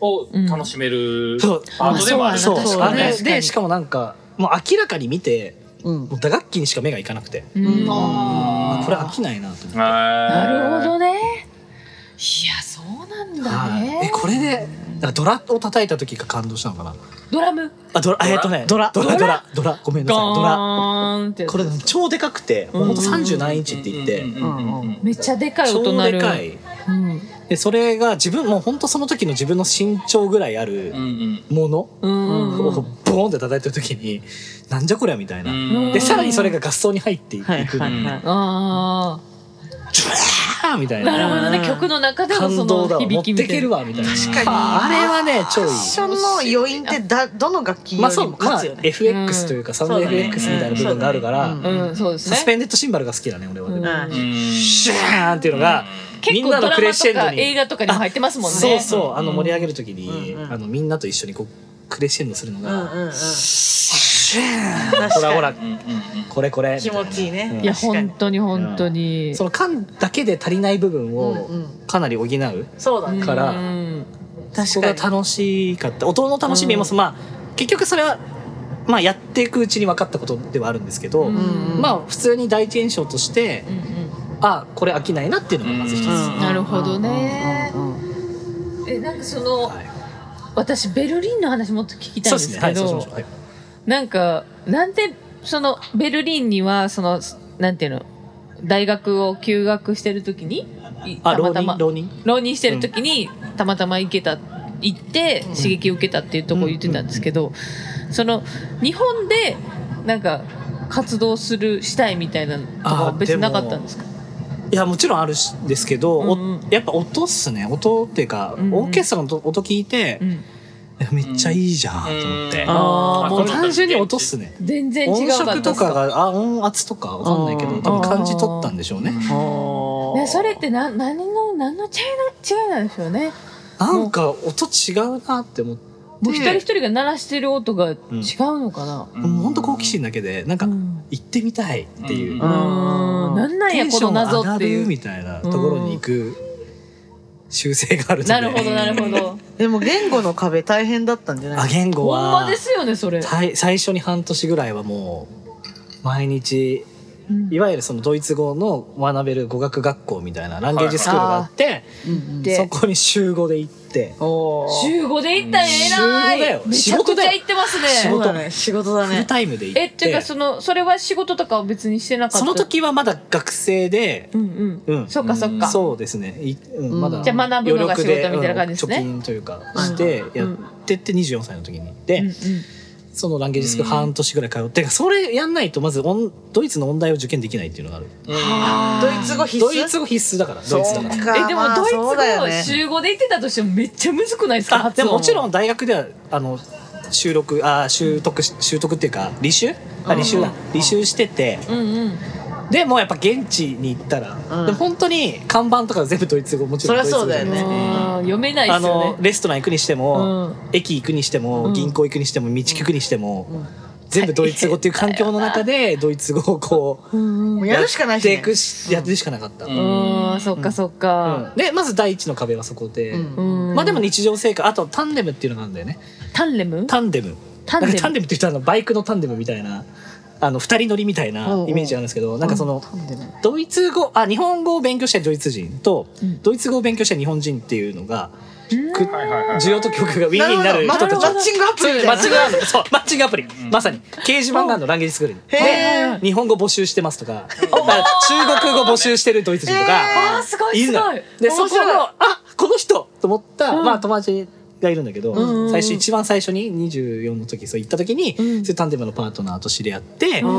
[SPEAKER 4] を楽しめる
[SPEAKER 2] そう
[SPEAKER 4] パートでもある
[SPEAKER 2] そう
[SPEAKER 1] 確かに
[SPEAKER 2] あれ
[SPEAKER 3] 確かに
[SPEAKER 2] でしかもなんかもう明らかに見て
[SPEAKER 1] うん
[SPEAKER 2] もう打楽器にしか目がいかなくて、
[SPEAKER 3] うん
[SPEAKER 2] あこれ飽きないなと思って、
[SPEAKER 3] な
[SPEAKER 4] な
[SPEAKER 3] るほどねいやそうなんだ
[SPEAKER 2] はいえ
[SPEAKER 3] ね
[SPEAKER 2] これでなんかドラを叩いた時が感動したのかな
[SPEAKER 3] ドラム
[SPEAKER 2] あドラえっとね
[SPEAKER 1] ドラ
[SPEAKER 2] ドラドラドラごめんな
[SPEAKER 3] ガ
[SPEAKER 2] さいドラ
[SPEAKER 3] ーンって
[SPEAKER 2] これ超でかくてもうほんと30何インチって言って、
[SPEAKER 3] めっちゃでかい
[SPEAKER 2] 超
[SPEAKER 3] 音鳴
[SPEAKER 2] で
[SPEAKER 3] る
[SPEAKER 2] かい。
[SPEAKER 3] うん
[SPEAKER 2] でそれが自分もうほんとその時の自分の身長ぐらいあるもの
[SPEAKER 3] うんうん
[SPEAKER 2] をボローンって叩いてる時になんじゃこりゃみたいな、
[SPEAKER 4] うん
[SPEAKER 2] でさらにそれが合奏に入っていく、
[SPEAKER 1] はい
[SPEAKER 2] ジュ
[SPEAKER 1] は
[SPEAKER 2] ワ
[SPEAKER 1] いはい。
[SPEAKER 3] あ
[SPEAKER 2] ーみたい
[SPEAKER 3] あなるほ
[SPEAKER 2] な
[SPEAKER 3] どね曲の中でのそ
[SPEAKER 2] 感動だわ
[SPEAKER 3] の
[SPEAKER 2] 持っ
[SPEAKER 3] 響きみた
[SPEAKER 2] て
[SPEAKER 3] い
[SPEAKER 2] ける
[SPEAKER 3] な
[SPEAKER 2] わみたいな
[SPEAKER 1] 確か
[SPEAKER 2] あれはね超いい
[SPEAKER 1] に。ファッションの余韻ってだどの楽器
[SPEAKER 2] ま
[SPEAKER 1] よ
[SPEAKER 2] あそ
[SPEAKER 1] り
[SPEAKER 2] う
[SPEAKER 1] も、
[SPEAKER 2] ま
[SPEAKER 1] 勝
[SPEAKER 2] あ
[SPEAKER 1] つよね。
[SPEAKER 2] FX というかサウンド
[SPEAKER 1] そうだね
[SPEAKER 2] FX みたいな部分があるから、
[SPEAKER 1] うん
[SPEAKER 3] うんそうです
[SPEAKER 2] サ
[SPEAKER 3] ね
[SPEAKER 2] スペンデッドシンバルが好きだね俺はね、
[SPEAKER 3] うん
[SPEAKER 1] うん
[SPEAKER 2] シューンっていうのが、み
[SPEAKER 3] 結
[SPEAKER 2] ん
[SPEAKER 3] 構
[SPEAKER 2] な
[SPEAKER 3] ド
[SPEAKER 2] の
[SPEAKER 3] ラ
[SPEAKER 2] クレッ
[SPEAKER 3] マ
[SPEAKER 2] シェ
[SPEAKER 3] と
[SPEAKER 2] ンド
[SPEAKER 3] か
[SPEAKER 2] に
[SPEAKER 3] 映画とかに入ってますもんね
[SPEAKER 2] そうそうあの盛り上げる時に、
[SPEAKER 1] うんうん
[SPEAKER 2] あのみんなと一緒にこうクレッシェンドするの
[SPEAKER 1] うんうん
[SPEAKER 2] が、
[SPEAKER 1] うん。
[SPEAKER 2] シューン
[SPEAKER 1] 確かに
[SPEAKER 2] ほらほら
[SPEAKER 4] うんうんうん
[SPEAKER 2] これこれ
[SPEAKER 1] 気持ちいいね
[SPEAKER 2] みた
[SPEAKER 3] いや
[SPEAKER 1] 確かに
[SPEAKER 3] 本当に本当に
[SPEAKER 2] その缶だけで足りない部分を
[SPEAKER 1] うんうん
[SPEAKER 2] かなり補う、
[SPEAKER 1] そうだ
[SPEAKER 3] う
[SPEAKER 1] ね。
[SPEAKER 2] から
[SPEAKER 3] ん
[SPEAKER 2] そ
[SPEAKER 1] 確
[SPEAKER 2] こ
[SPEAKER 1] か
[SPEAKER 2] が
[SPEAKER 1] に。
[SPEAKER 2] 楽しかった音の楽しみも、
[SPEAKER 3] うん
[SPEAKER 2] まあ結局それは、まあ、やっていくうちに分かったことではあるんですけど、
[SPEAKER 3] うん
[SPEAKER 2] まあ普通に第一印象として
[SPEAKER 3] う、ん
[SPEAKER 2] あこれ飽きないなっていうのがまず一つ、
[SPEAKER 4] うん
[SPEAKER 3] うんなるほどね
[SPEAKER 1] うんうんうん
[SPEAKER 3] えなんかその
[SPEAKER 2] はい
[SPEAKER 3] 私ベルリンの話もっと聞きたい
[SPEAKER 2] そ
[SPEAKER 3] ん
[SPEAKER 2] うで
[SPEAKER 3] で
[SPEAKER 2] すね
[SPEAKER 3] す
[SPEAKER 2] は
[SPEAKER 3] け
[SPEAKER 2] いそうしま
[SPEAKER 3] ど
[SPEAKER 2] しょう、はい
[SPEAKER 3] なんかなんでそのベルリンにはそのなんていうの大学を休学してる時にい
[SPEAKER 2] あ
[SPEAKER 3] た
[SPEAKER 2] 浪
[SPEAKER 3] また
[SPEAKER 2] 人
[SPEAKER 3] ま
[SPEAKER 2] 浪人
[SPEAKER 3] 浪人してる時にたまたま行けた行って
[SPEAKER 1] うん
[SPEAKER 3] 刺激を受けたっていうところを言ってたんですけど、その日本でなんか活動するしたいみたいなのとかは
[SPEAKER 2] あー
[SPEAKER 3] 別になかっ
[SPEAKER 2] で
[SPEAKER 3] た
[SPEAKER 2] も
[SPEAKER 3] んですか
[SPEAKER 2] いやもちろんあるしですけど、お
[SPEAKER 3] うんうん
[SPEAKER 2] やっぱ音っすね音っていうか、
[SPEAKER 3] うんうん
[SPEAKER 2] オーケストラの音音聞いて、
[SPEAKER 3] うん
[SPEAKER 2] えめっちゃいいじゃんと思って、
[SPEAKER 4] うん
[SPEAKER 3] あー
[SPEAKER 2] もう単純に音っすね
[SPEAKER 3] 全然違
[SPEAKER 2] 音
[SPEAKER 3] うかった
[SPEAKER 2] 色とかがあ音圧とかわかんないけ
[SPEAKER 1] う
[SPEAKER 2] ど
[SPEAKER 1] ん
[SPEAKER 2] 多分感じ取ったんでしょうね
[SPEAKER 1] おー
[SPEAKER 3] ね、それってな何の何の違いな違いなんでしょうね
[SPEAKER 2] なんか音違うなって思って
[SPEAKER 3] もう一人一人が鳴らしてる音が違うのかな、
[SPEAKER 4] うん
[SPEAKER 2] もうほんと好奇心だけでなん
[SPEAKER 3] う
[SPEAKER 2] か
[SPEAKER 3] ん
[SPEAKER 2] 行ってみたいっていう、
[SPEAKER 4] う
[SPEAKER 1] う
[SPEAKER 4] ん
[SPEAKER 1] ん
[SPEAKER 3] なんなん
[SPEAKER 2] テ
[SPEAKER 3] や
[SPEAKER 2] ン
[SPEAKER 3] こ
[SPEAKER 2] ショ
[SPEAKER 3] の
[SPEAKER 2] ン上
[SPEAKER 3] 謎
[SPEAKER 2] が
[SPEAKER 3] って
[SPEAKER 2] る
[SPEAKER 3] いう
[SPEAKER 2] みたいなところに行く習性があるので
[SPEAKER 3] なるほどなるほど
[SPEAKER 1] でも言語の壁大変だったんじゃない
[SPEAKER 2] あ言語
[SPEAKER 3] ほん
[SPEAKER 2] は
[SPEAKER 3] まですよねそれ、
[SPEAKER 2] 最最初に半年ぐらいはもう毎日
[SPEAKER 3] うん
[SPEAKER 2] いわゆるそのドイツ語の学べる語学学校みたいなランゲージスクールがあって、
[SPEAKER 1] うんうん
[SPEAKER 3] で
[SPEAKER 2] そこに週5で行って
[SPEAKER 1] おー
[SPEAKER 3] 週5で行ったらええ
[SPEAKER 2] 週
[SPEAKER 3] な
[SPEAKER 2] 五だよ
[SPEAKER 3] めちゃ
[SPEAKER 2] 仕事
[SPEAKER 3] くち
[SPEAKER 2] だ
[SPEAKER 3] ゃ
[SPEAKER 2] よ
[SPEAKER 3] 行ってます
[SPEAKER 2] 仕
[SPEAKER 1] そう
[SPEAKER 2] 事
[SPEAKER 3] ね
[SPEAKER 1] だね。仕事だ
[SPEAKER 2] フル
[SPEAKER 1] ね。
[SPEAKER 2] タイムで行って
[SPEAKER 3] えっていうかそのそれは仕事とかは別にしてなかった
[SPEAKER 2] その時はまだ学生で、
[SPEAKER 3] うんうん、
[SPEAKER 2] うん
[SPEAKER 3] そっかそっか
[SPEAKER 2] そうですね、いうん
[SPEAKER 1] うん
[SPEAKER 2] まだ
[SPEAKER 1] じゃ
[SPEAKER 3] あ学ぶのが
[SPEAKER 2] 余力
[SPEAKER 3] 仕事みたいな感じですね
[SPEAKER 2] うん貯金というかしてやってって24歳の時にで、
[SPEAKER 3] うんうん
[SPEAKER 2] そのランゲージスクール半年ぐらい通ってそれやんないとまず音ドイツの音大を受験できないっていうのがある
[SPEAKER 3] あー
[SPEAKER 1] ドイツ語必須。
[SPEAKER 2] ドイツ語必須だからドイツだか
[SPEAKER 1] そう
[SPEAKER 2] ら
[SPEAKER 1] か
[SPEAKER 3] えでも
[SPEAKER 1] まあ
[SPEAKER 3] ドイツ
[SPEAKER 1] そうだよ
[SPEAKER 3] 語
[SPEAKER 1] ね
[SPEAKER 3] 週5で行ってたとしてもめっちゃむずくないですか
[SPEAKER 2] あでももちろ
[SPEAKER 3] ん
[SPEAKER 2] ん大学ではあの収録あ習得し習得っていうか履修あ履修だ履修してて
[SPEAKER 3] うんうん
[SPEAKER 2] でもうやっぱ現地に行ったら、
[SPEAKER 1] うん
[SPEAKER 2] でも本当に看板とか全部ドイツ語もちろんドイツ語じゃない
[SPEAKER 1] そりゃそうだよね
[SPEAKER 3] あー読めない
[SPEAKER 2] あ
[SPEAKER 3] ですよ
[SPEAKER 2] の
[SPEAKER 3] ね
[SPEAKER 2] レストラン行くにしても、駅行くにしても、
[SPEAKER 3] うん
[SPEAKER 2] 銀行行くにしても道聞くにしても、
[SPEAKER 1] ん
[SPEAKER 2] 全部ドイツ語っていう環境の中で [laughs] ドイツ語をこう
[SPEAKER 1] もうやるしかないしね
[SPEAKER 2] やってくしやってるしかなかった、
[SPEAKER 4] う
[SPEAKER 2] うん
[SPEAKER 3] うんうんそっかそっか、
[SPEAKER 2] でまず第一の壁はそこで、
[SPEAKER 1] うん
[SPEAKER 3] うん
[SPEAKER 2] まあでも日常生活あとタンデムっていうのがあるんだよね
[SPEAKER 3] タンレム
[SPEAKER 2] タンデム
[SPEAKER 3] タンデム
[SPEAKER 2] なんかタンデムって言ったらあのバイクのタンデムみたいなあの二人乗りみたいなイメージあるんですけど、なんかその、ドイツ語あ日本語を勉強したドイツ人と、
[SPEAKER 3] ん
[SPEAKER 2] ドイツ語を勉強した日本人っていうのが、く
[SPEAKER 4] はいはいはい
[SPEAKER 2] 需要と供給がウィンウィンになる人た
[SPEAKER 1] な
[SPEAKER 2] ち
[SPEAKER 1] るほどマッチングアプリみたいな
[SPEAKER 2] マッチングアプリそうマッチングアプリ、まさに掲示板があるのランゲージスクールに
[SPEAKER 1] へ
[SPEAKER 2] で日本語募集してますとかだから中国語募集してるドイツ人とか、
[SPEAKER 3] あーすごい
[SPEAKER 2] い
[SPEAKER 3] す
[SPEAKER 2] る
[SPEAKER 3] ご
[SPEAKER 2] の
[SPEAKER 3] い
[SPEAKER 2] よで
[SPEAKER 3] 面
[SPEAKER 2] そ
[SPEAKER 3] 白い
[SPEAKER 2] このあこの人と思った、
[SPEAKER 3] うん
[SPEAKER 2] まあ友達がいるんだけど、
[SPEAKER 3] うん
[SPEAKER 2] 最初一番最初に24の時そう行った時に、
[SPEAKER 3] うん
[SPEAKER 2] そういうタンデムのパートナーと知り合って、
[SPEAKER 1] お
[SPEAKER 2] ま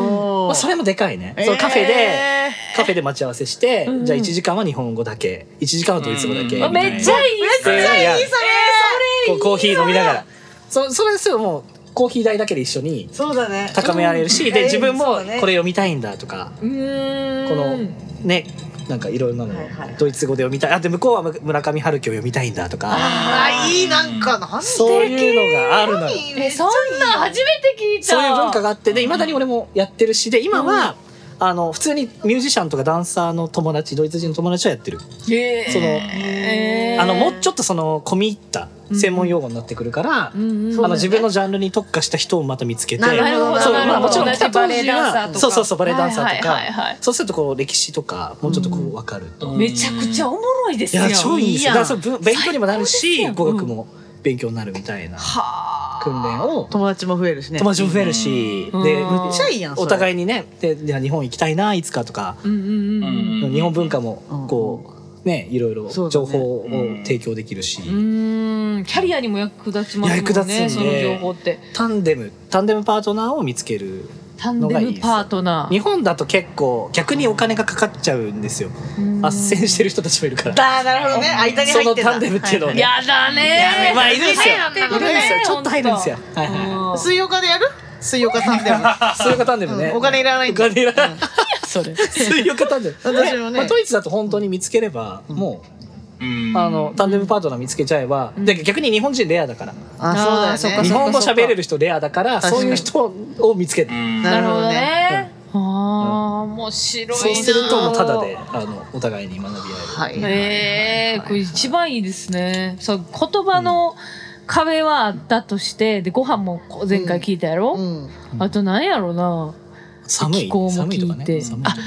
[SPEAKER 1] ー
[SPEAKER 2] あ、それもでかいね、そうカフェで、
[SPEAKER 1] え
[SPEAKER 2] カフェで待ち合わせして、
[SPEAKER 3] うん
[SPEAKER 2] じゃあ1時間は日本語だけ1時間はドイツ語だけみたいな、
[SPEAKER 3] あめっちゃいい
[SPEAKER 1] ーめっちゃいいそれ。
[SPEAKER 2] こうコーヒー飲みながらそそれですよもうコーヒー代だけで一緒に
[SPEAKER 1] そうだね。
[SPEAKER 2] 高められるし、
[SPEAKER 1] うん
[SPEAKER 2] で自分も
[SPEAKER 1] そうだね
[SPEAKER 2] これ読みたいんだとか、
[SPEAKER 3] うーん
[SPEAKER 2] このねなんかいろんなの、
[SPEAKER 1] はいはい
[SPEAKER 2] ドイツ語で読みたいあで向こうはむ村上春樹を読みたいんだとか
[SPEAKER 1] あーいいなんかなん
[SPEAKER 2] そういうのがあるのよ
[SPEAKER 1] 何
[SPEAKER 3] えそんなん初めて聞いた
[SPEAKER 2] そういう文化
[SPEAKER 3] が
[SPEAKER 2] があってでいまだに俺もやってるしで今は、あの普通にミュージシャンとかダンサーの友達ドイツ人の友達はやってる
[SPEAKER 3] へー
[SPEAKER 2] その
[SPEAKER 3] へー
[SPEAKER 2] あのもうちょっとその込み入った専門用語になってくるから、
[SPEAKER 3] うんうん
[SPEAKER 2] あの自分のジャンルに特化した人をまた見つけて
[SPEAKER 1] なるほど
[SPEAKER 2] そう
[SPEAKER 1] なるほど
[SPEAKER 2] まあもちろん来た当
[SPEAKER 3] バレエ
[SPEAKER 2] 時
[SPEAKER 3] ダンサ
[SPEAKER 2] は
[SPEAKER 3] ーとか
[SPEAKER 2] そうそうそうバレエダンサーとか、
[SPEAKER 3] はいはいはいはい
[SPEAKER 2] そうするとこう歴史とかもうちょっとこう分かると、
[SPEAKER 4] うん
[SPEAKER 2] い
[SPEAKER 3] めちゃくちゃおもろいですよ
[SPEAKER 2] や超いいんですよ
[SPEAKER 3] やん
[SPEAKER 2] だからそのぶ勉強にもなるし
[SPEAKER 3] 最
[SPEAKER 2] 語
[SPEAKER 3] 高ですやん
[SPEAKER 2] 学も勉強になるみたいな
[SPEAKER 3] は
[SPEAKER 2] 訓練を
[SPEAKER 1] 友達も増えるしね。
[SPEAKER 2] 友達も増えるし、
[SPEAKER 3] うん
[SPEAKER 2] で
[SPEAKER 3] うんめっち
[SPEAKER 1] ゃいいやんそれ
[SPEAKER 2] お互いにねでじゃあ日本行きたいないつかとか
[SPEAKER 3] あうんうんうんうん
[SPEAKER 4] うん
[SPEAKER 2] 日本文化も
[SPEAKER 1] うん
[SPEAKER 2] こうね、いろいろ
[SPEAKER 1] そうだね
[SPEAKER 2] 情報を提供できるし、
[SPEAKER 3] うーんキャリアにも役立ちますもん
[SPEAKER 2] 役
[SPEAKER 3] ね
[SPEAKER 2] 立つん
[SPEAKER 3] その
[SPEAKER 2] で
[SPEAKER 3] 情報って
[SPEAKER 2] タンデム、タンデムパートナーを見つける。
[SPEAKER 3] タンデムパートナ
[SPEAKER 2] 日本だと結構逆にお金がかかっちゃうんですよ。
[SPEAKER 3] ー
[SPEAKER 2] 斡旋してる人たちもいるから。
[SPEAKER 1] だーなるほどね間に
[SPEAKER 2] そ
[SPEAKER 1] 入
[SPEAKER 2] の
[SPEAKER 1] ってんだ
[SPEAKER 2] タンデムっていうのを
[SPEAKER 1] は
[SPEAKER 2] ね。
[SPEAKER 3] やだ
[SPEAKER 2] い
[SPEAKER 3] ね
[SPEAKER 2] やまあいるんですよ
[SPEAKER 3] 入って
[SPEAKER 2] い
[SPEAKER 3] く
[SPEAKER 2] るん
[SPEAKER 3] ね
[SPEAKER 2] ですよ。ちょっと入るんですよ。はいはいはい。
[SPEAKER 3] 本
[SPEAKER 2] [laughs]
[SPEAKER 3] 当
[SPEAKER 1] 水曜日でやる水曜日タンデム
[SPEAKER 2] 水曜日タンデムね。
[SPEAKER 1] うんお金いらない
[SPEAKER 2] お
[SPEAKER 1] んだ
[SPEAKER 2] 金いらない。
[SPEAKER 3] それ
[SPEAKER 2] 水曜日タンデム。
[SPEAKER 1] 私もね
[SPEAKER 2] まあドイツだと本当に見つければ、もう、あの、タンデムパートナー見つけちゃえば、
[SPEAKER 3] うん
[SPEAKER 2] だけど逆に日本人レアだから。
[SPEAKER 1] あそうだよ
[SPEAKER 3] あ
[SPEAKER 1] ね
[SPEAKER 2] 日
[SPEAKER 3] そっか
[SPEAKER 2] 本語喋れる人レアだから、
[SPEAKER 1] 確
[SPEAKER 2] そ
[SPEAKER 1] か
[SPEAKER 2] ういう
[SPEAKER 1] に
[SPEAKER 2] 人を見つける。
[SPEAKER 4] うん
[SPEAKER 1] な
[SPEAKER 3] な
[SPEAKER 1] る
[SPEAKER 3] る
[SPEAKER 1] ほ
[SPEAKER 3] ほ
[SPEAKER 1] ど
[SPEAKER 3] ど
[SPEAKER 1] ね
[SPEAKER 3] ねああ面白いな
[SPEAKER 2] そうするともうただであのお互いに学び合える。
[SPEAKER 1] はい
[SPEAKER 3] ええこれ一番いいですねそう言葉の壁はあったとしてでご飯もこう前回聞いたやろ、
[SPEAKER 1] うん
[SPEAKER 3] あとなんやろな
[SPEAKER 2] 寒い
[SPEAKER 3] 気候も
[SPEAKER 2] 寒いとか
[SPEAKER 3] 聞い
[SPEAKER 2] ね。
[SPEAKER 3] て
[SPEAKER 2] 寒いとか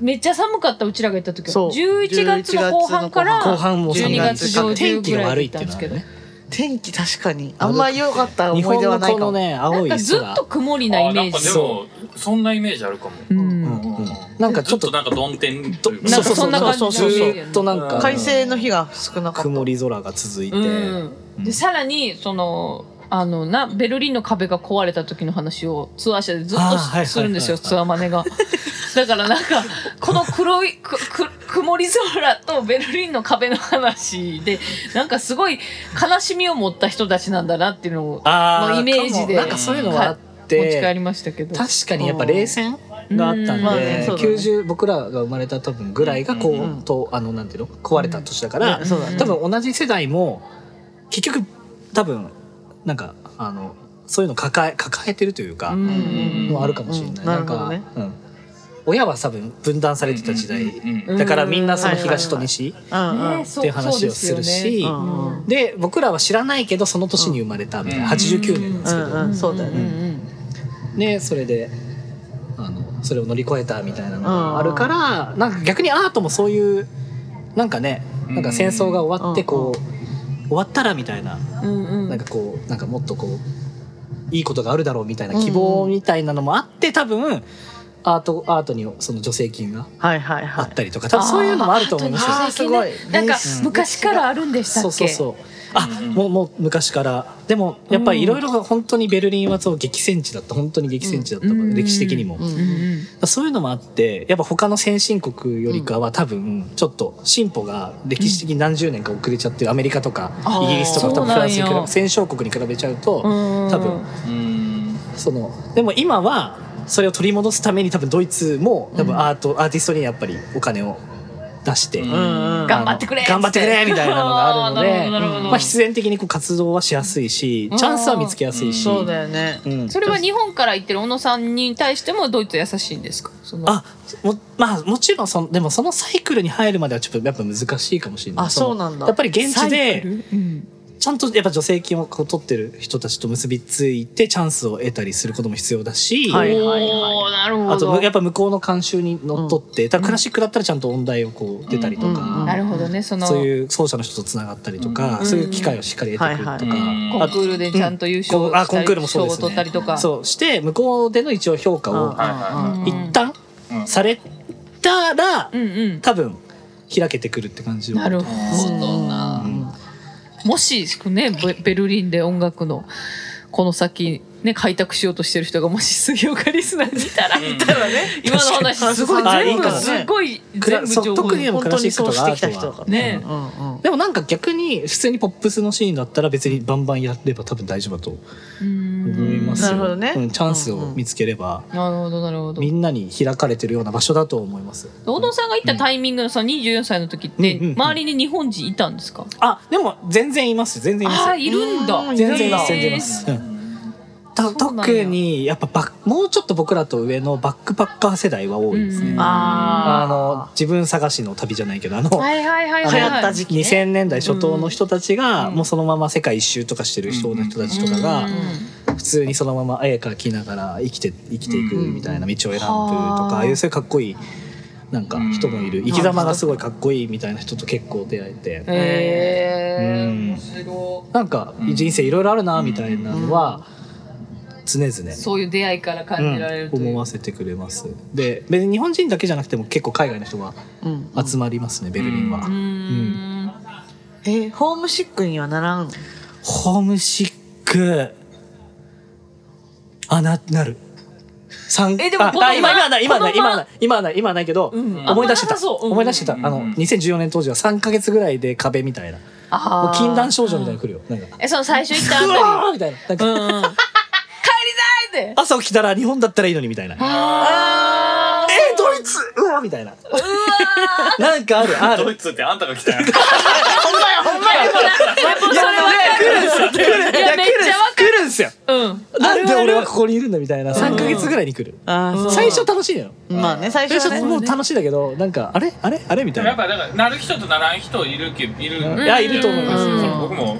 [SPEAKER 3] めっちゃ寒かったうちらが行った時は
[SPEAKER 1] そう
[SPEAKER 3] 11月の後半から
[SPEAKER 2] 後半もう寒い
[SPEAKER 3] 12月上旬
[SPEAKER 2] 天気
[SPEAKER 3] ぐ
[SPEAKER 2] が
[SPEAKER 3] ら
[SPEAKER 2] 悪
[SPEAKER 3] い
[SPEAKER 2] いっ
[SPEAKER 3] 行
[SPEAKER 2] て
[SPEAKER 3] っ
[SPEAKER 2] いうんの
[SPEAKER 3] たです
[SPEAKER 2] は
[SPEAKER 3] けど
[SPEAKER 2] ね。
[SPEAKER 1] 天気確かにあんま良かった
[SPEAKER 2] 日
[SPEAKER 1] 思い
[SPEAKER 2] 本
[SPEAKER 1] 出は
[SPEAKER 2] の
[SPEAKER 1] ない
[SPEAKER 2] こ
[SPEAKER 1] か
[SPEAKER 2] の
[SPEAKER 1] も
[SPEAKER 2] ね
[SPEAKER 3] な
[SPEAKER 2] 青
[SPEAKER 3] ん
[SPEAKER 2] い
[SPEAKER 3] か
[SPEAKER 2] 空。
[SPEAKER 3] ずっと曇りなイメー
[SPEAKER 4] あなんか
[SPEAKER 3] ジ
[SPEAKER 4] でもそんなイメージあるかも、
[SPEAKER 3] うん
[SPEAKER 4] うんうんうん
[SPEAKER 2] なんかちょっと
[SPEAKER 4] ずなんか曇天というか
[SPEAKER 3] なんかそんな感じの
[SPEAKER 2] ずーっとなんか
[SPEAKER 1] 快晴の日が少なかった
[SPEAKER 2] 曇り空が続いて、
[SPEAKER 3] うん、
[SPEAKER 2] うん
[SPEAKER 3] でさらにそのあのなベルリンの壁が壊れた時の話をツアー車でずっ
[SPEAKER 2] あー
[SPEAKER 3] と
[SPEAKER 2] はいはい
[SPEAKER 3] しするんですよ
[SPEAKER 2] はい
[SPEAKER 3] ツアーマ
[SPEAKER 2] [laughs]
[SPEAKER 3] ネがだからなんかこの黒いくく曇り空とベルリンの壁の話でなんかすごい悲しみを持った人たちなんだなっていうのを持
[SPEAKER 2] あ
[SPEAKER 3] のイメージで
[SPEAKER 2] なんかそういうのがあって
[SPEAKER 3] ち帰りましたけど
[SPEAKER 2] 確かにやっぱ冷戦があったん
[SPEAKER 3] う
[SPEAKER 2] で、
[SPEAKER 3] んまあ
[SPEAKER 1] ねそうだね
[SPEAKER 2] 90僕らが生まれた多分ぐらいがこう、
[SPEAKER 1] うん
[SPEAKER 2] とあのなんていうの壊れた年だから、
[SPEAKER 1] ねそうだね
[SPEAKER 2] 多分同じ世代も結局多分なんかあのそういうの抱え抱えてるというか、
[SPEAKER 3] うんうんうん
[SPEAKER 2] もあるかもしれない、
[SPEAKER 1] うん
[SPEAKER 2] な
[SPEAKER 1] な
[SPEAKER 2] んか、
[SPEAKER 1] る
[SPEAKER 2] うん、親は多分分断されてた時代、
[SPEAKER 4] うん
[SPEAKER 3] うん
[SPEAKER 2] だからみんなその東と西、
[SPEAKER 1] うんうん
[SPEAKER 3] ね
[SPEAKER 2] っ
[SPEAKER 3] そう
[SPEAKER 2] ていう話をするし
[SPEAKER 3] そうですよね
[SPEAKER 2] で僕らは知らないけどその年に生まれたみたいな、
[SPEAKER 4] うん
[SPEAKER 2] 89年なんですけど、
[SPEAKER 1] うんうんそうだよね
[SPEAKER 2] ねそれであのそれを乗り越えたみたいなのがあるから、なんか逆にアートもそういうなんかねなんか戦争が終わって
[SPEAKER 1] うん
[SPEAKER 2] こう、終わったらみたいな
[SPEAKER 3] うんうん
[SPEAKER 2] なんかこうなんかもっとこういいことがあるだろうみたいな希望みたいなのもあって多分アートアートにその助成金が
[SPEAKER 1] はいはい
[SPEAKER 2] あ
[SPEAKER 1] は
[SPEAKER 2] っ
[SPEAKER 1] い
[SPEAKER 2] たりとか多分そういうのもあると思いますよ。
[SPEAKER 1] あーすごい
[SPEAKER 3] なんか
[SPEAKER 2] うん
[SPEAKER 3] 昔からあるんでしたっけ
[SPEAKER 2] そうそうそうあ、
[SPEAKER 4] うん
[SPEAKER 2] もうもう昔からでもやっぱりいろいろが本当にベルリンはそう激戦地だった本当に激戦地だったから、
[SPEAKER 3] うん
[SPEAKER 2] 歴史的にも、
[SPEAKER 1] う
[SPEAKER 2] だか
[SPEAKER 3] うんん
[SPEAKER 2] らそういうのもあってやっぱ他の先進国よりかは多分ちょっと進歩が歴史的に何十年か遅れちゃってるアメリカとか
[SPEAKER 3] あー
[SPEAKER 2] イギリスとか多分フランスに比
[SPEAKER 3] そうなん
[SPEAKER 2] べ
[SPEAKER 3] や
[SPEAKER 2] 戦勝国に比べちゃうと、
[SPEAKER 3] うん
[SPEAKER 2] 多分
[SPEAKER 4] うん
[SPEAKER 2] そのでも今はそれを取り戻すために多分ドイツも多分アート、アーティストにやっぱりお金を出して、
[SPEAKER 4] うん
[SPEAKER 1] うんうん
[SPEAKER 3] 頑張ってくれ
[SPEAKER 2] あの頑張ってくれみたいなのがあるの
[SPEAKER 3] [laughs] あーなるほどなるほ
[SPEAKER 2] で
[SPEAKER 3] ど
[SPEAKER 2] まあ必然的にこう活動はしやすいしチャンスは見つけやすいし、
[SPEAKER 1] そうだよね
[SPEAKER 2] うん
[SPEAKER 3] それは日本から行ってる小野さんに対してもドイツは優しいんですかその
[SPEAKER 2] あもまあもちろんそのでもそのサイクルに入るまではちょっとやっぱ難しいかもしれな
[SPEAKER 1] あ
[SPEAKER 2] いの
[SPEAKER 1] そうなんだ
[SPEAKER 2] やっぱり現地
[SPEAKER 3] サイク
[SPEAKER 2] で
[SPEAKER 3] ルうん
[SPEAKER 2] ちゃんとやっぱ助成金をこう取ってる人たちと結びついてチャンスを得たりすることも必要だし、
[SPEAKER 1] はい
[SPEAKER 3] おーなるほ
[SPEAKER 2] あと
[SPEAKER 3] ど
[SPEAKER 2] むやっぱ向こうの慣習にのっとって、だからクラシックだったらちゃんと音大をこう出たりとか、
[SPEAKER 1] うんうん
[SPEAKER 3] なるほどねその
[SPEAKER 2] そういう奏者の人とつながったりとか、
[SPEAKER 3] うん
[SPEAKER 2] そういう機会をしっかり得てくるとか、
[SPEAKER 1] はい
[SPEAKER 4] はい
[SPEAKER 3] コンクールでちゃんと優勝
[SPEAKER 2] こうあコンクールも
[SPEAKER 3] した
[SPEAKER 2] そう
[SPEAKER 3] り
[SPEAKER 2] で
[SPEAKER 3] 賞を
[SPEAKER 2] すね
[SPEAKER 3] 取ったりとか
[SPEAKER 2] そうして向こうでの一応評価を
[SPEAKER 4] は
[SPEAKER 3] うん
[SPEAKER 2] 一旦されたら、
[SPEAKER 3] うんうん
[SPEAKER 2] 多分開けてくるって感じの
[SPEAKER 3] なるほどなもしねベベルリンで音楽のこの先ね開拓しようとしてる人がもし杉岡リスナーにいたら
[SPEAKER 4] うん
[SPEAKER 3] いたらね今の話すごい
[SPEAKER 1] 確かに
[SPEAKER 3] 全
[SPEAKER 1] あいいか
[SPEAKER 3] 部
[SPEAKER 1] もね
[SPEAKER 3] すごい
[SPEAKER 2] クラ
[SPEAKER 3] 全部
[SPEAKER 2] そう
[SPEAKER 3] 情報
[SPEAKER 2] 特にでも
[SPEAKER 1] 本
[SPEAKER 2] クラ
[SPEAKER 1] 当
[SPEAKER 2] シ
[SPEAKER 1] に
[SPEAKER 2] ック
[SPEAKER 1] そ
[SPEAKER 2] と
[SPEAKER 1] うし
[SPEAKER 2] かア
[SPEAKER 1] てきた
[SPEAKER 2] ー
[SPEAKER 1] 人
[SPEAKER 2] ト
[SPEAKER 1] だ
[SPEAKER 2] は
[SPEAKER 1] から
[SPEAKER 3] ね
[SPEAKER 1] うんうん
[SPEAKER 2] でもなんか逆に普通にポップスのシーンだったら別にバンバンやれば多分大丈夫だと思いますよ
[SPEAKER 1] なるほどね
[SPEAKER 2] うんチャンスを見つければ、
[SPEAKER 3] なるほどなるほど
[SPEAKER 2] みんなに開かれてるような場所だと思います
[SPEAKER 3] 小野さんが行ったタイミングのその24歳の時って
[SPEAKER 2] うんうんうん
[SPEAKER 3] 周りに日本人いたんですか
[SPEAKER 2] あでも全然います全然います
[SPEAKER 3] ああいるん
[SPEAKER 1] う
[SPEAKER 3] だ
[SPEAKER 1] ん
[SPEAKER 2] 全然いま
[SPEAKER 1] ますす
[SPEAKER 2] 全然いま
[SPEAKER 3] へー
[SPEAKER 2] す、うんた
[SPEAKER 3] そうなんや
[SPEAKER 2] 特にやっぱバックもうちょっと僕らと上のバックパッカー世代は多いですね、
[SPEAKER 3] うん
[SPEAKER 2] あ
[SPEAKER 1] あ
[SPEAKER 2] の自分探しの旅じゃないけどあの、
[SPEAKER 3] はいはいはい
[SPEAKER 2] あ
[SPEAKER 3] は
[SPEAKER 2] の
[SPEAKER 1] 流
[SPEAKER 3] い
[SPEAKER 1] 行った
[SPEAKER 3] はい
[SPEAKER 1] 時期ね
[SPEAKER 2] 2000年代初頭の人たちが、
[SPEAKER 3] うん
[SPEAKER 2] もうそのまま世界一周とかしてる人の人たちとかが、
[SPEAKER 3] うん
[SPEAKER 2] 普通にそのまま絵描きながら生きて生きていくみたいな道を選ぶとか、
[SPEAKER 3] うん
[SPEAKER 2] ああいうそういうかっこいいなんか人もいる、生き様がすごいかっこいいみたいな人と結構出会えて、
[SPEAKER 3] へ
[SPEAKER 2] うん
[SPEAKER 3] ー面白い
[SPEAKER 2] なんか人生いろいろあるなみたいなのは、常々
[SPEAKER 3] そういう出会いから感じられると
[SPEAKER 2] うん
[SPEAKER 3] いう、
[SPEAKER 2] 思わせてくれますで別に日本人だけじゃなくても結構海外の人が
[SPEAKER 1] うん
[SPEAKER 2] 集まりますね、ベルリンは、
[SPEAKER 3] うーん
[SPEAKER 1] えーホームシックにはならん
[SPEAKER 2] ホームシックあななる三
[SPEAKER 3] えでも
[SPEAKER 2] あ
[SPEAKER 3] この
[SPEAKER 2] あ今今はない今はない
[SPEAKER 3] こ
[SPEAKER 2] 今
[SPEAKER 3] のま
[SPEAKER 2] はない今はない今はないけど、
[SPEAKER 3] うん
[SPEAKER 2] 思い出してた
[SPEAKER 3] あまだそううん
[SPEAKER 2] 思い出してた、
[SPEAKER 4] うん
[SPEAKER 2] あの2014年当時は3か月ぐらいで壁みたいな
[SPEAKER 3] あー
[SPEAKER 2] もう禁断症状みたいなの来るよなんか
[SPEAKER 3] えその最初行ったあ
[SPEAKER 2] う
[SPEAKER 3] た
[SPEAKER 2] わーみたいななんか、
[SPEAKER 3] り、
[SPEAKER 2] [laughs]
[SPEAKER 3] うんうん、帰りたいって
[SPEAKER 2] 朝起きたら日本だったらいいのにみたいな
[SPEAKER 3] あー
[SPEAKER 2] えー、ドイツうわみたいな
[SPEAKER 3] うわ
[SPEAKER 2] なんかあるある
[SPEAKER 4] [laughs] ドイツってあんたが来たやん。
[SPEAKER 3] ーまあでもでもそれわかるいやめっちゃわかる
[SPEAKER 2] 来るんすよ
[SPEAKER 3] うん
[SPEAKER 2] なんで俺はここにいるんだみたいな3か月ぐらいに来る
[SPEAKER 1] あー
[SPEAKER 2] 最初楽しいのよ
[SPEAKER 1] まあね最
[SPEAKER 2] 最
[SPEAKER 1] 初は
[SPEAKER 2] 初
[SPEAKER 1] ね
[SPEAKER 2] もう楽しいんだけどなんかあれあれあれみ
[SPEAKER 4] [laughs] で
[SPEAKER 2] たい
[SPEAKER 4] もやっ
[SPEAKER 2] な
[SPEAKER 4] ぱだからなる人とならん人いるけいる。
[SPEAKER 2] いやいると思います
[SPEAKER 4] そ
[SPEAKER 3] うん
[SPEAKER 4] の僕も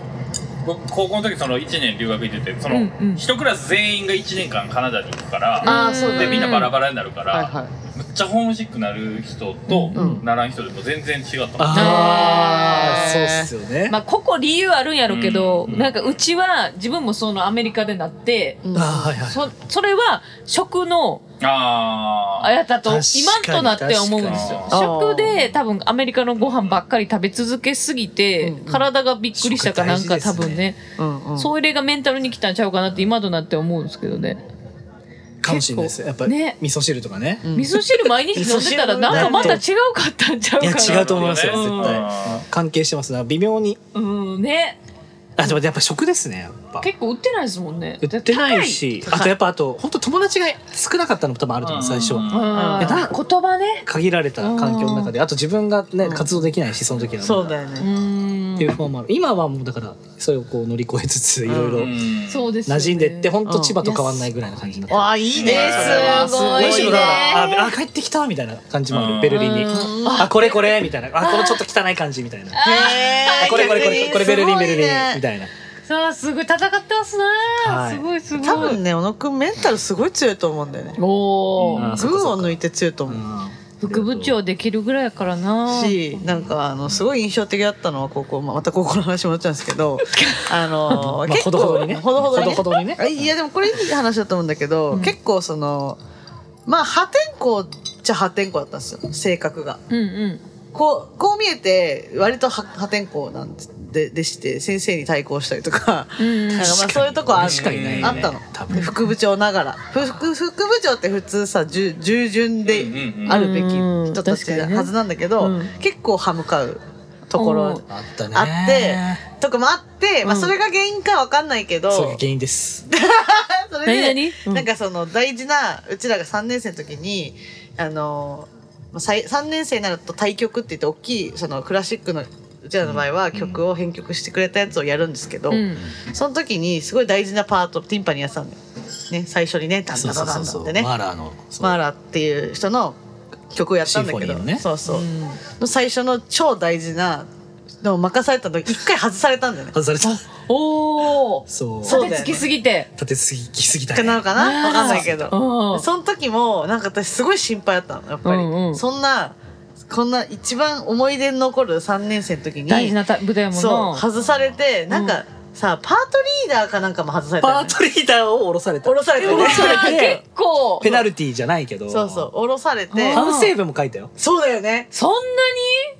[SPEAKER 4] 僕高校の時その1年留学行っててそ
[SPEAKER 3] うん
[SPEAKER 4] の
[SPEAKER 3] うん
[SPEAKER 4] 一クラス全員が1年間カナダに行くから。
[SPEAKER 1] あーそうだ
[SPEAKER 4] でみんなバラ
[SPEAKER 3] バ
[SPEAKER 4] バラになるか
[SPEAKER 1] はい
[SPEAKER 4] ら、
[SPEAKER 1] はい
[SPEAKER 4] むっちゃホームシックなる人と
[SPEAKER 1] うん
[SPEAKER 4] ならん人でも全然違ったもん。
[SPEAKER 2] ああ
[SPEAKER 3] え
[SPEAKER 2] そう
[SPEAKER 3] ー
[SPEAKER 2] っすよね
[SPEAKER 3] まあここ理由あるんやろうけど、
[SPEAKER 4] うん
[SPEAKER 3] なんかうちは自分もそのアメリカでなって、
[SPEAKER 1] うん
[SPEAKER 2] あーはいはい
[SPEAKER 3] そそれは食の
[SPEAKER 4] あ
[SPEAKER 3] あやだと
[SPEAKER 2] 確かに
[SPEAKER 3] 今となっては思うんですよ
[SPEAKER 4] 確
[SPEAKER 1] かに
[SPEAKER 3] 食で多分アメリカのご飯ばっかり食べ続けすぎて、
[SPEAKER 1] うんうん
[SPEAKER 3] 体がびっくりしたかなん
[SPEAKER 2] 食大事で
[SPEAKER 3] か
[SPEAKER 2] す
[SPEAKER 3] 多
[SPEAKER 2] ね
[SPEAKER 3] 分ね
[SPEAKER 1] うんうん
[SPEAKER 3] それがメンタルに来たんちゃうかなって今となって思うんですけどね
[SPEAKER 2] かもしれないですやっぱ味
[SPEAKER 3] ね
[SPEAKER 2] 噌汁とかね
[SPEAKER 1] うん
[SPEAKER 3] 味噌汁毎日飲んでたらなんかまた違うかったんちゃうか
[SPEAKER 2] いや
[SPEAKER 3] な
[SPEAKER 2] 違うと思いますよ
[SPEAKER 4] う
[SPEAKER 2] 絶
[SPEAKER 4] ん
[SPEAKER 2] 対関係してますな微妙に
[SPEAKER 3] うんね
[SPEAKER 2] あでもやっぱ食ですねやっぱ
[SPEAKER 3] 結構売ってないですもんね
[SPEAKER 2] 売ってないし
[SPEAKER 1] 高い
[SPEAKER 2] あとやっぱあと本当友達が少なかったのも多分あると思う最初
[SPEAKER 4] うん
[SPEAKER 3] うん
[SPEAKER 1] い
[SPEAKER 2] やな
[SPEAKER 3] 言葉ね
[SPEAKER 2] 限られた環境の中であと自分がね
[SPEAKER 1] うん
[SPEAKER 2] 活動できないしその時は
[SPEAKER 1] そうだよ
[SPEAKER 3] う
[SPEAKER 1] ね
[SPEAKER 3] ん
[SPEAKER 2] っていう不安もある今はもうだからそれをこう乗り越えつついろいろ
[SPEAKER 4] ー
[SPEAKER 1] う
[SPEAKER 4] うん
[SPEAKER 3] そうですよ
[SPEAKER 2] 馴
[SPEAKER 3] ね
[SPEAKER 2] 染んでって本当千葉と変わんないぐらいの感じになってる
[SPEAKER 1] わあいいね
[SPEAKER 4] えー
[SPEAKER 1] それは
[SPEAKER 3] すごいね
[SPEAKER 2] むしろだからああ帰ってきたみたいな感じもあ
[SPEAKER 4] う
[SPEAKER 2] る
[SPEAKER 4] ん
[SPEAKER 2] ベルリンに
[SPEAKER 3] うん
[SPEAKER 2] あこれこれみたいなあこのちょっと汚い感じみたいなあ
[SPEAKER 1] へー
[SPEAKER 2] これこれこれこれベルリンベルリンみ
[SPEAKER 1] す
[SPEAKER 2] たいな
[SPEAKER 3] さあすごい戦ってますな、
[SPEAKER 2] はい
[SPEAKER 3] すごいすご
[SPEAKER 1] ごい
[SPEAKER 3] い
[SPEAKER 1] ね多分ね小野くんメンタルすごい強いと思うんだよね
[SPEAKER 3] おお、
[SPEAKER 2] うんあそっか
[SPEAKER 1] 群
[SPEAKER 2] そっか
[SPEAKER 1] を抜いて強いと思う
[SPEAKER 3] 副部長できるぐらいやからな
[SPEAKER 1] しなんかあのすごい印象的だったのは高校、まあ、また高校の話もなっちゃうんですけ
[SPEAKER 2] [laughs]
[SPEAKER 1] どあの、
[SPEAKER 2] まあ
[SPEAKER 1] 結構
[SPEAKER 2] ほどほどにね
[SPEAKER 1] ほどほどにね
[SPEAKER 2] ほどほどにね
[SPEAKER 1] あいやでもこれいい話だと思うんだけど、
[SPEAKER 3] うん
[SPEAKER 1] 結構そのまあ破天荒っちゃ破天荒だったんですよ性格が。
[SPEAKER 3] うんうん
[SPEAKER 1] こうこう見えて割と破破天荒なんででして先生に対抗したりとか。
[SPEAKER 3] うん
[SPEAKER 1] なんかまあ
[SPEAKER 2] 確かに
[SPEAKER 1] そういうとこある
[SPEAKER 2] 確かにないよね
[SPEAKER 1] あったの
[SPEAKER 2] 多分
[SPEAKER 1] 副部長ながらふ副副部長って普通さ従従順で
[SPEAKER 4] うんうんうん
[SPEAKER 1] あるべき人たち
[SPEAKER 3] うん確かにね
[SPEAKER 1] はずなんだけど、
[SPEAKER 3] うん
[SPEAKER 1] 結構歯向かうところ
[SPEAKER 2] あったね
[SPEAKER 1] あってとかもあって、まあ、
[SPEAKER 3] うん
[SPEAKER 1] それが原因かわかんないけど、
[SPEAKER 2] それが原因です
[SPEAKER 1] それ
[SPEAKER 3] 何
[SPEAKER 1] で
[SPEAKER 3] 々うん
[SPEAKER 1] なんかその大事なうちらが3年生の時にあの3年生になると対局って言って大きいそのクラシックのうちらの場合は曲を編曲してくれたやつをやるんですけど、
[SPEAKER 3] うん
[SPEAKER 1] その時にすごい大事なパートティンパニーやってたんだよ、ね、最初にね「ダン
[SPEAKER 2] そ
[SPEAKER 1] ダ
[SPEAKER 2] う
[SPEAKER 1] ダ
[SPEAKER 2] そう
[SPEAKER 1] ダ
[SPEAKER 2] そ
[SPEAKER 1] ンダン」って
[SPEAKER 2] うそう
[SPEAKER 1] ね
[SPEAKER 2] マーラーの
[SPEAKER 1] マー
[SPEAKER 2] ラ
[SPEAKER 1] ラっていう人の曲をやったんだけ
[SPEAKER 2] シンフ
[SPEAKER 1] ど、
[SPEAKER 2] ォニーのね
[SPEAKER 1] そうそう、
[SPEAKER 3] うん
[SPEAKER 1] の最初の超大事なのを任された時一回外されたんだよね
[SPEAKER 2] 外された
[SPEAKER 3] おお
[SPEAKER 2] そう
[SPEAKER 1] そう
[SPEAKER 3] 立てつきすぎて
[SPEAKER 2] 立てすぎすぎたね
[SPEAKER 1] なのかな
[SPEAKER 3] ねえ
[SPEAKER 1] わかんないけど
[SPEAKER 3] うん
[SPEAKER 1] その時もなんか私すごい心配だったのやっぱり、
[SPEAKER 3] うんうん
[SPEAKER 1] そんなこんな一番思い出に残る3年生の時に
[SPEAKER 3] 大事なた舞台やもん
[SPEAKER 1] そ
[SPEAKER 3] な
[SPEAKER 1] う外されてなんか、さパートリーダーかなんかも外された
[SPEAKER 2] パ
[SPEAKER 1] よ
[SPEAKER 2] ー
[SPEAKER 1] ね
[SPEAKER 2] トリーダーを下ろされた
[SPEAKER 1] 降ろされてね
[SPEAKER 3] うわー結構
[SPEAKER 2] ペナルティーじゃないけ
[SPEAKER 1] [laughs]
[SPEAKER 2] ど
[SPEAKER 1] そうそう降ろされて
[SPEAKER 3] あ
[SPEAKER 2] 反省文も書いたよ
[SPEAKER 1] そうだよね
[SPEAKER 3] そんな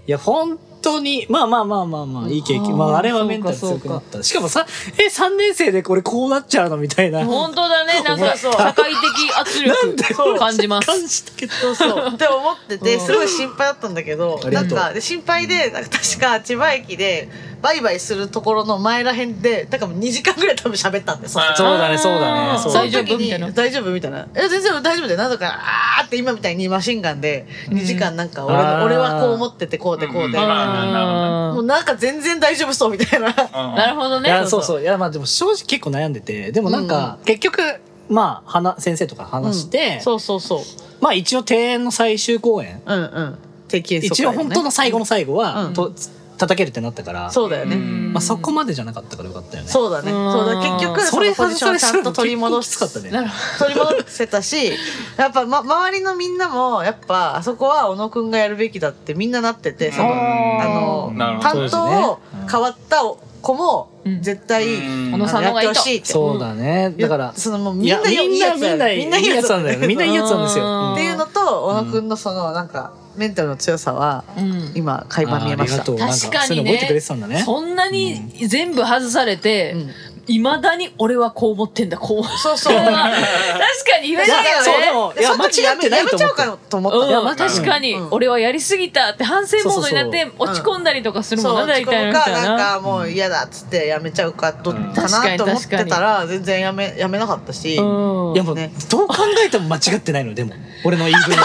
[SPEAKER 3] い
[SPEAKER 2] や本当にまあまあまあまあまあいい経
[SPEAKER 3] あー
[SPEAKER 2] 験まああれはメンタル強くなったしかもさえ三年生でこれこうなっちゃうのみたいな
[SPEAKER 3] に
[SPEAKER 2] な
[SPEAKER 3] 本当だねなんか社
[SPEAKER 1] そう
[SPEAKER 3] 会的圧
[SPEAKER 2] んで
[SPEAKER 3] 力感じます
[SPEAKER 2] 感じたけど
[SPEAKER 1] そうそうって思って
[SPEAKER 3] う
[SPEAKER 1] て
[SPEAKER 3] ん
[SPEAKER 1] すごい心配だったんだけど
[SPEAKER 2] あり
[SPEAKER 1] な
[SPEAKER 2] が
[SPEAKER 1] ん
[SPEAKER 2] とう
[SPEAKER 1] かで心配でなんか確か千葉駅でバイバイするところの前らへんでだからもう2時間ぐらい多分喋ったんでその
[SPEAKER 4] あー
[SPEAKER 2] そうだねそうだねそうだ
[SPEAKER 3] 大
[SPEAKER 2] ね
[SPEAKER 3] 丈夫みたいな
[SPEAKER 1] 大丈夫みたいな。え、全然大丈夫だよ。なんとか、あーって今みたいにマシンガンで、2時間なんか俺
[SPEAKER 2] あ
[SPEAKER 1] の、
[SPEAKER 2] ー
[SPEAKER 1] 俺はこう思ってて、こうでこうで。
[SPEAKER 4] うん
[SPEAKER 3] あ
[SPEAKER 1] もう
[SPEAKER 3] ー
[SPEAKER 1] なんか全然大丈夫そうみたいな。
[SPEAKER 4] うん
[SPEAKER 3] なるほど
[SPEAKER 2] い
[SPEAKER 3] ね
[SPEAKER 2] やそうそういやまあでも正直結構悩んでてでもなんか結局まあ話先生とか話して
[SPEAKER 1] そうそうそう。
[SPEAKER 2] まあ一応庭園の最終公演
[SPEAKER 1] うんうん。定期演奏会
[SPEAKER 2] 一応本当の最後の最後
[SPEAKER 1] う
[SPEAKER 2] は
[SPEAKER 1] ん
[SPEAKER 2] と叩けるってなったから
[SPEAKER 1] そうだよ
[SPEAKER 4] うん
[SPEAKER 1] ね。
[SPEAKER 2] まあそこまでじゃなかったからよかったよね
[SPEAKER 1] そうだね。
[SPEAKER 3] うん
[SPEAKER 1] そうだ。結局、
[SPEAKER 2] そ
[SPEAKER 1] そ
[SPEAKER 2] れ
[SPEAKER 1] のポ
[SPEAKER 2] 外
[SPEAKER 1] ジシ
[SPEAKER 2] さ
[SPEAKER 1] ョン
[SPEAKER 2] れ
[SPEAKER 1] ちゃんと
[SPEAKER 2] と
[SPEAKER 1] 取り戻
[SPEAKER 2] き
[SPEAKER 1] し
[SPEAKER 2] つかったね
[SPEAKER 3] なるほ
[SPEAKER 1] 取り戻せたし、やっぱ、ま、周りのみんなも、やっぱ、あそこは小野くんがやるべきだってみんななってて、そ
[SPEAKER 3] ど
[SPEAKER 1] の、あ
[SPEAKER 4] あ
[SPEAKER 1] の
[SPEAKER 4] なるほ
[SPEAKER 1] 担
[SPEAKER 4] ど
[SPEAKER 1] 当を変わったお子も
[SPEAKER 3] うん
[SPEAKER 1] 絶対、
[SPEAKER 4] うん
[SPEAKER 1] あ
[SPEAKER 3] 小野さんの方がいい
[SPEAKER 1] や
[SPEAKER 3] と
[SPEAKER 1] ってほしいって
[SPEAKER 2] そうだね。だから、
[SPEAKER 1] そのもうみ
[SPEAKER 2] い
[SPEAKER 1] ん
[SPEAKER 2] や
[SPEAKER 1] な言う
[SPEAKER 2] みんな、みんな、
[SPEAKER 1] い
[SPEAKER 2] み
[SPEAKER 1] い
[SPEAKER 2] んないいやつなんだよね。みんないいやつなんですよ。
[SPEAKER 3] うん
[SPEAKER 1] っていうのと小野くんのそのなんかメンタルの強さは
[SPEAKER 3] うん
[SPEAKER 1] 今垣間見えました
[SPEAKER 2] あーありがとうなん
[SPEAKER 3] 確か
[SPEAKER 2] そういうの覚
[SPEAKER 3] に
[SPEAKER 2] え
[SPEAKER 3] ね
[SPEAKER 2] てくれてたんだね。
[SPEAKER 3] そんなに全部外されて
[SPEAKER 1] うん
[SPEAKER 3] いま、未だに俺はこう思ってんだこう [laughs] 確
[SPEAKER 1] そうそう
[SPEAKER 3] かに言えない
[SPEAKER 1] いや
[SPEAKER 3] よね
[SPEAKER 2] そうでもいや
[SPEAKER 1] その時
[SPEAKER 2] 間違ってないと思っ
[SPEAKER 1] やめ
[SPEAKER 2] た
[SPEAKER 1] ちゃおうかと思った
[SPEAKER 3] うん、まあ
[SPEAKER 1] た
[SPEAKER 3] 確かに、
[SPEAKER 1] うん
[SPEAKER 3] 俺はやりすぎたって反省モードになって
[SPEAKER 1] う
[SPEAKER 3] 落ち込んだりとかするもん
[SPEAKER 1] そう
[SPEAKER 3] な、大
[SPEAKER 1] 落ち込
[SPEAKER 3] 体
[SPEAKER 1] む
[SPEAKER 3] の
[SPEAKER 1] か
[SPEAKER 3] 人は
[SPEAKER 1] なん
[SPEAKER 3] な。
[SPEAKER 1] かもう嫌だっつってやめちゃうかど
[SPEAKER 4] うん
[SPEAKER 1] か
[SPEAKER 3] 確か
[SPEAKER 1] な
[SPEAKER 3] に
[SPEAKER 1] と思ってたら全然やめやめなかったし、こ
[SPEAKER 3] うん
[SPEAKER 2] いやもう、
[SPEAKER 1] ね
[SPEAKER 2] どう考えても間違ってないの、でも。俺の言い分は。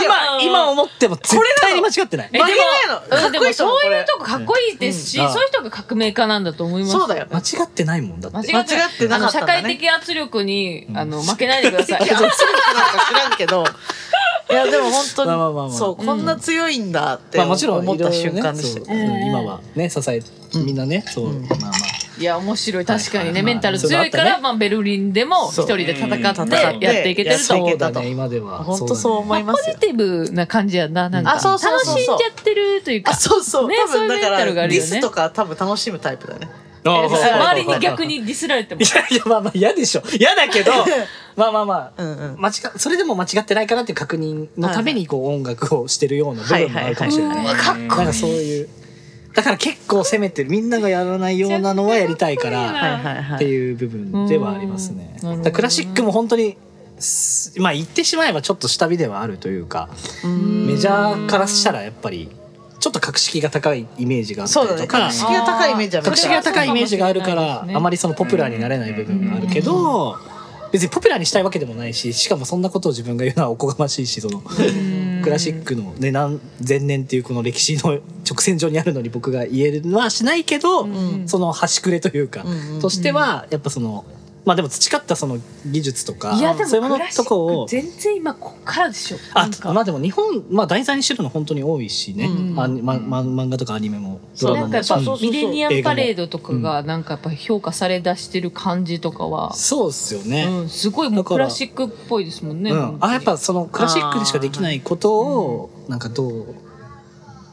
[SPEAKER 1] れなのよ
[SPEAKER 2] 今、今思っても絶対に間違ってない
[SPEAKER 3] え。で
[SPEAKER 1] 曲
[SPEAKER 3] も
[SPEAKER 1] げないの
[SPEAKER 3] うん
[SPEAKER 1] かっこ
[SPEAKER 3] で
[SPEAKER 1] い
[SPEAKER 3] も
[SPEAKER 1] いと思う
[SPEAKER 3] そう
[SPEAKER 1] こ
[SPEAKER 3] い
[SPEAKER 1] れ
[SPEAKER 3] うとこかっこいいですし、
[SPEAKER 2] うん
[SPEAKER 3] そういう人が革命家なんだと思います
[SPEAKER 1] そうだよ
[SPEAKER 2] 間違ってないもんだって。
[SPEAKER 3] 間違って
[SPEAKER 1] 間違ってなかったんだね
[SPEAKER 3] あの社会的圧力に、あの負けないでくださ
[SPEAKER 1] [laughs]
[SPEAKER 3] い
[SPEAKER 1] いや圧力なんか知らんけどいやでも本当に、
[SPEAKER 2] まあまあまあまあ
[SPEAKER 1] そうこんな強いんだって
[SPEAKER 2] まあ
[SPEAKER 1] 思
[SPEAKER 2] もちろん
[SPEAKER 1] っ
[SPEAKER 2] いろ
[SPEAKER 1] た
[SPEAKER 2] いろ
[SPEAKER 1] 瞬
[SPEAKER 2] ね
[SPEAKER 1] 間でした
[SPEAKER 2] そう
[SPEAKER 3] うんうん
[SPEAKER 2] 今はね支えみんなね、そう、
[SPEAKER 1] うん
[SPEAKER 2] まあまあ
[SPEAKER 3] いや面白い確かにね、
[SPEAKER 2] はいはい
[SPEAKER 3] メンタル強いか
[SPEAKER 2] そうだっ
[SPEAKER 3] ら、
[SPEAKER 2] たね
[SPEAKER 3] まあ、ベルリンでも一
[SPEAKER 1] そう
[SPEAKER 3] 人で戦って
[SPEAKER 4] うん戦って
[SPEAKER 3] やっていけてると
[SPEAKER 1] やっ
[SPEAKER 3] 思
[SPEAKER 1] ていけ
[SPEAKER 2] そ
[SPEAKER 3] う
[SPEAKER 2] うだ
[SPEAKER 1] たと
[SPEAKER 2] ね今では
[SPEAKER 1] 本当そう
[SPEAKER 2] だね
[SPEAKER 1] 思いま
[SPEAKER 3] ポ
[SPEAKER 1] すよ
[SPEAKER 3] ジティブな感じやななんか
[SPEAKER 1] あそうそうそうそう
[SPEAKER 3] 楽しんじゃってるというか
[SPEAKER 1] あそうそう、
[SPEAKER 3] ね
[SPEAKER 1] 多
[SPEAKER 3] そうい
[SPEAKER 1] 分
[SPEAKER 3] うメ
[SPEAKER 1] だ
[SPEAKER 3] ン
[SPEAKER 1] か
[SPEAKER 3] タルがあ
[SPEAKER 1] ら
[SPEAKER 3] る
[SPEAKER 1] リ
[SPEAKER 3] よね
[SPEAKER 1] スとか多分楽しむタイプだね
[SPEAKER 2] ああそう [laughs] そう
[SPEAKER 3] 周りに [laughs] 逆にディスられても
[SPEAKER 2] いやいやまあまあ嫌でしょ嫌だけどまあまあまあ、
[SPEAKER 1] うんうん
[SPEAKER 2] 間違それでも間違ってないかなっていう確認のためにこう、音楽をしてるような部分もあるかもしれない、
[SPEAKER 4] はいはいはいうんうわかっこ
[SPEAKER 2] な
[SPEAKER 4] いい
[SPEAKER 2] んかそういうだから結構攻めてるみんながやらないようなのはやりたいか
[SPEAKER 3] めちゃくちゃかっこいいな
[SPEAKER 2] ら
[SPEAKER 1] はいはいは
[SPEAKER 2] っ
[SPEAKER 1] い
[SPEAKER 2] ていう部分ではありますね。
[SPEAKER 3] うん
[SPEAKER 2] だからクラシックも本当にすまあ言ってしまえばちょっと下火ではあるというか
[SPEAKER 1] うん
[SPEAKER 2] メジャーからしたらやっぱりちょっと格式が高いイメージがあった
[SPEAKER 1] そう
[SPEAKER 2] り
[SPEAKER 1] だ
[SPEAKER 2] と
[SPEAKER 1] ね
[SPEAKER 2] か、
[SPEAKER 1] 格式が高いイメージは
[SPEAKER 2] 格式が高いイメージがあるからあま
[SPEAKER 3] り
[SPEAKER 2] りそのポピュラーになれない部分があるけど別にポピュラーにしたいわけでもないししかもそんなことを自分が言うのはおこがましいしそのクラシックの、ね、何千年っていうこの歴史の直線上にあるのに僕が言えるのはしないけど、
[SPEAKER 1] ん
[SPEAKER 2] その端くれというか、
[SPEAKER 1] うんうん
[SPEAKER 2] としてはやっぱそのまあでも培ったその技術とか
[SPEAKER 3] いやでも
[SPEAKER 2] そういうも
[SPEAKER 3] ク
[SPEAKER 2] の
[SPEAKER 3] ラシ
[SPEAKER 2] とこ
[SPEAKER 3] ッ
[SPEAKER 2] を
[SPEAKER 3] ク全然今こっからでしょな
[SPEAKER 2] あ
[SPEAKER 3] んか
[SPEAKER 2] まあでも日本、まあ、題材にしてるの本当に多いしね、
[SPEAKER 1] うん
[SPEAKER 2] あまま漫画とかアニメもド
[SPEAKER 3] そう
[SPEAKER 2] ラマ
[SPEAKER 3] なんか
[SPEAKER 2] も
[SPEAKER 3] やっぱ
[SPEAKER 2] そう
[SPEAKER 3] ミレニアムパレードとか
[SPEAKER 2] 映
[SPEAKER 3] がなんかやっぱ評価されだしてる感じとかは、
[SPEAKER 2] そうっすよね。
[SPEAKER 3] うん、すごいも
[SPEAKER 2] だ
[SPEAKER 3] う
[SPEAKER 2] か
[SPEAKER 3] ク
[SPEAKER 2] ら
[SPEAKER 3] ラシックっぽいですもんね。
[SPEAKER 2] うん、あやっぱそのクラシックでしかできないことを
[SPEAKER 1] あ
[SPEAKER 2] なんかどう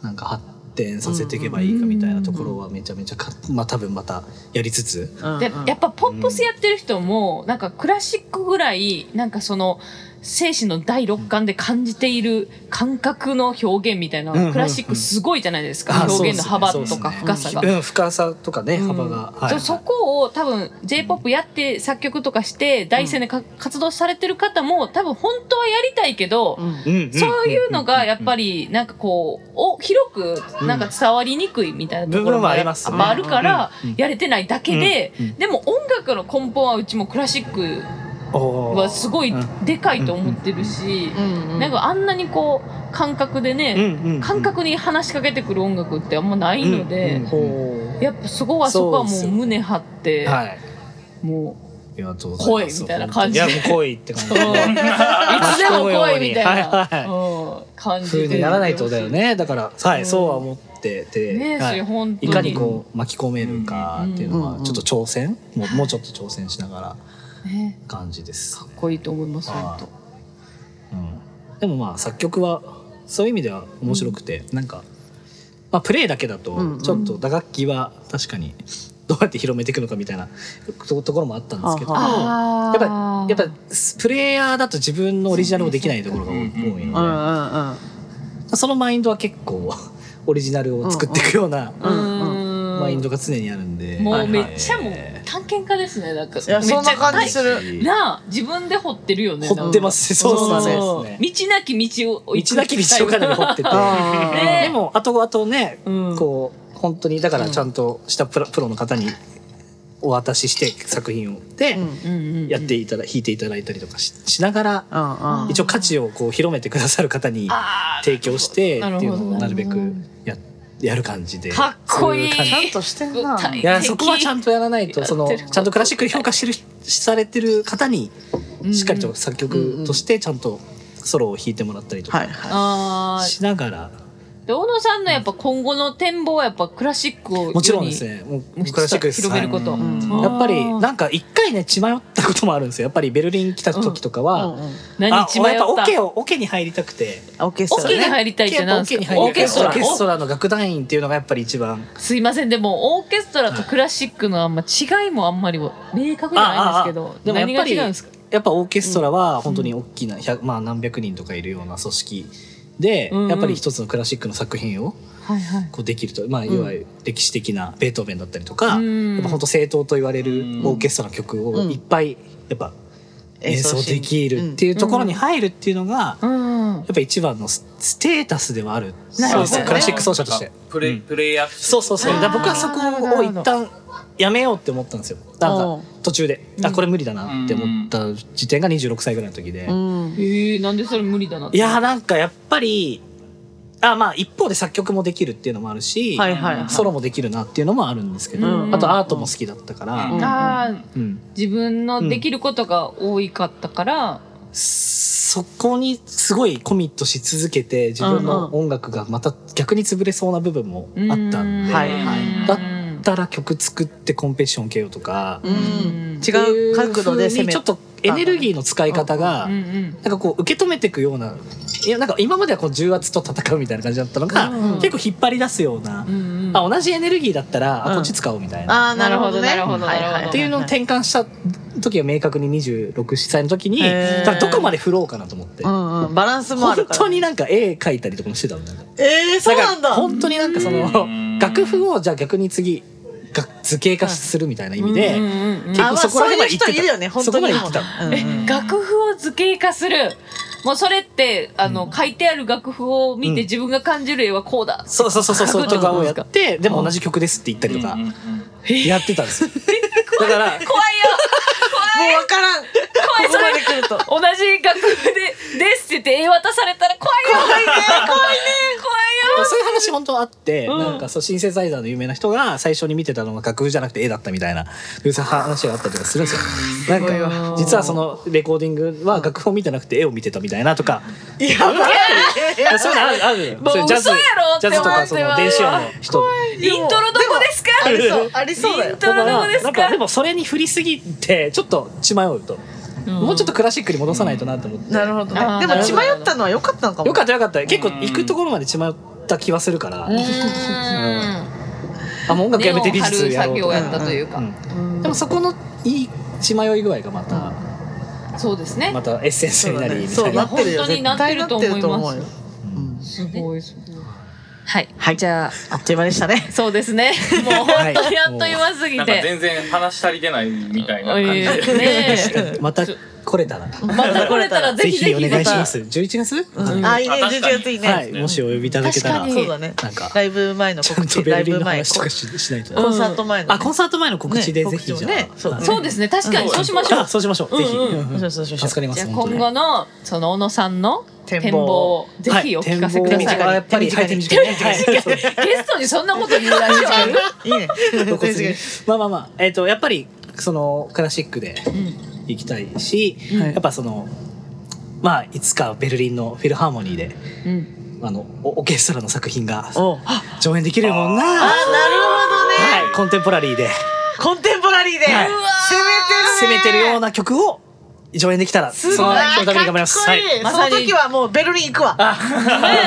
[SPEAKER 2] なんか発展させていけばいいかみたいなところはめちゃめちゃか、まあ、多分またやりつつ
[SPEAKER 3] で
[SPEAKER 1] うんうん
[SPEAKER 3] やっぱポップスやってる人もなんかクラシックぐらいなんかその精神の第六感で感じている感覚の表現みたいな、
[SPEAKER 2] うんうんうん
[SPEAKER 3] クラシックすごいじゃないですか、
[SPEAKER 2] あ
[SPEAKER 3] 表現の幅
[SPEAKER 2] そうっす
[SPEAKER 3] と
[SPEAKER 2] ね
[SPEAKER 3] か深さが。
[SPEAKER 2] うん、深さとかね幅が、はい
[SPEAKER 3] そそこを多分 j p o p やって作曲とかして第一線でか、活動されてる方も多分本当はやりたいけど、
[SPEAKER 1] うん
[SPEAKER 2] うんん
[SPEAKER 3] そういうのがやっぱりなんかこうお広くなんか伝わりにくいみたいなとこ
[SPEAKER 2] 部
[SPEAKER 3] ろ
[SPEAKER 2] 分は
[SPEAKER 3] が
[SPEAKER 2] あ
[SPEAKER 3] や
[SPEAKER 2] り
[SPEAKER 3] っぱ
[SPEAKER 2] ますね
[SPEAKER 3] あるから
[SPEAKER 2] うんうん
[SPEAKER 3] やれてないだけで
[SPEAKER 2] うんうん
[SPEAKER 3] でも音楽の根本はうちもクラシック
[SPEAKER 2] おー
[SPEAKER 3] はすごい
[SPEAKER 2] うん
[SPEAKER 3] でかいと思ってるし
[SPEAKER 1] うんうん
[SPEAKER 3] なんかあんなにこう感覚で
[SPEAKER 2] うん
[SPEAKER 3] ね
[SPEAKER 2] うんうん
[SPEAKER 3] 感覚に話しかけてくる音楽ってあんまないので
[SPEAKER 2] うん
[SPEAKER 3] やっぱそこはそこ
[SPEAKER 2] そ
[SPEAKER 3] は
[SPEAKER 2] う
[SPEAKER 3] も
[SPEAKER 2] です
[SPEAKER 3] う
[SPEAKER 2] よ
[SPEAKER 3] 胸張って
[SPEAKER 2] はい
[SPEAKER 3] も
[SPEAKER 2] ありがとうございます
[SPEAKER 3] 来いみたいな感じで
[SPEAKER 2] いやもう来いって感
[SPEAKER 3] ううんい
[SPEAKER 2] じ
[SPEAKER 3] つでも来いみた
[SPEAKER 2] [laughs]
[SPEAKER 3] い
[SPEAKER 2] はいはい
[SPEAKER 3] なうん感
[SPEAKER 2] [laughs]
[SPEAKER 3] じ
[SPEAKER 2] 風
[SPEAKER 3] で
[SPEAKER 2] にならないとだよねだからはい、そうは思ってて、
[SPEAKER 3] ね
[SPEAKER 2] は
[SPEAKER 3] それ本当
[SPEAKER 2] いかにこう巻き込めるかっていうの
[SPEAKER 1] うん
[SPEAKER 2] は
[SPEAKER 1] うん
[SPEAKER 2] ちょっと挑戦、もうもうちょっと挑戦しながら
[SPEAKER 3] ね
[SPEAKER 2] 感じです
[SPEAKER 3] かっ、こいいと思います本当。
[SPEAKER 2] うん、でもまあ作曲はそういう意味では面白くて、なんか、まあ、プレイだけだ
[SPEAKER 1] うんう
[SPEAKER 2] と
[SPEAKER 1] ん
[SPEAKER 2] ちょっと打楽器は確かに [laughs] どうやって広めていくのかみたいなとところもあったんですけど
[SPEAKER 1] あ
[SPEAKER 2] や
[SPEAKER 3] や
[SPEAKER 2] っぱやっぱプレイヤーだと自分のオリジナルもできないところが多い
[SPEAKER 4] そうですね
[SPEAKER 2] 多い
[SPEAKER 1] うん
[SPEAKER 2] の
[SPEAKER 1] うんうん
[SPEAKER 2] でそのマインドは結構オリジナルを作っていくような
[SPEAKER 1] ぱ
[SPEAKER 3] うん
[SPEAKER 2] マインドが常にあるんで。
[SPEAKER 3] も
[SPEAKER 2] は
[SPEAKER 3] う
[SPEAKER 2] い
[SPEAKER 3] め
[SPEAKER 2] はい
[SPEAKER 3] っちゃもう探検家ですねなんか
[SPEAKER 1] いや
[SPEAKER 3] めっちゃ
[SPEAKER 1] そんな感じする
[SPEAKER 3] なあ自分で掘ってるよね
[SPEAKER 2] 掘ってます
[SPEAKER 3] な
[SPEAKER 2] そ
[SPEAKER 3] ん
[SPEAKER 2] う
[SPEAKER 3] か
[SPEAKER 2] そう
[SPEAKER 3] そ
[SPEAKER 2] そう
[SPEAKER 3] う
[SPEAKER 2] ですね。
[SPEAKER 3] 道なき道を
[SPEAKER 2] 道なき道をかなり掘ってて。
[SPEAKER 1] あー
[SPEAKER 3] ね
[SPEAKER 2] でも、後々ね、
[SPEAKER 3] [laughs] うん
[SPEAKER 2] こう、本当に、だからちゃんとしたプロプロの方にお渡しして作品を、で、
[SPEAKER 1] うん
[SPEAKER 3] うんうん
[SPEAKER 2] やっていただ、弾いていただいたりとかししながら、
[SPEAKER 1] うんうん
[SPEAKER 2] 一応価値をこう広めてくださる方に
[SPEAKER 3] あ
[SPEAKER 2] 提供して、って
[SPEAKER 3] なる
[SPEAKER 2] いう
[SPEAKER 3] ほど
[SPEAKER 2] のをなるべ
[SPEAKER 3] なるほ
[SPEAKER 2] くや、やる感じで。
[SPEAKER 3] ーかっこいい
[SPEAKER 2] そうう感じ
[SPEAKER 1] ちゃんとしてんな
[SPEAKER 3] 歌
[SPEAKER 2] いや、そこはちゃんとやらないと、その、
[SPEAKER 3] やってる
[SPEAKER 2] ちゃんとクラシック評価してる、されてる方に、しっかり
[SPEAKER 3] うん
[SPEAKER 2] と作曲として、ちゃんとソロを弾いてもらったりとか
[SPEAKER 1] はいはい
[SPEAKER 3] あー
[SPEAKER 2] しながら
[SPEAKER 3] で大野さんのやっぱ今後の展望はやっぱクラシックを
[SPEAKER 2] もちろんです
[SPEAKER 3] 世に
[SPEAKER 2] ね。もう
[SPEAKER 3] もう一
[SPEAKER 2] クラシックです。
[SPEAKER 3] つ広める
[SPEAKER 2] はい
[SPEAKER 3] こと。
[SPEAKER 1] うん
[SPEAKER 3] あー
[SPEAKER 2] やっぱりなんか一回ね血迷ったこともあるんですよやっぱりベルリン来た時とかは、
[SPEAKER 1] うんうん
[SPEAKER 3] 何
[SPEAKER 2] あ
[SPEAKER 3] 一
[SPEAKER 2] 俺
[SPEAKER 3] 番
[SPEAKER 2] やっ
[SPEAKER 3] や
[SPEAKER 2] ぱオ
[SPEAKER 3] った。
[SPEAKER 2] ケをオケに入りたくて
[SPEAKER 1] あオーケス
[SPEAKER 3] オ
[SPEAKER 1] トラ
[SPEAKER 3] ケに
[SPEAKER 1] ね
[SPEAKER 3] 入りたいってなんですか。
[SPEAKER 2] オ
[SPEAKER 3] オ
[SPEAKER 2] ー
[SPEAKER 3] ー
[SPEAKER 2] ケ
[SPEAKER 3] ケ
[SPEAKER 2] ス
[SPEAKER 3] ス
[SPEAKER 2] ト
[SPEAKER 3] ト
[SPEAKER 2] ラオ
[SPEAKER 3] ラ
[SPEAKER 2] ー。ケストラの楽団員っていうのがやっぱり一番
[SPEAKER 3] おすいませんでもオーケストラとクラシックのあんま違いもあんまり明確じゃないんですけ
[SPEAKER 2] ああ
[SPEAKER 3] ど
[SPEAKER 2] あ。でもやっぱ
[SPEAKER 3] 何
[SPEAKER 2] り
[SPEAKER 3] が違うんですか。
[SPEAKER 2] やっぱオーケストラは本当に大きな、100まあ、何百人とかいるような組織で、
[SPEAKER 3] うんうん
[SPEAKER 2] やっぱり一つのクラシックの作品を
[SPEAKER 3] はいはい。
[SPEAKER 2] こうできると、まあ、いわゆる歴史的なベートーベンだったりとか、
[SPEAKER 3] うん
[SPEAKER 2] やっぱ本当正統と言われる
[SPEAKER 4] うん
[SPEAKER 2] オーケストラの曲をいっぱいやっぱ演奏できるって
[SPEAKER 1] い
[SPEAKER 2] いうところに入るっていうのが、
[SPEAKER 3] うん。
[SPEAKER 2] やっぱ一番のスステータスではある
[SPEAKER 3] なる
[SPEAKER 2] そう
[SPEAKER 3] ほど
[SPEAKER 2] ですねクラシック奏者として
[SPEAKER 4] プレ、
[SPEAKER 2] うん
[SPEAKER 4] プレイヤーとして
[SPEAKER 2] そうそうそう
[SPEAKER 3] あー
[SPEAKER 2] だから僕はそこを一旦やめようって思ったんですよな
[SPEAKER 1] お
[SPEAKER 2] ん
[SPEAKER 1] う
[SPEAKER 2] か途中で、あこれ無理だなって思った時点が26歳ぐらいの時で、
[SPEAKER 1] ううん
[SPEAKER 3] ええなんでそれ無理だなって。
[SPEAKER 2] いやーなんかやっぱりあまあ一方で作曲もできるっていうのもあるし、
[SPEAKER 1] はいはいはい
[SPEAKER 2] ソロもできるなっていうのもあるんですけど、
[SPEAKER 3] うん
[SPEAKER 2] あとアートも好きだったから、
[SPEAKER 4] うん
[SPEAKER 3] ああ
[SPEAKER 2] うん
[SPEAKER 3] 自分のできることが多いかったから。
[SPEAKER 2] そこにすごいコミットし続けて自分の音楽がまた逆に潰れそうな部分もあったんで、
[SPEAKER 1] はい
[SPEAKER 2] はいだったら曲作ってコンペティション受けようとか、
[SPEAKER 1] うん違う角度で攻め
[SPEAKER 2] ちょっとエネルギーの使い方が、
[SPEAKER 3] うんうん
[SPEAKER 2] なんかこう受け止めていくようないやなんか今まではこう重圧と戦うみたいな感じだったのが、
[SPEAKER 3] うん
[SPEAKER 2] 結構引っ張り出すような、
[SPEAKER 3] うんうん
[SPEAKER 2] あ同じエネルギーだったら、
[SPEAKER 1] う
[SPEAKER 2] あ
[SPEAKER 1] ん
[SPEAKER 2] こっち使おうみたいな。
[SPEAKER 1] ああなるほどね
[SPEAKER 3] なるほどなるほど
[SPEAKER 1] はいはい
[SPEAKER 2] っていうのを転換した時は明確に26歳の時に
[SPEAKER 1] へー
[SPEAKER 2] だからどこまで振ろうかなと思って、
[SPEAKER 1] うんうんバランスもある
[SPEAKER 2] 本
[SPEAKER 1] から
[SPEAKER 2] 当になんか絵描いたりとかもしてたのなんか
[SPEAKER 1] ええそうなんだ
[SPEAKER 2] 本当になんかそ
[SPEAKER 4] うん
[SPEAKER 2] の楽譜をじゃあ逆に次が図形化するみたいな意味で、
[SPEAKER 3] うんうんうん
[SPEAKER 2] 結構そこら辺ま
[SPEAKER 1] あまあそういう
[SPEAKER 2] で行ってた
[SPEAKER 1] 人いるよね本当に
[SPEAKER 2] そこまで行ってた
[SPEAKER 1] うんうん
[SPEAKER 3] え楽譜を図形化するもうそれってあの、書いてある楽譜を見
[SPEAKER 2] う
[SPEAKER 3] て
[SPEAKER 2] ん
[SPEAKER 3] 自分が感じる絵はこうだ、
[SPEAKER 2] そうそうそうそうそう
[SPEAKER 3] 書く
[SPEAKER 2] と
[SPEAKER 3] のど
[SPEAKER 2] か
[SPEAKER 3] う
[SPEAKER 2] を
[SPEAKER 3] で
[SPEAKER 2] や
[SPEAKER 3] すか
[SPEAKER 2] ってでも同じ曲ですって言ったりとか
[SPEAKER 4] うんうんうん
[SPEAKER 2] やってたんですよだから
[SPEAKER 3] 怖い
[SPEAKER 1] も
[SPEAKER 3] よ
[SPEAKER 1] うわからんこ
[SPEAKER 3] 怖い
[SPEAKER 1] こ
[SPEAKER 3] そ
[SPEAKER 1] ま
[SPEAKER 3] れ
[SPEAKER 1] で来ると
[SPEAKER 3] 同じ楽譜で「です」って言って絵渡されたら怖いよ怖いね怖いね
[SPEAKER 2] そういう話本当あって、
[SPEAKER 3] ん
[SPEAKER 2] なんかそうシンセサイザーの有名な人が最初に見てたのが楽譜じゃなくて絵だったみたいないう話があったりとかするんですよ。
[SPEAKER 1] すごい
[SPEAKER 2] なんか
[SPEAKER 1] わ
[SPEAKER 2] 実はそのレコーディングは楽譜を見てなくて絵を見てたみたいなとか、
[SPEAKER 1] やばい
[SPEAKER 2] そういうのあるある
[SPEAKER 3] もう
[SPEAKER 2] それジャズ
[SPEAKER 3] 嘘やろって
[SPEAKER 2] ジャズとかその電子音の人。
[SPEAKER 3] 怖いよイントロどこですか
[SPEAKER 1] ありそうありそうだ
[SPEAKER 3] イ
[SPEAKER 1] よ
[SPEAKER 3] ントロどこで
[SPEAKER 2] な
[SPEAKER 3] す
[SPEAKER 2] んか
[SPEAKER 3] か
[SPEAKER 2] でもそれに振りすぎてちょっと血迷うと、もうちょっとクラシックに戻さないとなと思って。
[SPEAKER 1] なるほどね
[SPEAKER 3] あ
[SPEAKER 1] で
[SPEAKER 3] ー
[SPEAKER 1] も血迷ったのは良かったのかも
[SPEAKER 2] よかったよかった結構行くところまで血迷った気はするから、
[SPEAKER 3] う
[SPEAKER 2] あもう音楽やめて美術やろう
[SPEAKER 3] 根
[SPEAKER 2] と
[SPEAKER 3] を
[SPEAKER 2] か
[SPEAKER 3] 張る作業やったというか、
[SPEAKER 2] でもそこのいい血迷い具合がまた、
[SPEAKER 3] そうですね、
[SPEAKER 2] またエッセンス
[SPEAKER 1] そう
[SPEAKER 2] にな
[SPEAKER 1] だ
[SPEAKER 2] り
[SPEAKER 1] ね
[SPEAKER 2] み
[SPEAKER 1] そ
[SPEAKER 2] た
[SPEAKER 1] う
[SPEAKER 2] い
[SPEAKER 1] な
[SPEAKER 2] な。
[SPEAKER 1] ってるよ
[SPEAKER 3] 本当になってると思い
[SPEAKER 1] 絶対なっ
[SPEAKER 3] ます
[SPEAKER 1] てると思うよ
[SPEAKER 3] すごいすごい
[SPEAKER 5] はい。
[SPEAKER 1] はい
[SPEAKER 5] じゃあ、
[SPEAKER 1] あっという間でしたね
[SPEAKER 3] そうですねもう本当にあっという間すぎ
[SPEAKER 4] なん
[SPEAKER 3] て、
[SPEAKER 4] か全然話し足りてないみたいな感じで。
[SPEAKER 3] ねえ
[SPEAKER 2] また来れたら
[SPEAKER 3] また来れたらぜ
[SPEAKER 2] ぜ
[SPEAKER 3] ひ
[SPEAKER 2] ひ
[SPEAKER 3] ぜ
[SPEAKER 2] お
[SPEAKER 3] ひ
[SPEAKER 2] 願
[SPEAKER 3] ま
[SPEAKER 2] いしま
[SPEAKER 3] た
[SPEAKER 2] す。11月？
[SPEAKER 1] うんあいいね
[SPEAKER 4] あ確かに
[SPEAKER 1] 11月いい
[SPEAKER 2] は
[SPEAKER 1] ね
[SPEAKER 2] い、もしお呼びいただけたら、
[SPEAKER 3] 確か
[SPEAKER 1] そう
[SPEAKER 3] に
[SPEAKER 1] だね
[SPEAKER 2] なんか
[SPEAKER 1] ライブ前の
[SPEAKER 2] ちゃ
[SPEAKER 1] 告
[SPEAKER 2] んと
[SPEAKER 1] 知
[SPEAKER 2] ベ
[SPEAKER 1] ラ
[SPEAKER 2] ル
[SPEAKER 1] イ
[SPEAKER 2] リン
[SPEAKER 1] ブ
[SPEAKER 2] の
[SPEAKER 1] 前
[SPEAKER 2] 話と
[SPEAKER 1] コ
[SPEAKER 2] かししないと。
[SPEAKER 1] ンサート前の
[SPEAKER 2] あ、コンサート前の告知で
[SPEAKER 1] ね
[SPEAKER 2] ぜひじゃあ。
[SPEAKER 1] 告知をねそう
[SPEAKER 2] はい
[SPEAKER 3] そうですね確かにそうしましょ
[SPEAKER 2] あ、
[SPEAKER 3] う
[SPEAKER 2] そうしましょう。ぜひ。
[SPEAKER 3] うん
[SPEAKER 2] うん
[SPEAKER 1] そうそうそうそう
[SPEAKER 2] 助かりま
[SPEAKER 3] じゃ
[SPEAKER 2] す。
[SPEAKER 3] あ
[SPEAKER 2] 本当
[SPEAKER 3] 今
[SPEAKER 2] に
[SPEAKER 3] 後のその小野さんの
[SPEAKER 1] 展望
[SPEAKER 3] 展望をぜひお聞かせくだ
[SPEAKER 2] はい
[SPEAKER 3] さ
[SPEAKER 2] 展望はいやっぱりはい手短にね
[SPEAKER 3] [laughs]
[SPEAKER 2] はい
[SPEAKER 3] ゲストにそんなこと言うラジオある
[SPEAKER 1] いいね
[SPEAKER 2] [laughs] 露
[SPEAKER 1] [laughs]
[SPEAKER 2] 骨に
[SPEAKER 1] 確かに
[SPEAKER 2] まあまあまあ、えっ、と、やっぱり、その、クラシックで行きたいし、
[SPEAKER 1] はい
[SPEAKER 2] やっぱその、まあ、いつかベルリンのフィルハーモニーで、
[SPEAKER 3] うん
[SPEAKER 2] あの、オオーケストラの作品が
[SPEAKER 1] おうあ
[SPEAKER 2] 上演できるような、は
[SPEAKER 1] なるほどね
[SPEAKER 2] い、コンテンポラリーで
[SPEAKER 1] コンテンポラリーで攻めてる
[SPEAKER 2] はい
[SPEAKER 1] ね
[SPEAKER 2] 攻めてるような曲を上演できたら、そ
[SPEAKER 3] ごい
[SPEAKER 2] のそのために頑張ります。
[SPEAKER 1] かっこ
[SPEAKER 2] はい
[SPEAKER 1] いい
[SPEAKER 3] ま
[SPEAKER 1] そ
[SPEAKER 3] さ
[SPEAKER 1] の
[SPEAKER 3] に
[SPEAKER 1] 時はもうベルリン行くわ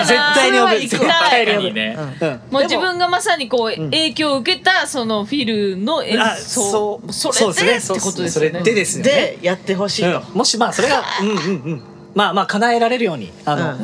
[SPEAKER 2] 絶対に呼ぶ。絶対に呼
[SPEAKER 4] 確か
[SPEAKER 2] ぶ。
[SPEAKER 4] にね。
[SPEAKER 2] うん
[SPEAKER 3] もう自分がまさにこう影響を受けたそのフィルの演
[SPEAKER 2] あ
[SPEAKER 3] 奏
[SPEAKER 2] そう
[SPEAKER 3] そ
[SPEAKER 2] そう
[SPEAKER 3] れ
[SPEAKER 2] です
[SPEAKER 3] で
[SPEAKER 2] ね
[SPEAKER 3] ってことです
[SPEAKER 2] そ
[SPEAKER 3] よ
[SPEAKER 2] れ
[SPEAKER 3] ね
[SPEAKER 2] でですよね。
[SPEAKER 1] でやってほしいと
[SPEAKER 2] うん、もしまあそれがうんうんうんまあまあ叶えられるようにあの、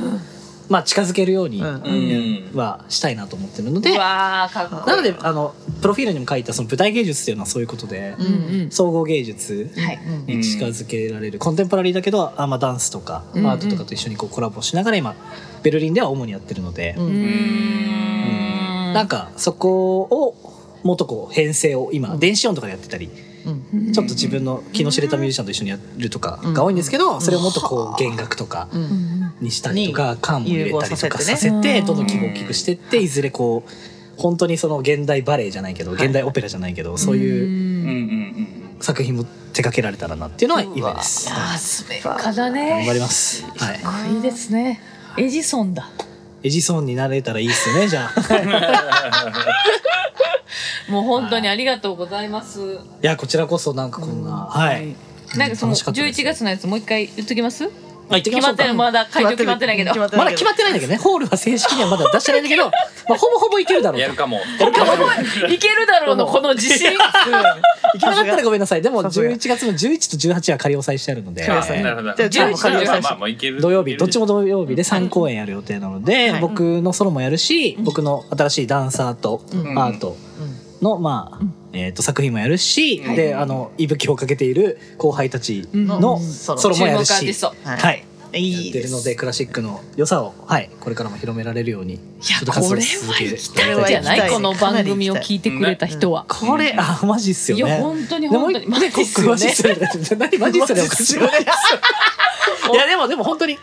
[SPEAKER 2] まあ近づけるように
[SPEAKER 1] うん
[SPEAKER 4] うんうん。
[SPEAKER 2] はしたいなと思ってるので、
[SPEAKER 3] うわーかっこい
[SPEAKER 2] なのであのプロフィールにも書いたその舞台芸術っていうのはそういうことで、
[SPEAKER 3] いうん
[SPEAKER 2] 総合芸術
[SPEAKER 3] うんはい
[SPEAKER 2] に近づけられる、コンテンポラリーだけどあ、まあ、ダンスとかア
[SPEAKER 3] うんうん
[SPEAKER 2] ートとかと一緒にこうコラボしながら今ベルリンでは主にやってるので、
[SPEAKER 1] ん
[SPEAKER 3] うーん
[SPEAKER 2] なんかそこをもっとこう編成を今、電子音とかでやってたり。
[SPEAKER 1] うん
[SPEAKER 2] ちょっと自分の気の知れたミュージシャンと一緒にやるとかが多いんですけど、それをもっとこう弦楽とかにしたりとか、缶も入れたりとかさせ
[SPEAKER 3] 融合させ
[SPEAKER 2] て、
[SPEAKER 3] てね
[SPEAKER 2] どんどん規模を大きくしてって、いずれこう、本当にその現代バレエじゃないけど、現代オペラじゃないけど、そういう
[SPEAKER 4] うんうん
[SPEAKER 2] 作品も手掛けられたらなっていうのは夢です。
[SPEAKER 3] あーすべかだ
[SPEAKER 2] 頑
[SPEAKER 3] ね
[SPEAKER 2] 張ります。はい。
[SPEAKER 3] いいですねエジソンだ
[SPEAKER 2] エジソンになれたらいいっすね、じゃあ。い
[SPEAKER 3] もう本当にありがとうございます。
[SPEAKER 2] や、こちらこそなんかこんな、はい。。
[SPEAKER 3] なんかその
[SPEAKER 2] 楽しかったです
[SPEAKER 3] 11月のやつもう一回言っときます
[SPEAKER 2] あ、行ってきま
[SPEAKER 3] 決
[SPEAKER 2] し
[SPEAKER 3] ま
[SPEAKER 2] ょ
[SPEAKER 3] っ
[SPEAKER 2] う
[SPEAKER 3] て
[SPEAKER 2] か。
[SPEAKER 3] るまだ会場決まってないけど。
[SPEAKER 1] 決まって
[SPEAKER 2] まだ決まってないんだけどね。ホールは正式にはまだ出してないんだけど、まあ、ほぼほぼいけるだろう
[SPEAKER 4] や
[SPEAKER 2] と。
[SPEAKER 4] るかも。
[SPEAKER 3] [laughs] いけるだろうのこの自
[SPEAKER 2] い
[SPEAKER 3] 信。
[SPEAKER 2] けなかったらごめんなさい。でも、
[SPEAKER 1] さすが
[SPEAKER 2] 11月の11と18は仮押さえしてあるので、
[SPEAKER 1] 仮押さえ
[SPEAKER 4] なるほど。
[SPEAKER 1] じゃあ
[SPEAKER 3] じゃあもう
[SPEAKER 4] ま
[SPEAKER 3] 完了
[SPEAKER 4] あ
[SPEAKER 3] さ
[SPEAKER 1] せて
[SPEAKER 4] まあまあいける。
[SPEAKER 2] 土曜日、どっちも土曜日で3公演やる予定なので、
[SPEAKER 1] はい
[SPEAKER 2] 僕のソロもやるし、僕の新しいダンサーと
[SPEAKER 1] うん
[SPEAKER 2] アートの、まあ、えっ、と、作品もやるし、
[SPEAKER 4] はい
[SPEAKER 2] で、あの、息吹をかけている後輩たちの
[SPEAKER 1] うん
[SPEAKER 2] ソ
[SPEAKER 1] ソ
[SPEAKER 2] ロ
[SPEAKER 1] ロ
[SPEAKER 2] もやる
[SPEAKER 3] 注目アーティ
[SPEAKER 2] し
[SPEAKER 3] ス、ト
[SPEAKER 1] は。
[SPEAKER 2] はいい。や
[SPEAKER 1] い
[SPEAKER 2] っ
[SPEAKER 1] い
[SPEAKER 2] て
[SPEAKER 1] で
[SPEAKER 2] る
[SPEAKER 1] す。
[SPEAKER 2] ので、クラシックの良さを、はい、これからも広められるように、ちょっと
[SPEAKER 3] こ
[SPEAKER 2] 活動
[SPEAKER 3] れ
[SPEAKER 2] を
[SPEAKER 3] は
[SPEAKER 2] 続けて
[SPEAKER 3] 行
[SPEAKER 2] い
[SPEAKER 3] き
[SPEAKER 2] き
[SPEAKER 3] た
[SPEAKER 2] た
[SPEAKER 3] い
[SPEAKER 2] い
[SPEAKER 3] わ
[SPEAKER 2] と
[SPEAKER 3] じゃ
[SPEAKER 2] 思いま
[SPEAKER 3] ない
[SPEAKER 2] す。
[SPEAKER 3] この番組を聞いてくれた人は。
[SPEAKER 2] これ、あ、マジっすよ
[SPEAKER 3] い
[SPEAKER 2] ね。
[SPEAKER 3] や本当に
[SPEAKER 2] でも
[SPEAKER 3] 本当にマジっす
[SPEAKER 2] 猫
[SPEAKER 3] よ
[SPEAKER 2] マジっ
[SPEAKER 3] ね
[SPEAKER 2] す。よね。何マジっすよね。おかしいよねいやでもでも本当に。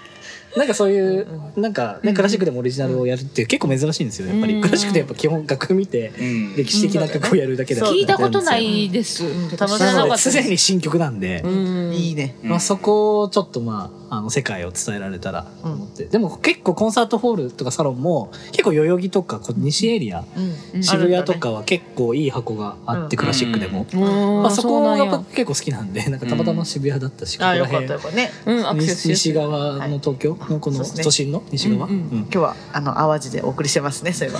[SPEAKER 2] なんかそういうなんか、ね、クラシックでもオリジナルをやるって結構珍しいんですよやっぱ
[SPEAKER 3] うん
[SPEAKER 2] りクラシックでやっぱ基本楽譜見て
[SPEAKER 4] うん
[SPEAKER 2] 歴史的な曲をやるだけだから
[SPEAKER 3] 聞いたことな
[SPEAKER 2] なん
[SPEAKER 3] いです。楽
[SPEAKER 2] です
[SPEAKER 3] しみ
[SPEAKER 2] よ
[SPEAKER 3] な
[SPEAKER 2] なので
[SPEAKER 3] かったで
[SPEAKER 2] 常
[SPEAKER 3] す。
[SPEAKER 2] に新曲なんで、
[SPEAKER 3] うん
[SPEAKER 1] いいね。
[SPEAKER 4] うん
[SPEAKER 2] まあ、そこをちょっとまああの世界を伝えられたらと思って、でも結構コンサートホールとかサロンも結構代々木とかこう西エリア、
[SPEAKER 1] う
[SPEAKER 3] うん
[SPEAKER 1] ん
[SPEAKER 2] 渋谷とかは結構いい箱があって、
[SPEAKER 1] うん
[SPEAKER 2] クラシックでも、
[SPEAKER 3] うん
[SPEAKER 2] まあ、そこ
[SPEAKER 3] うな
[SPEAKER 2] が
[SPEAKER 3] んや
[SPEAKER 2] 僕結構好きなんでなんかたまたま渋谷だったし、ここ
[SPEAKER 1] あ
[SPEAKER 2] ら
[SPEAKER 1] よかっ
[SPEAKER 2] 辺
[SPEAKER 1] たよかったね。
[SPEAKER 3] うんアクセスしやす
[SPEAKER 2] 西
[SPEAKER 3] い
[SPEAKER 2] 側の東京のこ
[SPEAKER 1] そ
[SPEAKER 2] の
[SPEAKER 1] うですね
[SPEAKER 2] 都心の西側、
[SPEAKER 3] うんうん
[SPEAKER 2] うん
[SPEAKER 1] 今日はあの淡路でお送りしてますね。そういえば。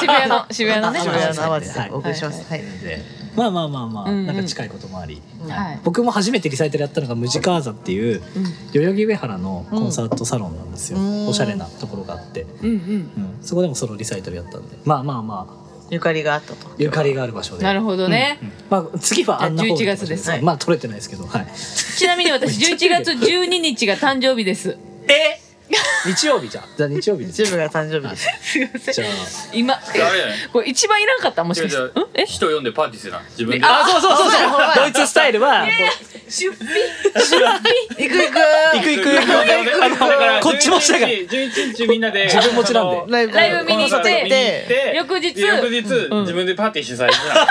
[SPEAKER 3] 渋
[SPEAKER 2] [laughs]
[SPEAKER 3] 谷の渋谷のね。
[SPEAKER 1] 渋谷
[SPEAKER 2] 谷の
[SPEAKER 1] の
[SPEAKER 2] 淡
[SPEAKER 1] 淡
[SPEAKER 2] 路
[SPEAKER 1] 路
[SPEAKER 2] で
[SPEAKER 1] で
[SPEAKER 2] お
[SPEAKER 1] お
[SPEAKER 3] 送
[SPEAKER 1] 送
[SPEAKER 3] り
[SPEAKER 1] り
[SPEAKER 3] し
[SPEAKER 1] し
[SPEAKER 3] ま
[SPEAKER 1] ますす。はい。
[SPEAKER 2] でまあまあまあまあ、
[SPEAKER 3] うんうん
[SPEAKER 2] なんか近いこともあり、
[SPEAKER 3] はい
[SPEAKER 2] 僕も初めてリサイタルやったのがムジカーザっていう
[SPEAKER 3] うん
[SPEAKER 2] 代々木上原のコンサートサロンなんですよ、
[SPEAKER 1] うん
[SPEAKER 2] おしゃれなところがあって、
[SPEAKER 3] うんうん。
[SPEAKER 2] うん、そこでもソロリサイタルやったんでまあまあまあ
[SPEAKER 1] ゆかりがあったと。
[SPEAKER 2] ゆかりがある場所で
[SPEAKER 3] なるほどね。
[SPEAKER 2] うんまあ、次はあんな方
[SPEAKER 3] 11月です
[SPEAKER 1] はい
[SPEAKER 2] まあ取れてないですけどはい
[SPEAKER 3] ちなみに私11月12日が誕生日です。
[SPEAKER 2] え日曜日じゃじゃあ日曜日
[SPEAKER 3] [laughs]
[SPEAKER 2] です
[SPEAKER 1] 一部が誕生日です。
[SPEAKER 3] すいません
[SPEAKER 2] じゃあ
[SPEAKER 3] 今
[SPEAKER 4] あれじゃない
[SPEAKER 3] これ一番いらんかったもし
[SPEAKER 4] 違う
[SPEAKER 3] かして
[SPEAKER 4] 違う
[SPEAKER 3] うんえ
[SPEAKER 4] 人呼んでパーティーしてな。自分で。
[SPEAKER 2] あそうそうそうそうドイツスタイルは
[SPEAKER 3] 出費
[SPEAKER 1] 行く行
[SPEAKER 2] 行く
[SPEAKER 1] く。
[SPEAKER 2] 行く行くあのこっちもしだから
[SPEAKER 4] 11日みんなで。
[SPEAKER 2] 自分持ちなんで
[SPEAKER 4] あの
[SPEAKER 1] ライブ
[SPEAKER 3] ライブ見に行って
[SPEAKER 1] コンサート見に行って
[SPEAKER 3] 翌日
[SPEAKER 4] 翌日、自分でパーティー主催してな。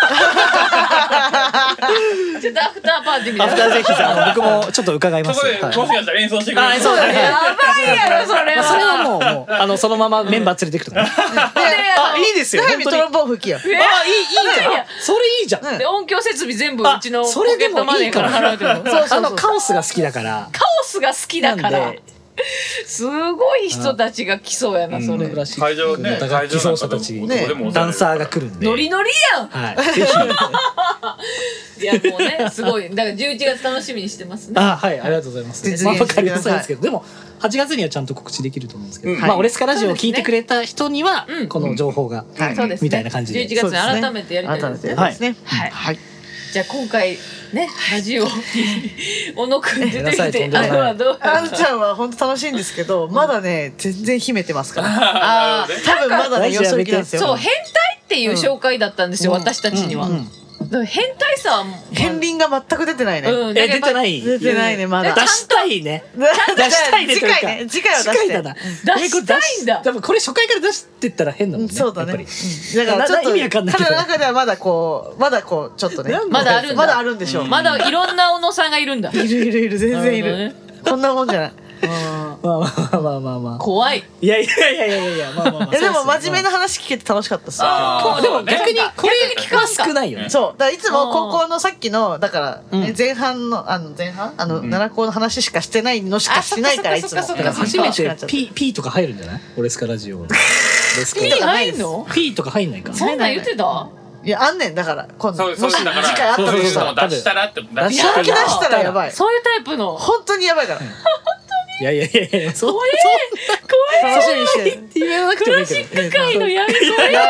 [SPEAKER 3] ちょっとアフターパーティーみた
[SPEAKER 2] ア
[SPEAKER 3] い
[SPEAKER 2] フ
[SPEAKER 3] な
[SPEAKER 2] ターぜひさん僕もちょっと伺い
[SPEAKER 4] そ
[SPEAKER 2] ます
[SPEAKER 4] こで、も
[SPEAKER 2] は
[SPEAKER 4] し
[SPEAKER 2] い
[SPEAKER 4] かしたら演奏してくれ
[SPEAKER 2] あ
[SPEAKER 4] る。
[SPEAKER 2] そうだね
[SPEAKER 3] やばいやろそれ
[SPEAKER 2] まあ
[SPEAKER 3] は
[SPEAKER 2] それはもうもうあのそのままメンバー連れてくとかねあいいですよ
[SPEAKER 1] 早
[SPEAKER 2] 本
[SPEAKER 1] 見
[SPEAKER 2] 当
[SPEAKER 1] ト
[SPEAKER 2] に
[SPEAKER 1] ロンボーン吹きよ。
[SPEAKER 3] えー
[SPEAKER 2] あいいいいじゃん
[SPEAKER 3] いやいや
[SPEAKER 2] あそれいいじゃん
[SPEAKER 1] うん
[SPEAKER 3] で音響設備全部う
[SPEAKER 2] あ
[SPEAKER 3] ちのポ
[SPEAKER 2] それで
[SPEAKER 3] ケット
[SPEAKER 2] も
[SPEAKER 3] マ
[SPEAKER 2] い
[SPEAKER 3] ネ
[SPEAKER 2] い
[SPEAKER 3] ー
[SPEAKER 2] か
[SPEAKER 3] から
[SPEAKER 2] ら
[SPEAKER 3] 払うけどカ
[SPEAKER 1] そうそう
[SPEAKER 2] あのカオスが好きだから
[SPEAKER 3] オスが好きだか
[SPEAKER 2] な
[SPEAKER 3] ら
[SPEAKER 2] んです
[SPEAKER 3] ごい人たちが来そうやなそれ
[SPEAKER 2] クラシ
[SPEAKER 4] 会
[SPEAKER 2] ッ
[SPEAKER 4] 場
[SPEAKER 2] ク
[SPEAKER 4] ね
[SPEAKER 2] の打楽器奏者たち
[SPEAKER 4] 会場なん
[SPEAKER 1] ね
[SPEAKER 4] かでもどこでも
[SPEAKER 2] ダンサーが来るんで
[SPEAKER 3] ノリノリやん
[SPEAKER 2] はいぜひ
[SPEAKER 3] いやもうねすごいだから11月楽しみにしてますね
[SPEAKER 2] あはいありがとうございま
[SPEAKER 1] 実
[SPEAKER 2] す。
[SPEAKER 1] 現
[SPEAKER 2] まあ、わ
[SPEAKER 1] して
[SPEAKER 2] か
[SPEAKER 1] く
[SPEAKER 2] り
[SPEAKER 1] ださい
[SPEAKER 2] やすいですけど、でも8月にはちゃんと告知できると思うんですけど、
[SPEAKER 4] うん
[SPEAKER 2] まあ、オレスカラジオを聞いてくれた人には
[SPEAKER 3] うん
[SPEAKER 2] この情報が、
[SPEAKER 1] はい
[SPEAKER 3] そうですね
[SPEAKER 2] みたいな感じで
[SPEAKER 3] 11月に改めてやりたい
[SPEAKER 1] 改
[SPEAKER 3] で
[SPEAKER 1] め
[SPEAKER 3] す
[SPEAKER 1] てや
[SPEAKER 3] ね
[SPEAKER 1] りますね。
[SPEAKER 3] はい
[SPEAKER 1] はい。
[SPEAKER 3] じゃあ今回ねラジ
[SPEAKER 2] [laughs]
[SPEAKER 3] オに小野くん出
[SPEAKER 2] ご
[SPEAKER 3] て
[SPEAKER 2] めんなさ
[SPEAKER 3] き
[SPEAKER 2] いと
[SPEAKER 3] て
[SPEAKER 2] んでもな
[SPEAKER 3] あ
[SPEAKER 2] い
[SPEAKER 3] れはどう
[SPEAKER 1] あんちゃんは本当楽しいんですけど、まだね全然秘めてます
[SPEAKER 2] [laughs]
[SPEAKER 1] から。
[SPEAKER 3] あー
[SPEAKER 1] 多分まだね
[SPEAKER 2] 大事
[SPEAKER 1] 予
[SPEAKER 2] や
[SPEAKER 1] 想
[SPEAKER 2] め
[SPEAKER 1] 行
[SPEAKER 2] て
[SPEAKER 1] きなんですよ。
[SPEAKER 3] そう変態っていう紹介だったんですよ、
[SPEAKER 2] うん
[SPEAKER 3] 私たちには、
[SPEAKER 2] うんうん
[SPEAKER 3] だから変態さはもう
[SPEAKER 1] 片鱗が全く出てないね。
[SPEAKER 3] うん
[SPEAKER 2] え出てない
[SPEAKER 1] 出てないねまだ
[SPEAKER 2] 出。したいね
[SPEAKER 1] [laughs] 出
[SPEAKER 2] 出したいね
[SPEAKER 1] 次
[SPEAKER 2] というか
[SPEAKER 1] 回ね次回は出して
[SPEAKER 2] 次回だな
[SPEAKER 3] 出したいんだ
[SPEAKER 2] えこれ出し多分これ初回から出してったら変な
[SPEAKER 1] う
[SPEAKER 2] の
[SPEAKER 1] ん
[SPEAKER 2] ね
[SPEAKER 1] そうだね。
[SPEAKER 2] や
[SPEAKER 1] う
[SPEAKER 2] っぱり
[SPEAKER 1] んだからちょっ
[SPEAKER 2] な
[SPEAKER 1] と
[SPEAKER 2] 意味わかんないけど
[SPEAKER 1] 彼の中ではまだこうまだこうちょっとね
[SPEAKER 2] なん。
[SPEAKER 3] まだあるんだ
[SPEAKER 1] まだあるんでしょう。
[SPEAKER 3] まだいろんな小野さんがいるんだ
[SPEAKER 1] いるいるいる全然い
[SPEAKER 3] なる
[SPEAKER 1] る。こんなもんじゃない。
[SPEAKER 2] [laughs] まあまあまあまあまあまあ
[SPEAKER 3] 怖い
[SPEAKER 2] いやいやいやいやいやま
[SPEAKER 1] [laughs]
[SPEAKER 2] あまあまあ
[SPEAKER 1] いやでも
[SPEAKER 2] そうっす
[SPEAKER 1] 真
[SPEAKER 2] よ
[SPEAKER 1] 面目な話聞けて楽しかったっす。
[SPEAKER 4] あー
[SPEAKER 2] こうでも逆に
[SPEAKER 4] そうね
[SPEAKER 2] これ
[SPEAKER 3] 逆に聞かんか
[SPEAKER 2] 少ないよね
[SPEAKER 1] そう。だからいつ
[SPEAKER 3] あー
[SPEAKER 1] も高校のさっきの、だから、
[SPEAKER 2] う
[SPEAKER 1] ね
[SPEAKER 2] ん
[SPEAKER 1] 前半の、あの、前半あの、
[SPEAKER 4] うん
[SPEAKER 1] 奈良校の話しかしてないのしかしてないから、
[SPEAKER 3] あ
[SPEAKER 1] い
[SPEAKER 3] そっ
[SPEAKER 1] つ
[SPEAKER 3] か
[SPEAKER 1] も。
[SPEAKER 3] そっ
[SPEAKER 2] だから
[SPEAKER 3] そっ
[SPEAKER 2] 初
[SPEAKER 3] そっ
[SPEAKER 2] めて
[SPEAKER 3] そ
[SPEAKER 2] P, P とか入るんじゃないオレスカラジオの
[SPEAKER 3] 意味ないの
[SPEAKER 2] P とか入んないか
[SPEAKER 3] そんなん言ってた
[SPEAKER 1] いや、あんねん、だから、今
[SPEAKER 4] そ
[SPEAKER 1] 度。
[SPEAKER 4] う
[SPEAKER 1] も
[SPEAKER 4] そう
[SPEAKER 1] し
[SPEAKER 4] だ
[SPEAKER 1] 次
[SPEAKER 4] か
[SPEAKER 1] 回
[SPEAKER 4] ら
[SPEAKER 1] あったと
[SPEAKER 2] そう
[SPEAKER 4] そ
[SPEAKER 2] そうう
[SPEAKER 1] し
[SPEAKER 2] そ
[SPEAKER 1] た
[SPEAKER 2] う
[SPEAKER 1] ら、
[SPEAKER 4] 出したらって。出し
[SPEAKER 2] や
[SPEAKER 1] 吐き出したらやばい。
[SPEAKER 3] そういうタイプの
[SPEAKER 1] 本当にやばいから。
[SPEAKER 2] いやいやいやいやそう
[SPEAKER 3] 怖え
[SPEAKER 1] 楽しみにしてる。
[SPEAKER 2] 言わなく
[SPEAKER 3] ク
[SPEAKER 2] てもい
[SPEAKER 3] ラ
[SPEAKER 2] いけ
[SPEAKER 3] シ
[SPEAKER 2] ど
[SPEAKER 3] ック界のやめ
[SPEAKER 1] やべえ、や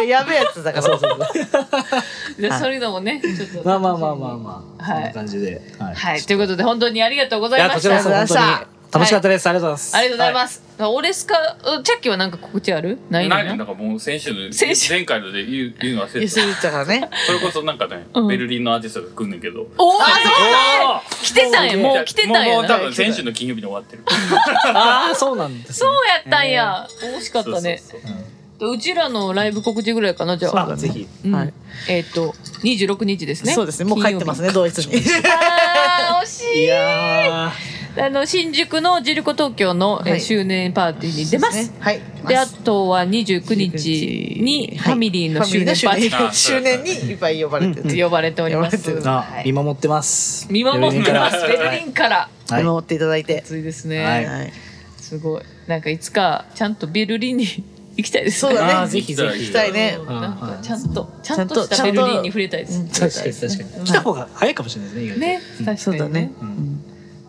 [SPEAKER 1] べえ、やべえやつだか
[SPEAKER 2] そ
[SPEAKER 1] ら
[SPEAKER 2] う。そうそう
[SPEAKER 3] それそういうのもねちょっと
[SPEAKER 2] まあまあまあまあまあ、そ
[SPEAKER 3] はい
[SPEAKER 2] んな感じで、はい
[SPEAKER 3] はいということで本当にありがとうござ
[SPEAKER 2] い
[SPEAKER 3] い
[SPEAKER 2] や
[SPEAKER 3] ま
[SPEAKER 2] こ
[SPEAKER 3] し
[SPEAKER 2] ち
[SPEAKER 3] た
[SPEAKER 2] ら
[SPEAKER 3] あ
[SPEAKER 2] こそ本当に楽しかったです、ありがとうございます
[SPEAKER 3] りがとうございます、オレスカうんチャッキーはなんか告知あるないの
[SPEAKER 4] ない
[SPEAKER 3] ね
[SPEAKER 4] なんかもう先週の
[SPEAKER 3] 先週
[SPEAKER 4] 前回ので言う言うの忘
[SPEAKER 1] ゆ
[SPEAKER 4] れ
[SPEAKER 1] す
[SPEAKER 4] てた
[SPEAKER 1] りだからね。
[SPEAKER 4] それこそなんかね、
[SPEAKER 3] うん
[SPEAKER 4] ベルリンのアーティストが来んねんけど
[SPEAKER 3] おお
[SPEAKER 2] あ
[SPEAKER 3] 来てたんやもう来てたん
[SPEAKER 4] もう
[SPEAKER 3] や
[SPEAKER 4] もう
[SPEAKER 3] な
[SPEAKER 4] 多分先週の金曜日に終
[SPEAKER 3] [laughs]
[SPEAKER 4] わってる
[SPEAKER 2] あーそうなんです、ね、
[SPEAKER 3] そうやったんや惜しかったね
[SPEAKER 4] そうそう
[SPEAKER 3] うちらのライブ告知ぐらいかなじゃあ、
[SPEAKER 2] まあぜひ
[SPEAKER 3] うん
[SPEAKER 1] はい
[SPEAKER 3] えっ、と26日ですね
[SPEAKER 1] そうですね、もう帰ってます
[SPEAKER 3] ね
[SPEAKER 1] ね、同一に。
[SPEAKER 3] あー惜しい
[SPEAKER 2] いやー
[SPEAKER 3] あの新宿のジルコ東京の、えー
[SPEAKER 1] はい
[SPEAKER 3] 周年パーティーに出ます。
[SPEAKER 1] そうでね [laughs] はい。
[SPEAKER 3] で、
[SPEAKER 1] 出ま
[SPEAKER 3] あ
[SPEAKER 1] す
[SPEAKER 3] とは29日にファミリーの
[SPEAKER 1] はい
[SPEAKER 3] 周年パー
[SPEAKER 1] ファ
[SPEAKER 3] ティ
[SPEAKER 4] ー
[SPEAKER 1] ミリーの周年にいっぱい呼ばれて
[SPEAKER 3] ー
[SPEAKER 1] て、
[SPEAKER 3] と呼ばれており
[SPEAKER 1] 呼
[SPEAKER 3] ま
[SPEAKER 1] ば
[SPEAKER 3] す
[SPEAKER 1] れ。てる
[SPEAKER 2] あ、見守ってます。
[SPEAKER 3] 見守ってます。ベルリンから。
[SPEAKER 2] は
[SPEAKER 1] 見
[SPEAKER 2] い。
[SPEAKER 1] 守っていただいて。
[SPEAKER 3] 熱いです
[SPEAKER 2] は
[SPEAKER 3] ね。
[SPEAKER 1] はい。
[SPEAKER 3] すごい。なんかいつかちゃんとベルリンに行きたいです
[SPEAKER 1] そうだね
[SPEAKER 2] あーぜひぜ
[SPEAKER 1] 行き
[SPEAKER 2] ひ。確
[SPEAKER 1] た
[SPEAKER 2] か
[SPEAKER 1] いね。
[SPEAKER 3] なんかちゃんと、ち
[SPEAKER 1] ん
[SPEAKER 3] ゃんとしたベルリンに触れたいで
[SPEAKER 1] うん
[SPEAKER 3] す。
[SPEAKER 2] に確か [laughs] に。来た方が早いかもしれないですね、意外と。
[SPEAKER 3] ね、確かに
[SPEAKER 1] そうだね。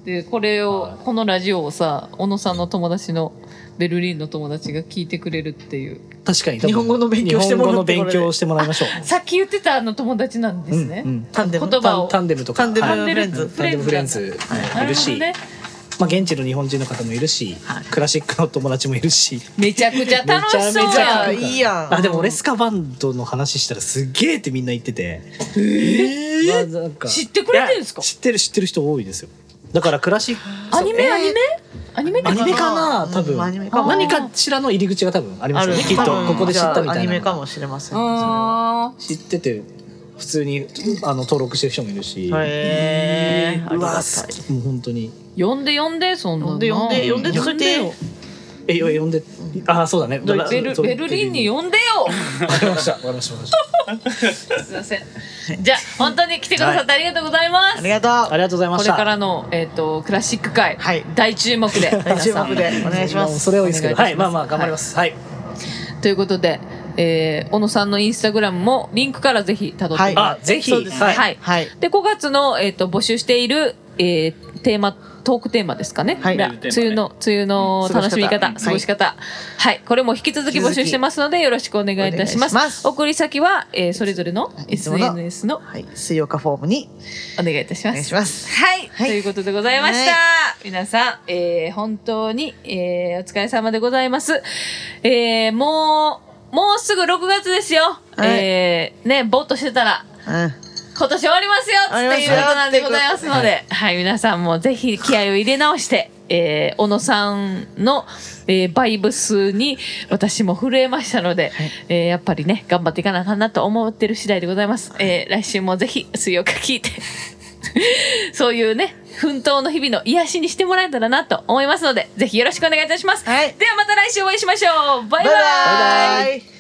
[SPEAKER 3] でこれ
[SPEAKER 2] は
[SPEAKER 3] を
[SPEAKER 2] い
[SPEAKER 3] このラジオをさ小野さんの友達のベルリンの友達が聞いてくれるっていう
[SPEAKER 2] 確かに。
[SPEAKER 1] 日本語の勉強してもらって
[SPEAKER 2] 日本語の勉強をしてもらいましょう。
[SPEAKER 3] さっき言ってたあの友達なんですね、
[SPEAKER 2] うんうん
[SPEAKER 1] タンデム。
[SPEAKER 3] 言葉を
[SPEAKER 2] タンデムとか。
[SPEAKER 1] タンデム
[SPEAKER 2] はい
[SPEAKER 1] フレンズ
[SPEAKER 2] タンデムフレンズ
[SPEAKER 3] ないる
[SPEAKER 2] る
[SPEAKER 3] ほど
[SPEAKER 2] し、
[SPEAKER 3] ね
[SPEAKER 2] まあ現地の日本人の方もいるし
[SPEAKER 1] はい、
[SPEAKER 2] クラシックの友達もいるし。
[SPEAKER 3] めちゃくちゃ楽しそう
[SPEAKER 2] めちゃめ
[SPEAKER 1] じ
[SPEAKER 2] ち
[SPEAKER 1] ゃ
[SPEAKER 2] ゃ
[SPEAKER 1] あ
[SPEAKER 3] や
[SPEAKER 1] いいやん。
[SPEAKER 2] あでも俺スカバンドの話したらすげえってみんな言っててまあ
[SPEAKER 3] ええ
[SPEAKER 2] なんか
[SPEAKER 3] 知ってくれてるんですか
[SPEAKER 2] いや知ってる知ってる人多いですよだからクラシック
[SPEAKER 3] アニメ
[SPEAKER 1] えー
[SPEAKER 3] アニメアニメ
[SPEAKER 2] アニメかな
[SPEAKER 1] うん
[SPEAKER 2] 多分
[SPEAKER 1] アニメ
[SPEAKER 3] かも
[SPEAKER 2] 何かしらの入り口が多分ありますよねきっと
[SPEAKER 1] 多分
[SPEAKER 2] ここで知ったみたいな
[SPEAKER 1] じゃあアニメかもしれません。
[SPEAKER 3] あ
[SPEAKER 2] 知ってて普通にあの登録してる人もいるし、
[SPEAKER 1] へえ。あ
[SPEAKER 2] う
[SPEAKER 1] りが
[SPEAKER 2] わ
[SPEAKER 1] たい
[SPEAKER 2] すもう本当に
[SPEAKER 3] ー呼んで呼んでそんな
[SPEAKER 1] 呼んで呼んで呼んで
[SPEAKER 3] 呼んで
[SPEAKER 1] 連れ
[SPEAKER 3] よ
[SPEAKER 1] て
[SPEAKER 2] えよ呼んでああそうだね
[SPEAKER 3] ベルベルリンに
[SPEAKER 2] よ
[SPEAKER 3] 呼んでよ
[SPEAKER 2] [laughs] わかりましたわかりましたわかりました
[SPEAKER 3] すいませんじゃあ本当に来てくださってありがとうございます、
[SPEAKER 1] ありがと
[SPEAKER 2] あ
[SPEAKER 1] う。
[SPEAKER 2] りがとうございま
[SPEAKER 3] こ
[SPEAKER 2] し
[SPEAKER 3] れ
[SPEAKER 2] た
[SPEAKER 3] からの、えー、とクラシック界、
[SPEAKER 1] はい
[SPEAKER 3] 大注目
[SPEAKER 1] [laughs]
[SPEAKER 3] で皆
[SPEAKER 1] 注
[SPEAKER 3] さん
[SPEAKER 1] 目でお願いします。
[SPEAKER 2] [laughs] それはいいですけど
[SPEAKER 3] お願
[SPEAKER 2] はいい
[SPEAKER 3] します
[SPEAKER 2] まあまあ頑張りますはい、
[SPEAKER 3] ということで、えー小野さんのインスタグラムもリンクからぜひ辿ってみてください
[SPEAKER 2] あぜひ
[SPEAKER 1] そうですね
[SPEAKER 2] はい
[SPEAKER 3] はい
[SPEAKER 1] はい。
[SPEAKER 3] で5月の、えー、と募集している、えーテーマトークテーマですかね、
[SPEAKER 1] はい
[SPEAKER 3] ら
[SPEAKER 4] 梅雨テーマ
[SPEAKER 3] 梅
[SPEAKER 4] ね
[SPEAKER 3] 雨の梅雨の
[SPEAKER 1] うん
[SPEAKER 3] 楽しみ
[SPEAKER 1] 過
[SPEAKER 3] 方、
[SPEAKER 1] ごし方
[SPEAKER 3] 過ごし方、はい、これも引き続き募集してますのでよろしくお願いいたします
[SPEAKER 1] お願いします
[SPEAKER 3] 送り先は、えーそれぞれの
[SPEAKER 1] はいいつもの
[SPEAKER 3] SNS の
[SPEAKER 1] はい。水曜日フォームに
[SPEAKER 3] お願いいたし
[SPEAKER 1] お
[SPEAKER 3] ま
[SPEAKER 1] 願いし
[SPEAKER 3] す
[SPEAKER 1] ます。
[SPEAKER 3] はい、
[SPEAKER 1] はい
[SPEAKER 3] ということでございました。
[SPEAKER 1] は
[SPEAKER 3] 皆さん、えー本当に、えーお疲れ様でございます。えーもう、もうすぐ6月ですよ。
[SPEAKER 1] はい
[SPEAKER 3] えーね、ぼーっとしてたら、
[SPEAKER 1] うん。
[SPEAKER 3] 今年終わりますよって
[SPEAKER 1] 終わり
[SPEAKER 3] いう
[SPEAKER 1] ます
[SPEAKER 3] こ
[SPEAKER 1] よ
[SPEAKER 3] となんでございますの
[SPEAKER 2] は
[SPEAKER 3] で、はい、皆さんもぜひ気合を入れ直して、えー小野さんの、えーバイブスに私も震えましたので、
[SPEAKER 1] はい
[SPEAKER 3] えーやっぱりね、頑張っていかなあかんなと思ってる次第でございます。えー来週もぜひ水曜日聞いて、 [laughs] そういうね、奮闘の日々の癒しにしてもらえたらなと思いますので、ぜひよろしくお願いいたします。
[SPEAKER 1] はい
[SPEAKER 3] ではまた来週お会いしましょうバイバイ
[SPEAKER 1] バイバイ。